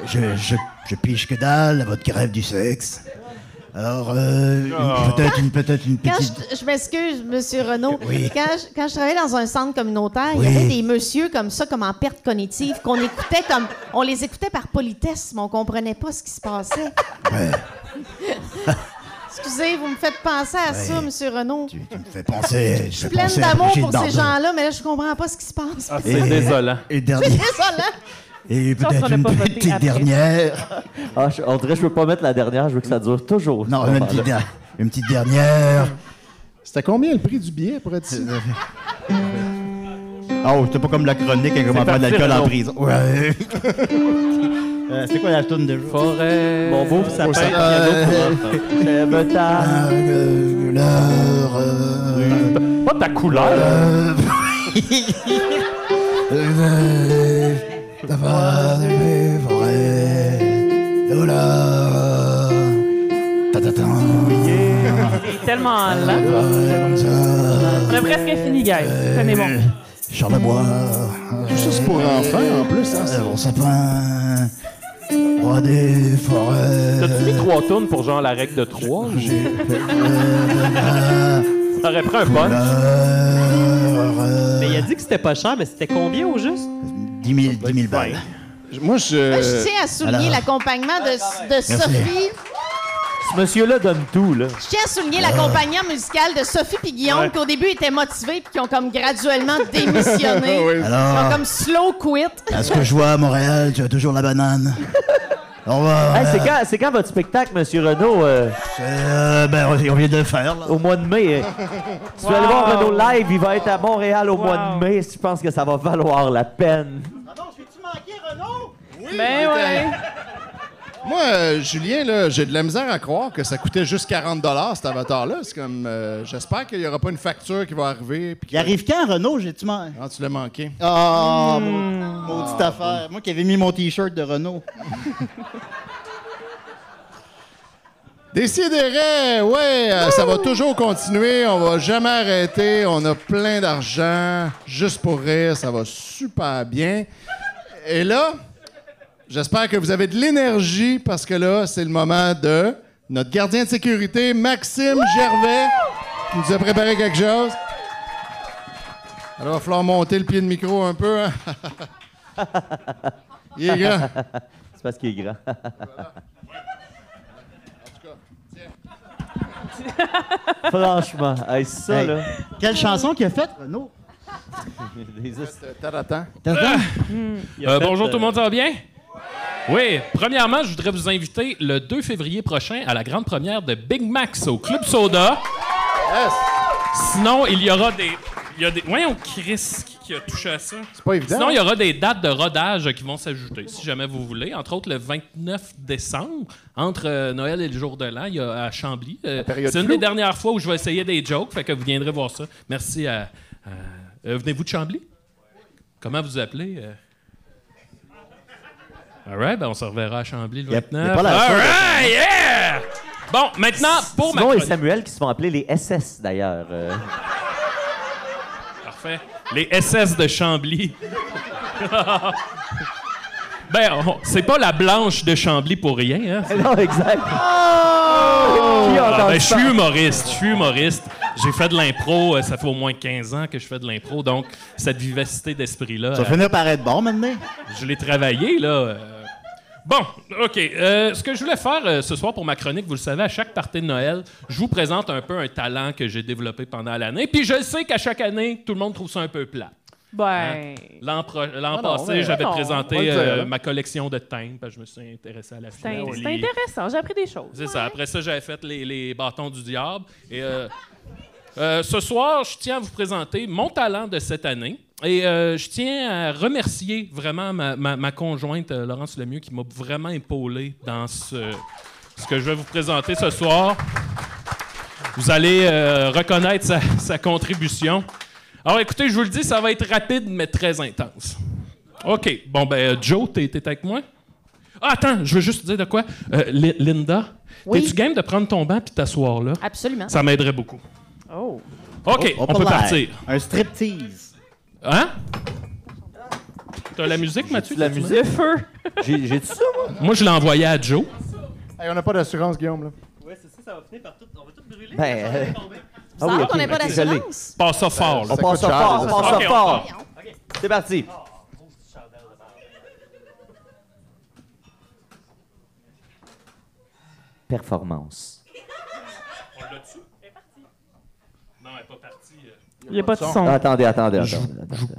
Speaker 5: je, je, je pige que dalle à votre grève du sexe. Alors, euh, une-
Speaker 12: Oh.
Speaker 5: peut-être une, peut-être une
Speaker 10: Quand
Speaker 5: petite.
Speaker 10: je, je m'excuse, Monsieur Renaud,
Speaker 5: Oui.
Speaker 10: quand, je, quand je travaillais dans un centre communautaire, il
Speaker 5: Oui.
Speaker 10: y avait des messieurs comme ça, comme en perte cognitive, qu'on écoutait comme. On les écoutait par politesse, mais on comprenait pas ce qui se passait.
Speaker 5: Ouais,
Speaker 10: Excusez, vous me faites penser à ça, Monsieur Renaud.
Speaker 5: tu me fais penser.
Speaker 10: Je suis pleine d'amour pour ces gens-là, mais là, je comprends pas ce qui se passe.
Speaker 4: Ah, c'est désolant.
Speaker 5: Et
Speaker 10: C'est
Speaker 5: dernier.
Speaker 10: désolant.
Speaker 5: Et
Speaker 10: pense qu'on
Speaker 5: peut-être
Speaker 10: a
Speaker 5: une
Speaker 10: pas voté
Speaker 5: petite
Speaker 10: après.
Speaker 5: dernière.
Speaker 2: Ah, je- on dirait que je peux pas mettre la dernière, je veux que ça dure toujours.
Speaker 5: Non,
Speaker 2: cette
Speaker 5: une petite,
Speaker 2: affaire-là.
Speaker 5: der- une petite dernière.
Speaker 3: C'était combien le prix du billet pour être ici?
Speaker 5: Oh, c'était pas comme la chronique, elle
Speaker 4: C'est
Speaker 5: commence à boire de
Speaker 4: parti,
Speaker 5: l'alcool en
Speaker 4: Renaud.
Speaker 5: prison. Ouais. Euh, c'est quoi la toune de jour?
Speaker 4: Forêt.
Speaker 12: Mon beau sapin,
Speaker 5: ça-
Speaker 12: piano pour enfants.
Speaker 2: J'aime ta-
Speaker 5: L'heure. euh,
Speaker 4: Pas ta couleur.
Speaker 5: euh, euh, d'avoir des forêts, de l'heure, tatatan,
Speaker 6: C'est tellement lent.
Speaker 5: comme ça,
Speaker 6: On a presque fini, guys. Tenez bon.
Speaker 5: Charlebois,
Speaker 3: Tout ça, c'est pour enfants, en plus. Hein,
Speaker 5: euh, bon sapin, roi des forêts.
Speaker 4: T'as-tu mis trois tournes pour genre la règle de trois? ou- Ça aurait pris un punch.
Speaker 12: Mais il a dit que c'était pas cher, mais c'était combien au juste?
Speaker 5: 10 000, 10 000 balles.
Speaker 3: c'est- Moi,
Speaker 10: Moi, Ah, je
Speaker 3: je...
Speaker 10: tiens à souligner
Speaker 5: alors-
Speaker 10: l'accompagnement de, de Sophie.
Speaker 2: Ce monsieur-là donne tout, là.
Speaker 10: Je tiens à souligner l'accompagnement musical de Sophie et Guillaume qui au début étaient motivés puis qui ont comme graduellement démissionné.
Speaker 3: Oui.
Speaker 10: Ils ont
Speaker 5: Alors,
Speaker 10: comme slow quit.
Speaker 5: à ce que je vois à Montréal, tu as toujours la banane. Au revoir.
Speaker 2: Hey, c'est quand, c'est quand votre spectacle, monsieur Renaud? euh,
Speaker 5: Euh, ben, on vient de le faire, là.
Speaker 2: au mois de mai. hein? Tu vas le
Speaker 6: Wow.
Speaker 2: voir Renaud live, il va être à Montréal au mois de
Speaker 6: Wow.
Speaker 2: mai. Je pense que ça va valoir la peine.
Speaker 5: Ah
Speaker 6: Ben ouais.
Speaker 3: Moi, euh, Julien, là, j'ai de la misère à croire que ça coûtait juste 40 cet avatar-là. C'est comme... euh, J'espère qu'il n'y aura pas une facture qui va arriver. puis que-
Speaker 5: Il arrive quand, Renaud? J'ai-tu man-
Speaker 3: Ah, tu l'as manqué.
Speaker 5: Ah, maudite- maudite affaire. Moi qui avais mis mon T-shirt de Renault.
Speaker 3: Décidérez, ouais, euh, ça va toujours continuer, on va jamais arrêter, on a plein d'argent, juste pour rire, ça va super bien. Et là, j'espère que vous avez de l'énergie parce que là, c'est le moment de notre gardien de sécurité, Maxime Gervais, qui nous a préparé quelque chose. Alors, il va falloir monter le pied de micro un peu. hein. Il est grand.
Speaker 2: C'est parce qu'il est grand. Franchement, hey, ça,
Speaker 5: Hey,
Speaker 2: là.
Speaker 5: Quelle chanson qu'il a faite, Renaud?
Speaker 2: Des os-
Speaker 3: Taratan.
Speaker 4: Euh, bonjour, tout le monde, ça va bien? Oui, premièrement, je voudrais vous inviter le 2 février prochain à la grande première de Big Max au Club Soda. Sinon, il y aura des, Il y a des. Voyons, Chris qui- qui a touché à ça. C'est
Speaker 3: pas évident.
Speaker 4: Sinon, il y aura des dates de rodage qui vont s'ajouter, si jamais vous voulez. Entre autres, le 29 décembre, entre euh, Noël et le jour de l'an, il y a à Chambly. Euh,
Speaker 3: période
Speaker 4: c'est une
Speaker 3: floue.
Speaker 4: des dernières fois où je vais essayer des jokes, fait que vous viendrez voir ça. Merci à. à- euh, venez-vous de Chambly? Comment vous appelez? euh? All right, ben on se reverra à Chambly le
Speaker 2: Y a- y a
Speaker 4: 29.
Speaker 2: pas la
Speaker 4: All
Speaker 2: sorte de-
Speaker 4: right, yeah! Bon, maintenant, pour ma
Speaker 2: Simon et
Speaker 4: chronique-
Speaker 2: Samuel qui se font appeler les SS, d'ailleurs. euh.
Speaker 4: Parfait. Les SS de Chambly. ben, on- c'est pas la blanche de Chambly pour rien, hein?
Speaker 2: non, exact. Qui a
Speaker 4: Ah,
Speaker 2: entendu
Speaker 4: ben, je suis
Speaker 2: ça?
Speaker 4: humoriste, je suis humoriste. J'ai fait de l'impro, euh, ça fait au moins 15 ans que je fais de l'impro, donc cette vivacité d'esprit-là,
Speaker 5: Ça va
Speaker 4: euh,
Speaker 5: finir par être bon maintenant.
Speaker 4: je l'ai travaillé, là. euh. Bon, OK. euh, ce que je voulais faire euh, ce soir pour ma chronique, vous le savez, à chaque partie de Noël, je vous présente un peu un talent que j'ai développé pendant l'année. Puis je sais qu'à chaque année, tout le monde trouve ça un peu plat.
Speaker 6: Ben.
Speaker 4: L'an pro- l'an
Speaker 6: Ah non,
Speaker 4: passé,
Speaker 6: ben,
Speaker 4: j'avais
Speaker 6: non.
Speaker 3: On va
Speaker 4: présenté
Speaker 3: le dire, hein.
Speaker 4: euh,
Speaker 3: là.
Speaker 4: ma collection de timbres, parce que je me suis intéressé à la
Speaker 6: C'est in-
Speaker 4: finale.
Speaker 6: c'est intéressant, j'ai appris des choses.
Speaker 4: C'est ça. Après ça, j'avais fait les, les bâtons du diable. Et euh, euh, ce soir, je tiens à vous présenter mon talent de cette année. Et euh, je tiens à remercier vraiment ma, ma- ma conjointe, euh, Laurence Lemieux, qui m'a vraiment épaulé dans ce, ce que je vais vous présenter ce soir. Vous allez euh, reconnaître sa, sa contribution. Alors écoutez, je vous le dis, ça va être rapide, mais très intense. OK. Bon, ben, euh, Joe, t'es t'es avec moi? Ah, attends, je veux juste dire de quoi. Euh, Li- Linda,
Speaker 10: Oui.
Speaker 4: t'es-tu game de prendre ton banc puis t'asseoir là?
Speaker 10: Absolument.
Speaker 4: Ça m'aiderait beaucoup.
Speaker 6: Oh.
Speaker 4: OK,
Speaker 5: Oh,
Speaker 4: on
Speaker 5: pas
Speaker 4: peut
Speaker 5: mal.
Speaker 4: partir.
Speaker 5: Un striptease.
Speaker 4: Hein? T'as la musique, Mathieu?
Speaker 2: la
Speaker 4: t'as-tu
Speaker 2: musique?
Speaker 4: mis?
Speaker 6: Feu.
Speaker 2: J'ai j'ai dit ça, moi?
Speaker 4: Moi, je l'ai envoyé à Joe.
Speaker 3: Hey, on n'a pas d'assurance, Guillaume. Là.
Speaker 9: Oui, Ben, c'est ça, ça va finir par tout. On va tout
Speaker 2: Ben,
Speaker 9: brûler. la journée
Speaker 2: euh,
Speaker 9: tombée.
Speaker 2: Ah oui, ok, ok, désolé.
Speaker 4: Passe ça fort, là.
Speaker 2: On passe ça
Speaker 3: cher,
Speaker 2: fort,
Speaker 3: ça.
Speaker 2: on passe
Speaker 4: Ok,
Speaker 2: ça
Speaker 4: on
Speaker 2: fort. C'est parti. Performance.
Speaker 4: On l'a dessus? Elle est partie. Non, elle est pas partie.
Speaker 6: Il n'y a pas de son.
Speaker 2: Ah, attendez, attendez, attendez.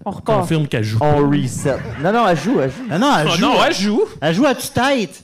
Speaker 6: On repart.
Speaker 4: Confirme qu'elle joue.
Speaker 2: On reset. Non, non, elle joue, elle joue.
Speaker 5: Ah non, elle
Speaker 4: Oh
Speaker 5: joue.
Speaker 4: non, elle joue.
Speaker 5: Elle joue à tue-tête.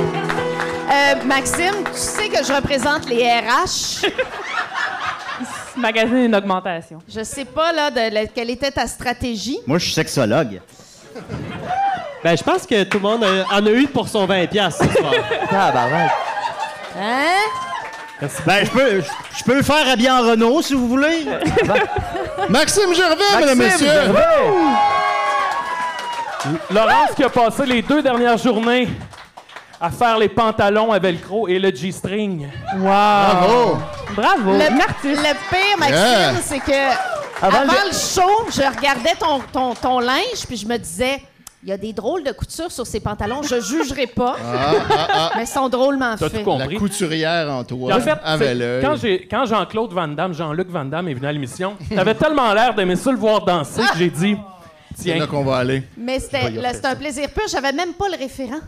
Speaker 10: Euh, Maxime, tu sais que je représente les RH.
Speaker 6: Ce magasin a une augmentation.
Speaker 10: Je sais pas, là, de la- quelle était ta stratégie.
Speaker 5: Moi, je suis sexologue.
Speaker 12: Ben, je pense que tout le monde euh, en a eu pour son 20$ piastres ce soir.
Speaker 2: Tabarnak.
Speaker 10: Hein?
Speaker 5: Ben, je peux, je, je peux le faire habillé en Renault, si vous voulez.
Speaker 3: Maxime Gervais, mesdames et
Speaker 2: Maxime
Speaker 3: messieurs!
Speaker 2: Gervais.
Speaker 4: Laurence qui a passé les deux dernières journées à faire les pantalons à velcro et le G-string. Wow!
Speaker 13: Bravo!
Speaker 4: Bravo!
Speaker 10: Le, le pire, Maxime,
Speaker 4: Yeah.
Speaker 10: c'est que avant,
Speaker 4: Avant
Speaker 10: le...
Speaker 4: le-
Speaker 10: show, je regardais ton, ton, ton linge, puis je me disais, il y a des drôles de coutures sur ses pantalons, je jugerai pas,
Speaker 3: Ah, ah, ah.
Speaker 10: mais ils sont drôlement faits.
Speaker 3: La couturière en toi
Speaker 4: En fait,
Speaker 3: avait
Speaker 4: c'est-
Speaker 3: l'œil.
Speaker 4: quand, j'ai- quand Jean-Claude Van Damme, Jean-Luc Van Damme est venu à l'émission, t'avais tellement l'air d'aimer ça le voir danser que j'ai dit Tiens.
Speaker 3: C'est là qu'on va aller.
Speaker 10: Mais c'était
Speaker 4: Je vais y
Speaker 10: là,
Speaker 4: offrir
Speaker 10: c'était un plaisir pur, j'avais même pas le référent.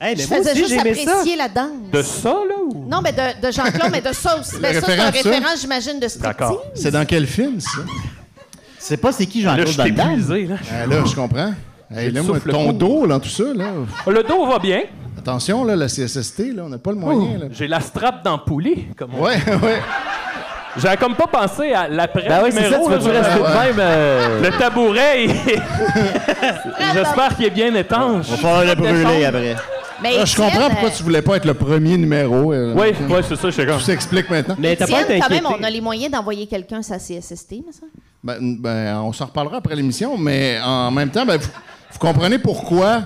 Speaker 4: mais
Speaker 10: je
Speaker 4: moi
Speaker 10: faisais
Speaker 4: aussi,
Speaker 10: juste
Speaker 4: j'ai aimé ça.
Speaker 10: apprécier la danse.
Speaker 4: De ça, là ou
Speaker 10: Non, mais de, de Jean-Claude, mais de ça aussi. Ben, ça, c'est un
Speaker 3: référent, ça?
Speaker 10: référent, j'imagine, de striptease.
Speaker 3: C'est dans quel film, ça?
Speaker 5: C'est pas c'est qui
Speaker 4: Là, je
Speaker 3: Jean-Claude
Speaker 4: suis épuisé, là.
Speaker 3: Là, je comprends. Hey,
Speaker 4: J'ai
Speaker 3: là,
Speaker 4: le
Speaker 3: moi,
Speaker 4: souffle
Speaker 3: ton
Speaker 4: court.
Speaker 3: dos, là, tout ça, là.
Speaker 4: Le dos va bien.
Speaker 3: Attention, là, la CSST, là, on n'a pas le moyen,
Speaker 4: Ouh,
Speaker 3: là.
Speaker 4: J'ai la strap dans le poulie, comme on
Speaker 3: Ouais, ouais.
Speaker 4: J'avais comme pas pensé à l'après
Speaker 3: Ben oui, c'est
Speaker 4: numéro.
Speaker 3: ça, tu veux-tu
Speaker 4: là,
Speaker 3: rester de
Speaker 4: ouais.
Speaker 3: même,
Speaker 4: euh, Le tabouret, il- j'espère qu'il est bien étanche. On va
Speaker 5: falloir le
Speaker 3: brûler
Speaker 5: après.
Speaker 10: Mais
Speaker 3: Ah, je comprends
Speaker 10: euh,
Speaker 3: pourquoi tu voulais pas être le premier numéro. euh.
Speaker 4: Oui, ouais, c'est ça, je sais
Speaker 3: Tout s'explique maintenant.
Speaker 4: Mais
Speaker 10: Étienne, quand même, on a les moyens d'envoyer quelqu'un sa CSST, mais ça.
Speaker 3: Ben, ben, on s'en reparlera après l'émission, mais en même temps, ben, vous, vous comprenez pourquoi euh,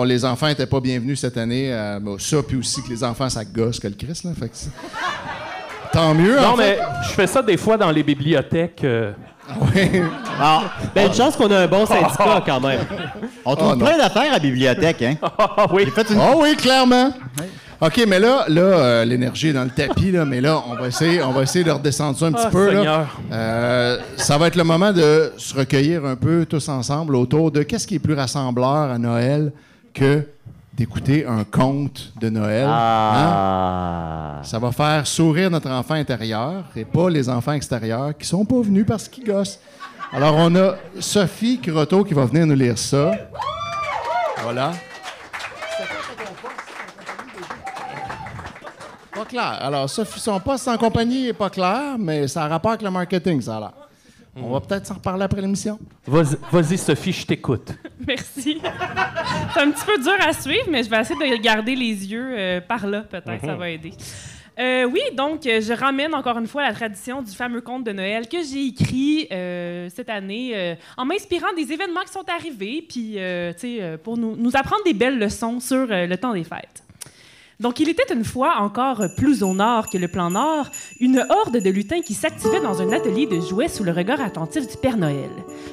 Speaker 3: on- les enfants n'étaient pas bienvenus cette année. à- ben, ça, puis aussi que les enfants, ça gosse que le Christ. Là, fait que c'est- Tant mieux,
Speaker 4: Non,
Speaker 3: en
Speaker 4: mais
Speaker 3: fait.
Speaker 4: je fais ça des fois dans les bibliothèques. euh.
Speaker 9: Ben, une chance qu'on a un bon syndicat quand même.
Speaker 5: On trouve plein d'affaires à la bibliothèque, hein?
Speaker 4: Ah oui.
Speaker 3: Ah oui, clairement. OK, mais là, là euh, l'énergie est dans le tapis, là, mais là, on va essayer, on va essayer de redescendre ça un petit
Speaker 4: Ah,
Speaker 3: peu. là.
Speaker 4: Seigneur.
Speaker 3: Euh, ça va être le moment de se recueillir un peu tous ensemble autour de qu'est-ce qui est plus rassembleur à Noël que d'écouter un conte de Noël. hein?
Speaker 2: Ah.
Speaker 3: Ça va faire sourire notre enfant intérieur et pas les enfants extérieurs qui sont pas venus parce qu'ils gossent. Alors, on a Sophie Croteau qui va venir nous lire ça. Voilà. Pas clair. Alors, Sophie, son poste en compagnie n'est pas clair, mais ça a rapport avec le marketing, ça a l'air. On va peut-être s'en reparler après l'émission.
Speaker 4: Vas-y, vas-y, Sophie, je t'écoute.
Speaker 6: Merci. C'est un petit peu dur à suivre, mais je vais essayer de garder les yeux euh, par là, peut-être, ça
Speaker 4: Mhm.
Speaker 6: va aider. Euh, oui, donc euh, je ramène encore une fois la tradition du fameux conte de Noël que j'ai écrit euh, cette année euh, en m'inspirant des événements qui sont arrivés, puis euh, tu sais, euh, pour nous, nous apprendre des belles leçons sur euh, le temps des fêtes. Donc, il était une fois encore plus au nord que le plan nord, une horde de lutins qui s'activait dans un atelier de jouets sous le regard attentif du Père Noël.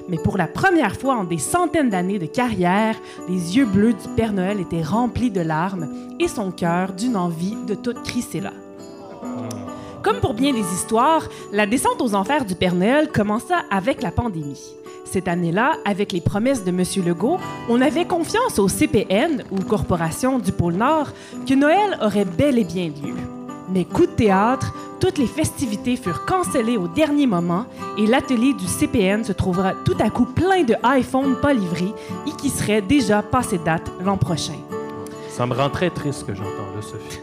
Speaker 6: Mais pour la première fois en des centaines d'années de carrière, les yeux bleus du Père Noël étaient remplis de larmes et son cœur d'une envie de toute Chrysella. Comme pour bien des histoires, la descente aux enfers du Père Noël commença avec la pandémie. Cette année-là, avec les promesses de M. Legault, on avait confiance au CPN, ou Corporation du Pôle Nord, que Noël aurait bel et bien lieu. Mais coup de théâtre, toutes les festivités furent cancellées au dernier moment et l'atelier du CPN se trouvera tout à coup plein de iPhones pas livrés et qui seraient déjà passé date l'an prochain.
Speaker 4: Ça me rend très triste ce que j'entends là, Sophie.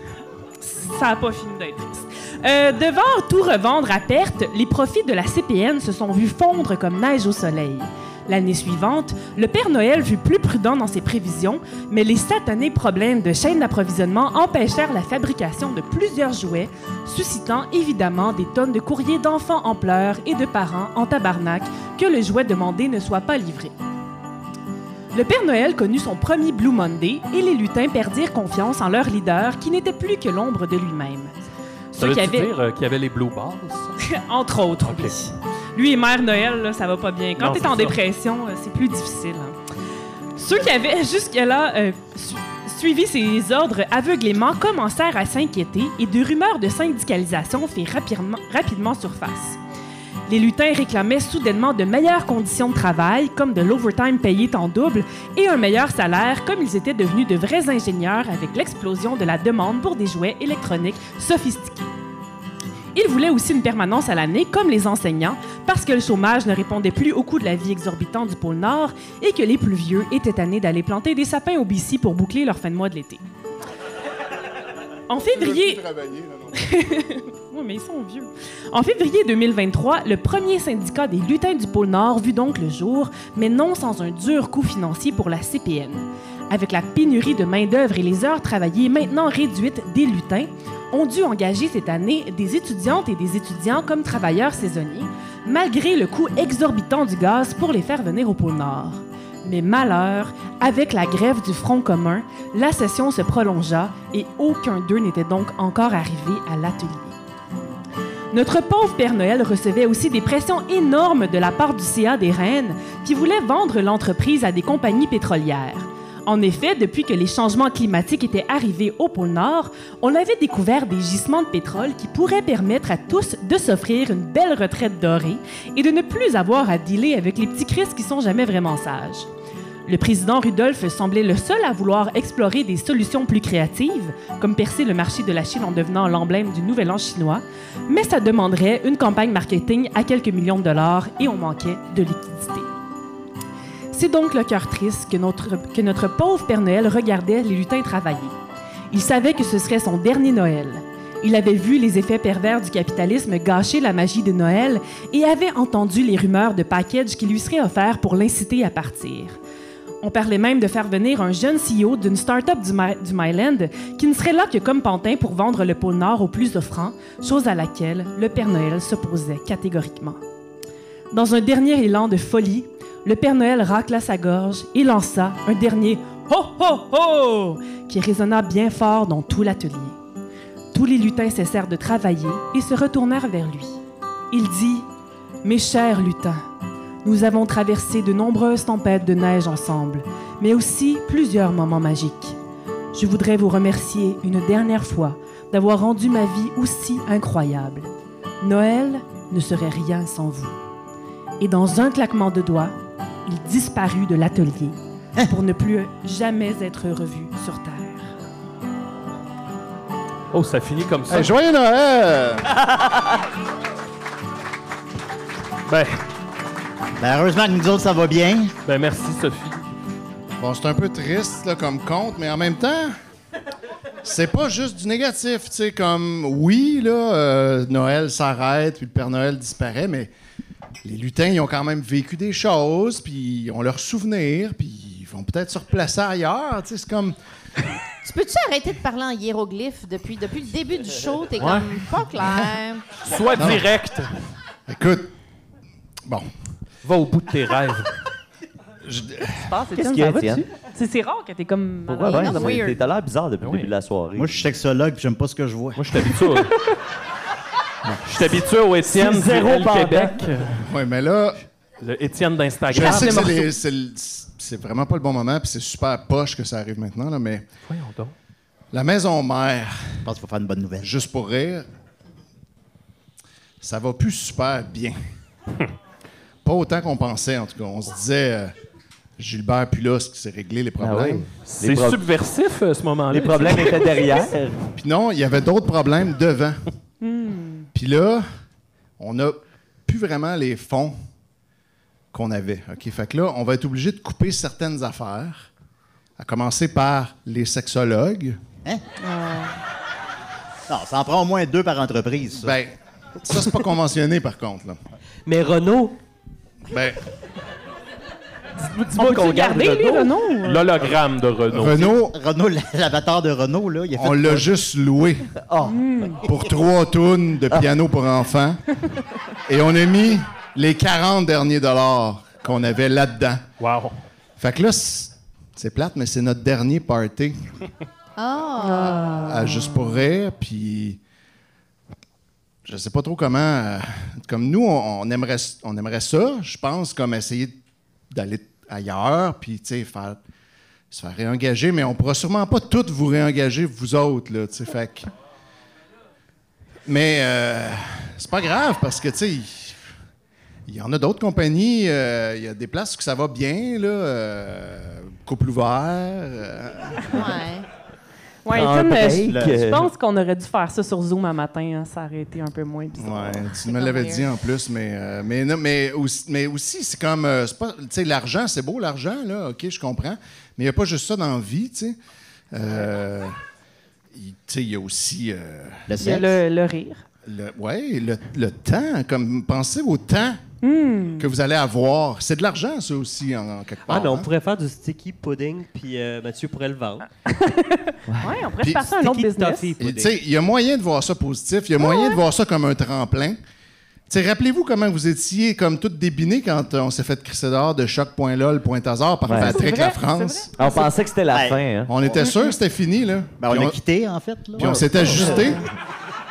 Speaker 6: ça n'a pas fini d'être triste. Euh, devant tout revendre à perte, les profits de la CPN se sont vus fondre comme neige au soleil. L'année suivante, le Père Noël fut plus prudent dans ses prévisions, mais les satanés problèmes de chaîne d'approvisionnement empêchèrent la fabrication de plusieurs jouets, suscitant évidemment des tonnes de courriers d'enfants en pleurs et de parents en tabarnak que le jouet demandé ne soit pas livré. Le Père Noël connut son premier Blue Monday et les lutins perdirent confiance en leur leader qui n'était plus que l'ombre de lui-même.
Speaker 4: Ça
Speaker 6: Ceux qui
Speaker 4: veut-tu
Speaker 6: avaient-
Speaker 4: dire euh, qu'il y avait les Blue Balls?
Speaker 6: Entre autres, oui. Lui et Mère Noël, là, ça va pas bien. Quand
Speaker 4: Non,
Speaker 6: t'es
Speaker 4: c'est
Speaker 6: en
Speaker 4: ça.
Speaker 6: dépression, euh, c'est plus difficile. hein. Ceux qui avaient jusque-là euh, su- suivi ces ordres aveuglément commencèrent à s'inquiéter et des rumeurs de syndicalisation firent rapidement, rapidement surface. Les lutins réclamaient soudainement de meilleures conditions de travail, comme de l'overtime payé en double, et un meilleur salaire, comme ils étaient devenus de vrais ingénieurs avec l'explosion de la demande pour des jouets électroniques sophistiqués. Ils voulaient aussi une permanence à l'année, comme les enseignants, parce que le chômage ne répondait plus au coût de la vie exorbitant du pôle Nord et que les plus vieux étaient tannés d'aller planter des sapins au BC pour boucler leur fin de mois de l'été. En février. Oui, mais ils sont vieux. En février 2023, le premier syndicat des lutins du pôle Nord vit donc le jour, mais non sans un dur coût financier pour la CPN. Avec la pénurie de main-d'œuvre et les heures travaillées maintenant réduites des lutins, ont dû engager cette année des étudiantes et des étudiants comme travailleurs saisonniers, malgré le coût exorbitant du gaz pour les faire venir au pôle Nord. Mais malheur, avec la grève du Front commun, la session se prolongea et aucun d'eux n'était donc encore arrivé à l'atelier. Notre pauvre Père Noël recevait aussi des pressions énormes de la part du CA des Rennes, qui voulait vendre l'entreprise à des compagnies pétrolières. En effet, depuis que les changements climatiques étaient arrivés au pôle Nord, on avait découvert des gisements de pétrole qui pourraient permettre à tous de s'offrir une belle retraite dorée et de ne plus avoir à dealer avec les petits Chris qui sont jamais vraiment sages. Le président Rudolph semblait le seul à vouloir explorer des solutions plus créatives, comme percer le marché de la Chine en devenant l'emblème du Nouvel An chinois, mais ça demanderait une campagne marketing à quelques millions de dollars et on manquait de liquidités. C'est donc le cœur triste que notre, que notre pauvre Père Noël regardait les lutins travailler. Il savait que ce serait son dernier Noël. Il avait vu les effets pervers du capitalisme gâcher la magie de Noël et avait entendu les rumeurs de packages qui lui seraient offerts pour l'inciter à partir. On parlait même de faire venir un jeune CEO d'une start-up du, Mi- du Myland qui ne serait là que comme pantin pour vendre le pôle Nord aux plus offrants, chose à laquelle le Père Noël s'opposait catégoriquement. Dans un dernier élan de folie, le Père Noël racla sa gorge et lança un dernier Ho ho ho qui résonna bien fort dans tout l'atelier. Tous les lutins cessèrent de travailler et se retournèrent vers lui. Il dit Mes chers lutins, nous avons traversé de nombreuses tempêtes de neige ensemble, mais aussi plusieurs moments magiques. Je voudrais vous remercier une dernière fois d'avoir rendu ma vie aussi incroyable. Noël ne serait rien sans vous. Et dans un claquement de doigts, il disparut de l'atelier pour ne plus jamais être revu sur Terre.
Speaker 14: Oh, ça finit comme ça.
Speaker 3: Hey, joyeux Noël!
Speaker 14: ben,
Speaker 5: Ben, heureusement que nous autres, ça va bien.
Speaker 14: ben, merci, Sophie.
Speaker 3: Bon, c'est un peu triste là, comme compte, mais en même temps, c'est pas juste du négatif. Tu sais, comme oui, là, euh, Noël s'arrête, puis le Père Noël disparaît, mais les lutins, ils ont quand même vécu des choses, puis ils ont leurs souvenirs, puis ils vont peut-être se replacer ailleurs. Tu sais, c'est comme.
Speaker 15: Tu peux-tu arrêter de parler en hiéroglyphe depuis, depuis le début du show? T'es
Speaker 3: Ouais.
Speaker 15: comme pas clair.
Speaker 14: Sois
Speaker 3: Non.
Speaker 14: direct.
Speaker 3: Écoute, bon.
Speaker 14: Va au bout de tes rêves.
Speaker 2: Qu'est-ce qu'il y a, Étienne?
Speaker 6: C'est c'est rare que t'es comme. euh,
Speaker 2: Pourquoi,
Speaker 6: malade.
Speaker 2: ben, ça-
Speaker 6: Weird.
Speaker 2: t'as l'air bizarre depuis le début de la soirée.
Speaker 5: Moi, je suis sexologue puis j'aime pas ce que je vois.
Speaker 14: Moi, je suis habitué. Je suis habitué au Étienne
Speaker 2: C'est zéro
Speaker 14: zéro
Speaker 2: pendant.
Speaker 14: Québec.
Speaker 4: euh,
Speaker 3: Oui, mais là,
Speaker 14: Le Étienne
Speaker 3: je
Speaker 14: d'Instagram.
Speaker 3: sais que c'est, les- c'est le- c'est vraiment pas le bon moment, puis c'est super poche que ça arrive maintenant, là, mais.
Speaker 14: Voyons donc.
Speaker 3: La maison mère,
Speaker 5: Je pense qu'il faut faire une bonne nouvelle.
Speaker 3: juste pour rire, ça va plus super bien. Pas autant qu'on pensait, en tout cas. On se disait, euh, Gilbert Pulos qui s'est réglé les problèmes.
Speaker 4: Ah
Speaker 14: C'est subversif, euh, ce moment-là.
Speaker 2: Les problèmes étaient derrière.
Speaker 3: Puis non, il y avait d'autres problèmes devant. Puis là, on a plus vraiment les fonds qu'on avait. OK? Fait que là, on va être obligé de couper certaines affaires, à commencer par les sexologues.
Speaker 5: Non, ça en prend au moins deux par entreprise. ça.
Speaker 3: Ben, ça, c'est pas conventionné, par contre. Là.
Speaker 9: Mais Renaud,
Speaker 12: ah,
Speaker 3: Ben,
Speaker 6: On
Speaker 2: Dis-moi
Speaker 6: peut-tu le garder, lui, Renaud?
Speaker 14: L'hologramme de Renault.
Speaker 3: Renault,
Speaker 5: Renault, l'avatar de Renault, là, il a fait. Ah.
Speaker 3: on l'a juste loué pour trois tonnes de piano pour enfants. Et on a mis les 40 derniers dollars qu'on avait là-dedans.
Speaker 14: Wow.
Speaker 3: Fait que là, c'est c'est plate, mais c'est notre dernier party à Juste pour rire. Puis je sais pas trop comment. euh, comme nous, on, on aimerait, on aimerait ça, je pense, comme essayer d'aller ailleurs, puis tu sais, faire, se faire réengager, mais on pourra sûrement pas toutes vous réengager, vous autres, là, tu sais, fait que- Mais euh, c'est pas grave, parce que, tu sais, il y en a d'autres compagnies, euh, il y a des places où ça va bien, là, euh, couple ouvert... euh,
Speaker 15: Ouais.
Speaker 6: Ouais,
Speaker 2: Un
Speaker 6: Étienne, euh,
Speaker 2: break,
Speaker 6: je- je
Speaker 2: euh.
Speaker 6: pense qu'on aurait dû faire ça sur Zoom un matin. hein, ça aurait été un peu moins bizarre.
Speaker 3: Ouais, tu me l'avais dit en plus, mais, euh, mais, non, mais, aussi, mais aussi, c'est comme. euh, c'est pas- tu sais, l'argent, c'est beau, l'argent, là, OK, je comprends. Mais il n'y a pas juste ça dans la vie, tu sais. Euh, il- tu sais, il y a aussi. euh,
Speaker 5: Le
Speaker 6: Il y a
Speaker 5: sexe.
Speaker 6: le, le rire.
Speaker 3: le, ouais, le, le temps. Comme, pensez au temps que vous allez avoir. C'est de l'argent, ça aussi, en, en quelque part.
Speaker 12: Ah non, on
Speaker 3: hein.
Speaker 12: pourrait faire du sticky pudding, puis euh, Mathieu pourrait le vendre.
Speaker 6: Ouais, on pourrait
Speaker 3: Puis-
Speaker 6: se partir un autre
Speaker 12: Sticky
Speaker 6: business.
Speaker 12: toffee
Speaker 3: Et,
Speaker 12: pudding.
Speaker 3: tu sais, il y a moyen de voir ça positif, il y a moyen de voir ça comme un tremplin. Tu sais, rappelez-vous comment vous étiez comme tout débiné quand euh, on s'est fait crisser dehors de choc.lol.hasard par
Speaker 2: Ouais. C'est
Speaker 3: Patrick
Speaker 2: vrai,
Speaker 3: La France.
Speaker 2: On pensait que c'était la fin. hein.
Speaker 3: On était sûr que c'était fini, là.
Speaker 5: Ben,
Speaker 3: Puis
Speaker 5: on a quitté, en fait. là.
Speaker 3: Puis on s'est ajusté.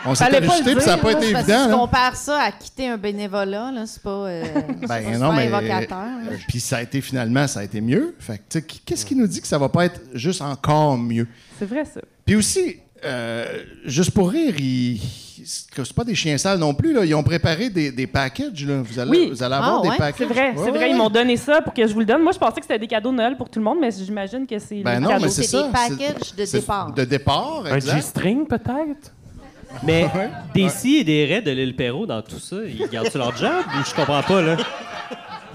Speaker 3: On s'est
Speaker 15: Fallait pas
Speaker 3: ajusté,
Speaker 15: le
Speaker 3: puis ça n'a
Speaker 15: dire,
Speaker 3: pas
Speaker 15: là,
Speaker 3: été
Speaker 15: parce que Si tu
Speaker 3: évident.
Speaker 15: compares ça à quitter un bénévolat, là, c'est pas, euh, c'est pas
Speaker 3: Ben
Speaker 15: super
Speaker 3: non, mais.
Speaker 15: évocateur. là.
Speaker 3: euh, Puis ça a été finalement, ça a été mieux. Fait que, tu sais, qui- qu'est-ce qui nous dit que ça va pas être juste encore mieux?
Speaker 6: C'est vrai, ça.
Speaker 3: Puis aussi, euh, juste pour rire, ils. C'est que c'est pas des chiens sales non plus. Là. Ils ont préparé des, des packages. Là. Vous, allez,
Speaker 6: Oui. Ah
Speaker 3: vous allez avoir des
Speaker 6: C'est
Speaker 3: packages.
Speaker 6: vrai,
Speaker 3: Ouais,
Speaker 6: c'est vrai.
Speaker 3: ouais,
Speaker 6: Ils
Speaker 3: ouais.
Speaker 6: m'ont donné ça pour que je vous le donne. Moi, je pensais que c'était des cadeaux de Noël pour tout le monde, mais j'imagine que c'est
Speaker 3: Ben
Speaker 6: les
Speaker 3: non,
Speaker 6: cadeaux.
Speaker 3: mais c'est ça. c'est- De départ,
Speaker 14: Un
Speaker 3: exact.
Speaker 14: G-string, peut-être?
Speaker 12: Mais des si et des raies de l'île Perrault dans tout ça, ils gardent-tu leur job? Ou Je comprends pas, là.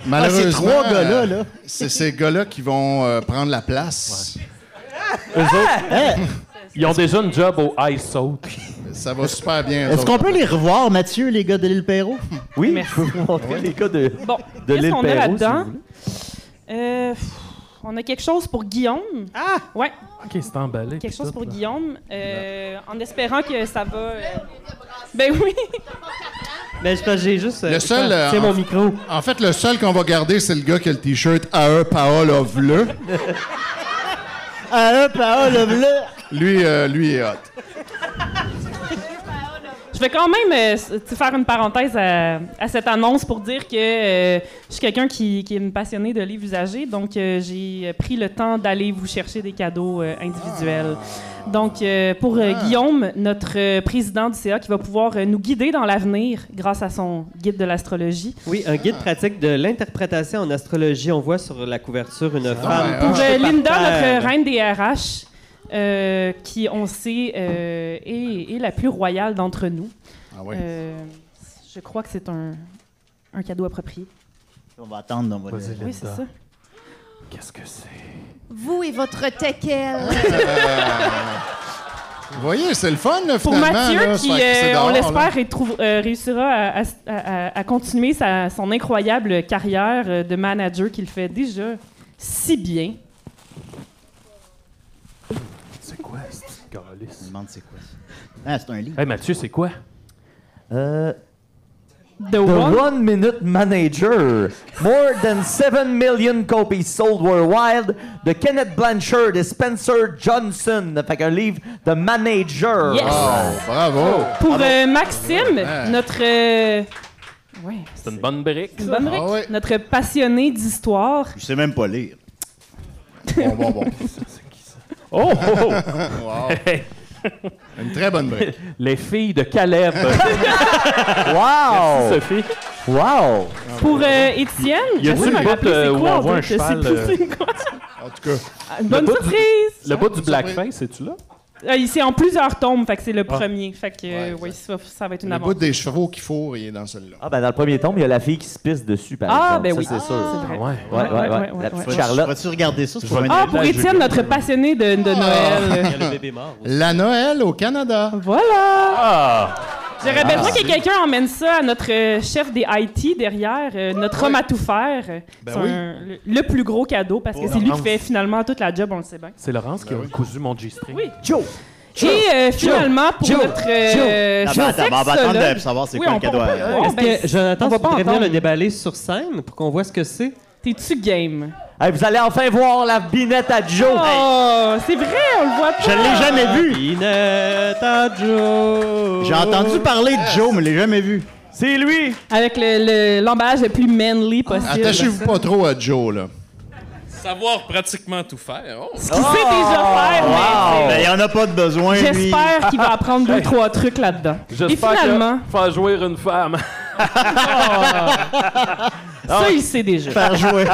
Speaker 3: Malheureusement,
Speaker 12: Ah, ces trois gars-là,
Speaker 3: euh, c'est ces gars-là qui vont euh, prendre la place.
Speaker 14: Eux autres, ils ont déjà une job au ISO.
Speaker 3: Ça va super bien. eux
Speaker 5: Est-ce qu'on
Speaker 3: autres.
Speaker 5: peut les revoir, Mathieu, les gars de l'île Perrault?
Speaker 12: Oui, je peux vous montrer les gars de,
Speaker 6: Bon,
Speaker 12: de
Speaker 6: qu'est-ce
Speaker 12: l'île
Speaker 6: qu'on a
Speaker 12: Perrault. si
Speaker 6: là-dedans?
Speaker 12: vous voulez.
Speaker 6: Euh, pff, on a quelque chose pour Guillaume. Ah! Ouais,
Speaker 14: OK, c'est emballé.
Speaker 6: quelque
Speaker 14: puis
Speaker 6: chose
Speaker 14: tout,
Speaker 6: pour
Speaker 14: là.
Speaker 6: Guillaume, euh, en espérant que ça va... euh, Ben oui!
Speaker 12: Mais je pense que j'ai juste.
Speaker 3: Le seul, euh,
Speaker 12: C'est
Speaker 3: en-
Speaker 12: mon micro.
Speaker 3: En fait, le seul qu'on va garder, c'est le gars qui a le T-shirt AE Paul of le.
Speaker 5: Ah, hop, ah, le bleu!
Speaker 3: Lui, euh, lui est hot.
Speaker 6: Je vais quand même euh, s- tu sais, faire une parenthèse à, à cette annonce pour dire que euh, je suis quelqu'un qui, qui est une passionnée de livres usagés, donc euh, j'ai euh, pris le temps d'aller vous chercher des cadeaux euh, individuels. Donc euh, pour euh, Guillaume, notre euh, président du CA, qui va pouvoir euh, nous guider dans l'avenir grâce à son guide de l'astrologie.
Speaker 12: Oui, un guide pratique de l'interprétation en astrologie. On voit sur la couverture une femme.
Speaker 9: Ah,
Speaker 6: Pour
Speaker 12: penchée
Speaker 6: euh,
Speaker 12: par
Speaker 6: Linda,
Speaker 12: terre.
Speaker 6: notre reine des RH, euh, qui on sait euh, est, est la plus royale d'entre nous.
Speaker 3: Ah oui.
Speaker 6: Euh, je crois que c'est un, un cadeau approprié.
Speaker 5: On va attendre, on va le-
Speaker 6: Oui, c'est ça.
Speaker 14: Qu'est-ce que c'est?
Speaker 15: Vous et votre teckel.
Speaker 3: Euh, Vous voyez, c'est le fun, là,
Speaker 6: Pour
Speaker 3: finalement.
Speaker 6: Mathieu,
Speaker 3: là, se
Speaker 6: qui,
Speaker 3: faire
Speaker 6: euh,
Speaker 3: crisser dehors,
Speaker 6: on
Speaker 3: là.
Speaker 6: l'espère, rétrou- euh, réussira à, à- à- à continuer sa- son incroyable carrière euh, de manager qu'il fait déjà si bien.
Speaker 14: C'est quoi, ce petit
Speaker 5: Je me
Speaker 14: calice?
Speaker 5: demande c'est quoi ça. Ah, c'est un livre.
Speaker 14: Hey, Mathieu, c'est quoi?
Speaker 2: Euh,
Speaker 6: The One.
Speaker 2: The One Minute Manager. More than 7 million copies sold worldwide. De Kenneth Blanchard et Spencer Johnson. Fait qu'un livre de manager.
Speaker 6: Yes!
Speaker 3: Oh, bravo.
Speaker 6: Pour euh, Maxime,
Speaker 3: Ah.
Speaker 6: notre... euh, ouais,
Speaker 14: C'est une bonne brique.
Speaker 6: c'est une bonne
Speaker 3: Ah
Speaker 6: brique.
Speaker 3: ouais. Ah
Speaker 6: Notre passionné d'histoire.
Speaker 5: Je sais même pas lire.
Speaker 3: Bon, bon, bon.
Speaker 14: Oh, oh, oh.
Speaker 3: Wow.
Speaker 14: Hey,
Speaker 3: Une très bonne brique.
Speaker 14: Les filles de Caleb.
Speaker 2: Wow!
Speaker 14: Sophie.
Speaker 2: Wow!
Speaker 6: Pour euh, Étienne,
Speaker 14: Y a-tu le
Speaker 6: j'essaie de me
Speaker 14: bout,
Speaker 6: rappeler
Speaker 14: euh,
Speaker 6: c'est
Speaker 14: où
Speaker 6: quoi,
Speaker 14: on
Speaker 6: on
Speaker 14: voit un
Speaker 6: dirait que je sais
Speaker 14: cheval,
Speaker 6: plus
Speaker 14: euh,
Speaker 6: c'est quoi.
Speaker 3: En tout cas,
Speaker 6: Ah, une Bonne
Speaker 14: bout du-
Speaker 6: surprise!
Speaker 14: Le bout du
Speaker 3: surprise.
Speaker 14: blackface, c'est-tu là?
Speaker 6: Ah, il- c'est en plusieurs tomes, fait que c'est le
Speaker 14: Ah.
Speaker 6: premier. Fait que, euh,
Speaker 3: Ouais,
Speaker 6: oui, ça, ça va être une
Speaker 3: le
Speaker 6: avance.
Speaker 3: bout des chevaux qu'il faut, il est dans celui-là.
Speaker 2: Ah, ben dans le premier tome, il y a la fille qui se pisse dessus, par
Speaker 6: Ah,
Speaker 2: exemple.
Speaker 6: ben
Speaker 2: Ça,
Speaker 6: oui.
Speaker 2: c'est sûr.
Speaker 6: vrai.
Speaker 14: Ouais.
Speaker 2: Ouais, ouais, ouais.
Speaker 6: ouais, ouais,
Speaker 2: La
Speaker 6: ouais.
Speaker 2: petite Charlotte.
Speaker 5: Vas-tu regarder ça? sur
Speaker 14: vais
Speaker 5: un-
Speaker 6: Ah,
Speaker 14: Là,
Speaker 6: pour
Speaker 14: je-
Speaker 6: Étienne, notre passionné de, de Noël.
Speaker 12: Il y a le bébé mort. aussi.
Speaker 3: La Noël au Canada.
Speaker 6: Voilà!
Speaker 14: Ah!
Speaker 6: J'aurais besoin que quelqu'un emmène ça à notre euh, chef des IT derrière, euh, notre homme à tout faire. c'est
Speaker 3: oui.
Speaker 6: un- le, le plus gros cadeau parce que c'est lui qui fait finalement toute la job, on le sait bien.
Speaker 14: C'est Laurence qui a cousu mon G-string.
Speaker 6: Oui.
Speaker 2: Joe!
Speaker 6: Et euh, finalement, pour
Speaker 2: Joe,
Speaker 6: notre. euh,
Speaker 5: Joe. Attends, attends, on va attendre
Speaker 6: sexologue-
Speaker 5: de savoir c'est
Speaker 6: Oui,
Speaker 5: quoi
Speaker 6: on
Speaker 5: le cadeau euh,
Speaker 6: peut-
Speaker 5: à-
Speaker 6: on peut-
Speaker 12: Est-ce
Speaker 6: ben,
Speaker 12: que, Jonathan,
Speaker 6: on va
Speaker 12: tu
Speaker 6: pas
Speaker 12: pourrais venir
Speaker 6: entendre.
Speaker 12: le déballer sur scène pour qu'on voit ce que c'est?
Speaker 6: T'es-tu game?
Speaker 2: Hey, vous allez enfin voir la binette à Joe!
Speaker 6: Oh, c'est vrai, on le voit pas.
Speaker 5: Je l'ai jamais vu.
Speaker 12: Pinetta Joe!
Speaker 5: J'ai entendu parler de Joe, mais je l'ai jamais vu.
Speaker 2: C'est lui!
Speaker 6: Avec le- le- l'emballage le, plus manly possible.
Speaker 3: Attachez-vous pas trop à Joe, là.
Speaker 4: Savoir pratiquement tout faire. Oh.
Speaker 6: Ce qu'il sait déjà faire, mais
Speaker 5: Ben, il n'y en a pas de besoin, lui.
Speaker 6: j'espère qu'il va apprendre deux, trois trucs là-dedans. Et
Speaker 14: J'espère
Speaker 6: finalement, Euh,
Speaker 14: que faire jouer une femme.
Speaker 6: ça, il sait déjà.
Speaker 5: Faire jouer,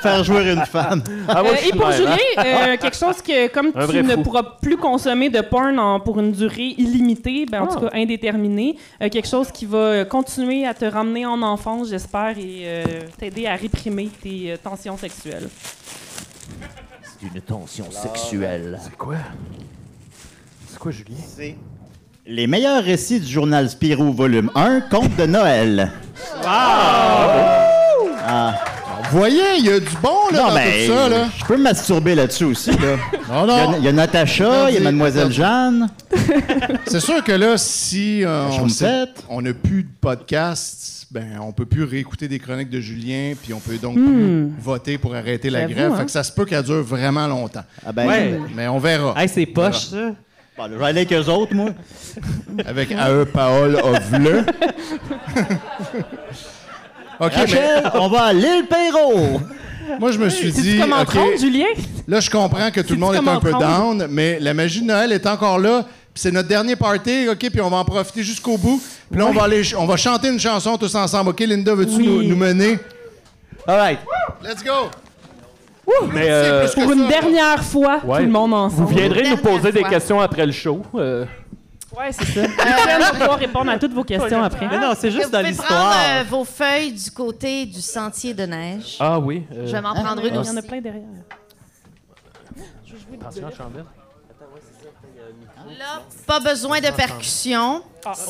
Speaker 5: faire jouer une femme.
Speaker 14: Ah, moi,
Speaker 6: Euh,
Speaker 14: je suis
Speaker 6: et pour
Speaker 14: même,
Speaker 6: Julien,
Speaker 14: hein.
Speaker 6: euh, quelque chose que comme
Speaker 14: Un
Speaker 6: tu
Speaker 14: vrai
Speaker 6: ne
Speaker 14: fou.
Speaker 6: pourras plus consommer de porn en- pour une durée illimitée, ben, en tout
Speaker 14: Ah.
Speaker 6: cas indéterminée, euh, quelque chose qui va euh, continuer à te ramener en enfance, j'espère, et euh, t'aider à réprimer tes euh, tensions sexuelles.
Speaker 2: C'est une tension sexuelle.
Speaker 14: C'est quoi? C'est quoi, Julien?
Speaker 5: Les meilleurs récits du journal Spirou, volume 1, Conte de Noël.
Speaker 3: Vous voyez, il y a du bon, là,
Speaker 5: Non,
Speaker 3: dans
Speaker 5: mais
Speaker 3: tout ça, là.
Speaker 5: ben, je peux me masturber là-dessus aussi. Là.
Speaker 3: Non,
Speaker 5: Il, y a,
Speaker 3: non.
Speaker 5: il y a Natacha, il y a Mademoiselle Jeanne.
Speaker 3: C'est sûr que là, si euh,
Speaker 5: Je
Speaker 3: on,
Speaker 5: me
Speaker 3: sait-
Speaker 5: fête.
Speaker 3: on n'a plus de podcast, ben, on peut plus réécouter des chroniques de Julien, puis on peut donc
Speaker 9: Hmm.
Speaker 3: plus voter pour arrêter la
Speaker 9: J'avoue,
Speaker 3: grève.
Speaker 9: hein.
Speaker 3: Fait que ça se peut qu'elle dure vraiment longtemps.
Speaker 5: ben, Ouais.
Speaker 3: Mais on verra.
Speaker 9: Hey, c'est poche,
Speaker 3: On verra.
Speaker 9: ça.
Speaker 5: Bon, je vais aller avec eux autres, moi.
Speaker 3: Avec AE Paul Ovle. OK,
Speaker 5: Rachel, on va à l'île Perrault.
Speaker 3: Moi, je me suis dit.
Speaker 6: comment
Speaker 3: OK,
Speaker 6: trompe, Julien?
Speaker 3: Là, je comprends que tout le
Speaker 6: C'est-tu
Speaker 3: monde est
Speaker 6: comme
Speaker 3: un
Speaker 6: en
Speaker 3: peu
Speaker 6: trompe?
Speaker 3: down, mais la magie de Noël est encore là. Puis c'est notre dernier party, OK? Puis on va en profiter jusqu'au bout. Puis là, on, va aller, ch- on va chanter une chanson tous ensemble. OK, Linda, veux-tu nous, nous mener?
Speaker 2: All right.
Speaker 3: Let's go!
Speaker 4: Mais, euh,
Speaker 6: pour une dernière fois,
Speaker 4: Ouais.
Speaker 6: tout le monde ensemble.
Speaker 4: Vous viendrez nous poser des
Speaker 6: fois.
Speaker 4: questions après le show. euh,
Speaker 6: Ouais, c'est ça. Étienne va pouvoir répondre à toutes vos questions après.
Speaker 9: Mais non, c'est
Speaker 10: Vous
Speaker 9: juste dans
Speaker 10: pouvez
Speaker 9: l'histoire.
Speaker 10: prendre euh, vos feuilles du côté du sentier de neige.
Speaker 4: Ah oui. euh,
Speaker 10: Je vais m'en prendre une
Speaker 6: Il y
Speaker 10: aussi.
Speaker 6: en a plein derrière.
Speaker 4: Attention, Chambert.
Speaker 10: Là, pas besoin de percussion.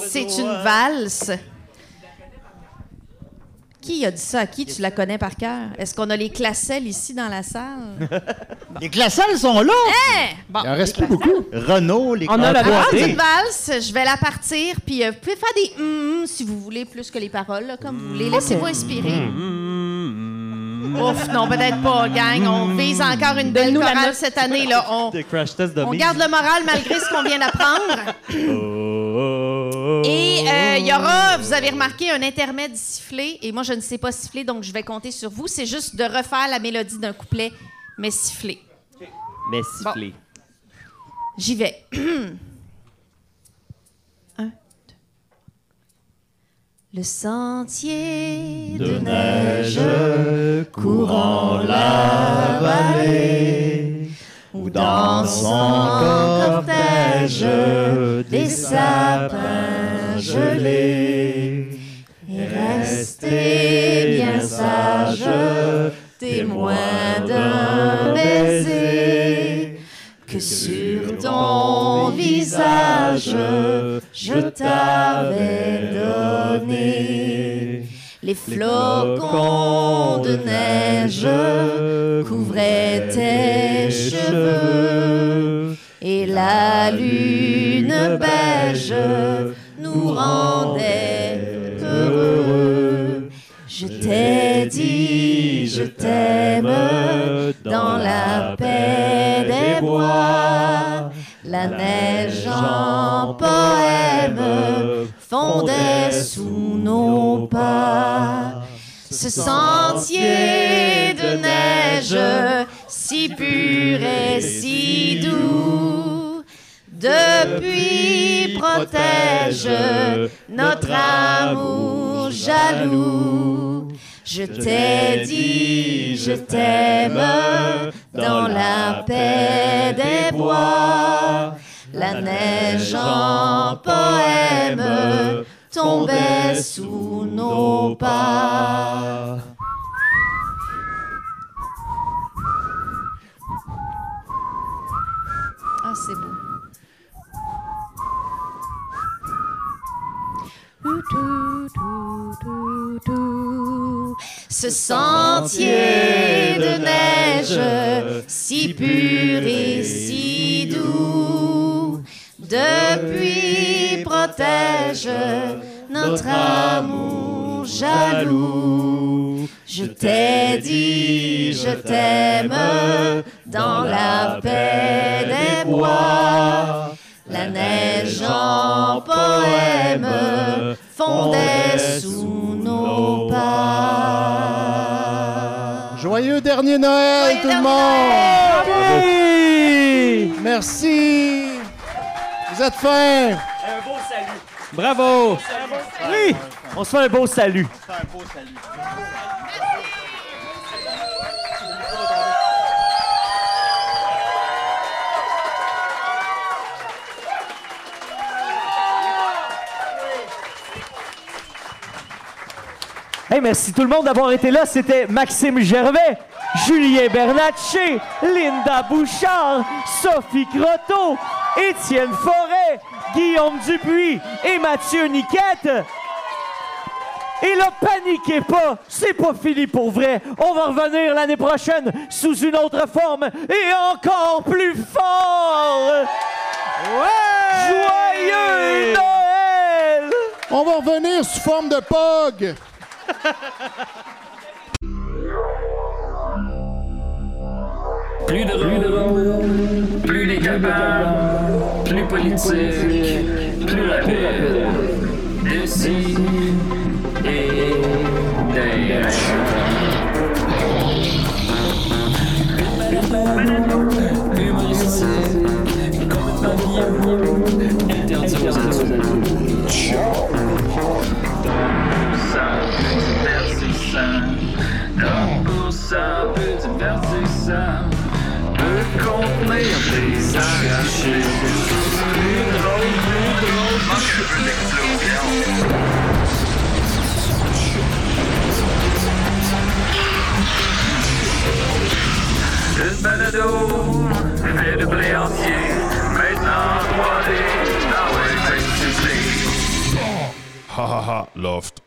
Speaker 10: C'est une valse. Qui a dit ça à qui? Tu la connais par cœur. Est-ce qu'on a les classelles ici dans la salle?
Speaker 5: Les glaçales sont là.
Speaker 10: Hein? Bon,
Speaker 5: Il en reste plus beaucoup. Renault, les
Speaker 6: On a le droit.
Speaker 10: Ah, c'est
Speaker 5: T.
Speaker 10: une valse, je vais la partir, puis euh, vous pouvez faire des hum hum si vous voulez, plus que les paroles, là, comme vous voulez. Laissez-vous inspirer. Ouf, non, peut-être pas, gang. On vise encore une belle
Speaker 6: Donne-nous la
Speaker 10: chorale
Speaker 6: note.
Speaker 10: cette année. Là. On,
Speaker 9: Des crash tests de
Speaker 10: on
Speaker 9: mise.
Speaker 10: garde le moral malgré ce qu'on vient d'apprendre.
Speaker 9: Oh.
Speaker 10: Et euh, il y aura, vous avez remarqué, un intermède sifflé. Et moi, je ne sais pas siffler, donc je vais compter sur vous. C'est juste de refaire la mélodie d'un couplet, mais sifflé.
Speaker 9: Mais sifflé.
Speaker 10: J'y vais. Un, deux. Le sentier de neige
Speaker 16: courant la vallée,
Speaker 10: ou
Speaker 16: dans son cortège
Speaker 10: des
Speaker 16: des
Speaker 10: sapins
Speaker 16: sapins gelés.
Speaker 10: est resté bien sage, témoin d'un baiser que sur ton visage je t'avais donné. Les flocons de neige couvraient tes cheveux et la lune beige nous rendait heureux. Je t'ai dit, je t'aime dans la paix des bois. La neige en poème fondait sous nos pas. Ce sentier de neige, si pur et si doux, depuis protège notre amour jaloux. Je t'ai dit, je t'aime dans la paix des bois. La neige en poème tombait sous nos pas. Ah, c'est beau. Ce sentier de neige, si pur et si doux, depuis protège notre amour jaloux. Je t'ai dit, je t'aime dans la paix des bois. La neige en poème fondait sous nos pas.
Speaker 3: Joyeux dernier Noël,
Speaker 10: Joyeux
Speaker 3: tout le
Speaker 10: dernier
Speaker 3: monde! Oui! Merci! Vous êtes fins!
Speaker 9: Un beau salut.
Speaker 2: Bravo! Oui! On se fait un beau salut. Hey, merci tout le monde d'avoir été là. C'était Maxime Gervais, Julien Bernatchez, Linda Bouchard, Sophie Croteau, Étienne Forêt, Guillaume Dupuis et Mathieu Niquette. Et là, paniquez pas, c'est pas fini pour vrai. On va revenir l'année prochaine sous une autre forme et encore plus fort. Joyeux Noël!
Speaker 3: On va revenir sous forme de POG.
Speaker 1: Plus de plus de rôle, plus les capables, plus politique, plus rapide. D'ici et d'ailleurs. Humoristique, compagnon, interdit aux adultes. Une balado fait de blé entier, maintenant 3D, now it's basically.
Speaker 17: Ha ha ha, Loft.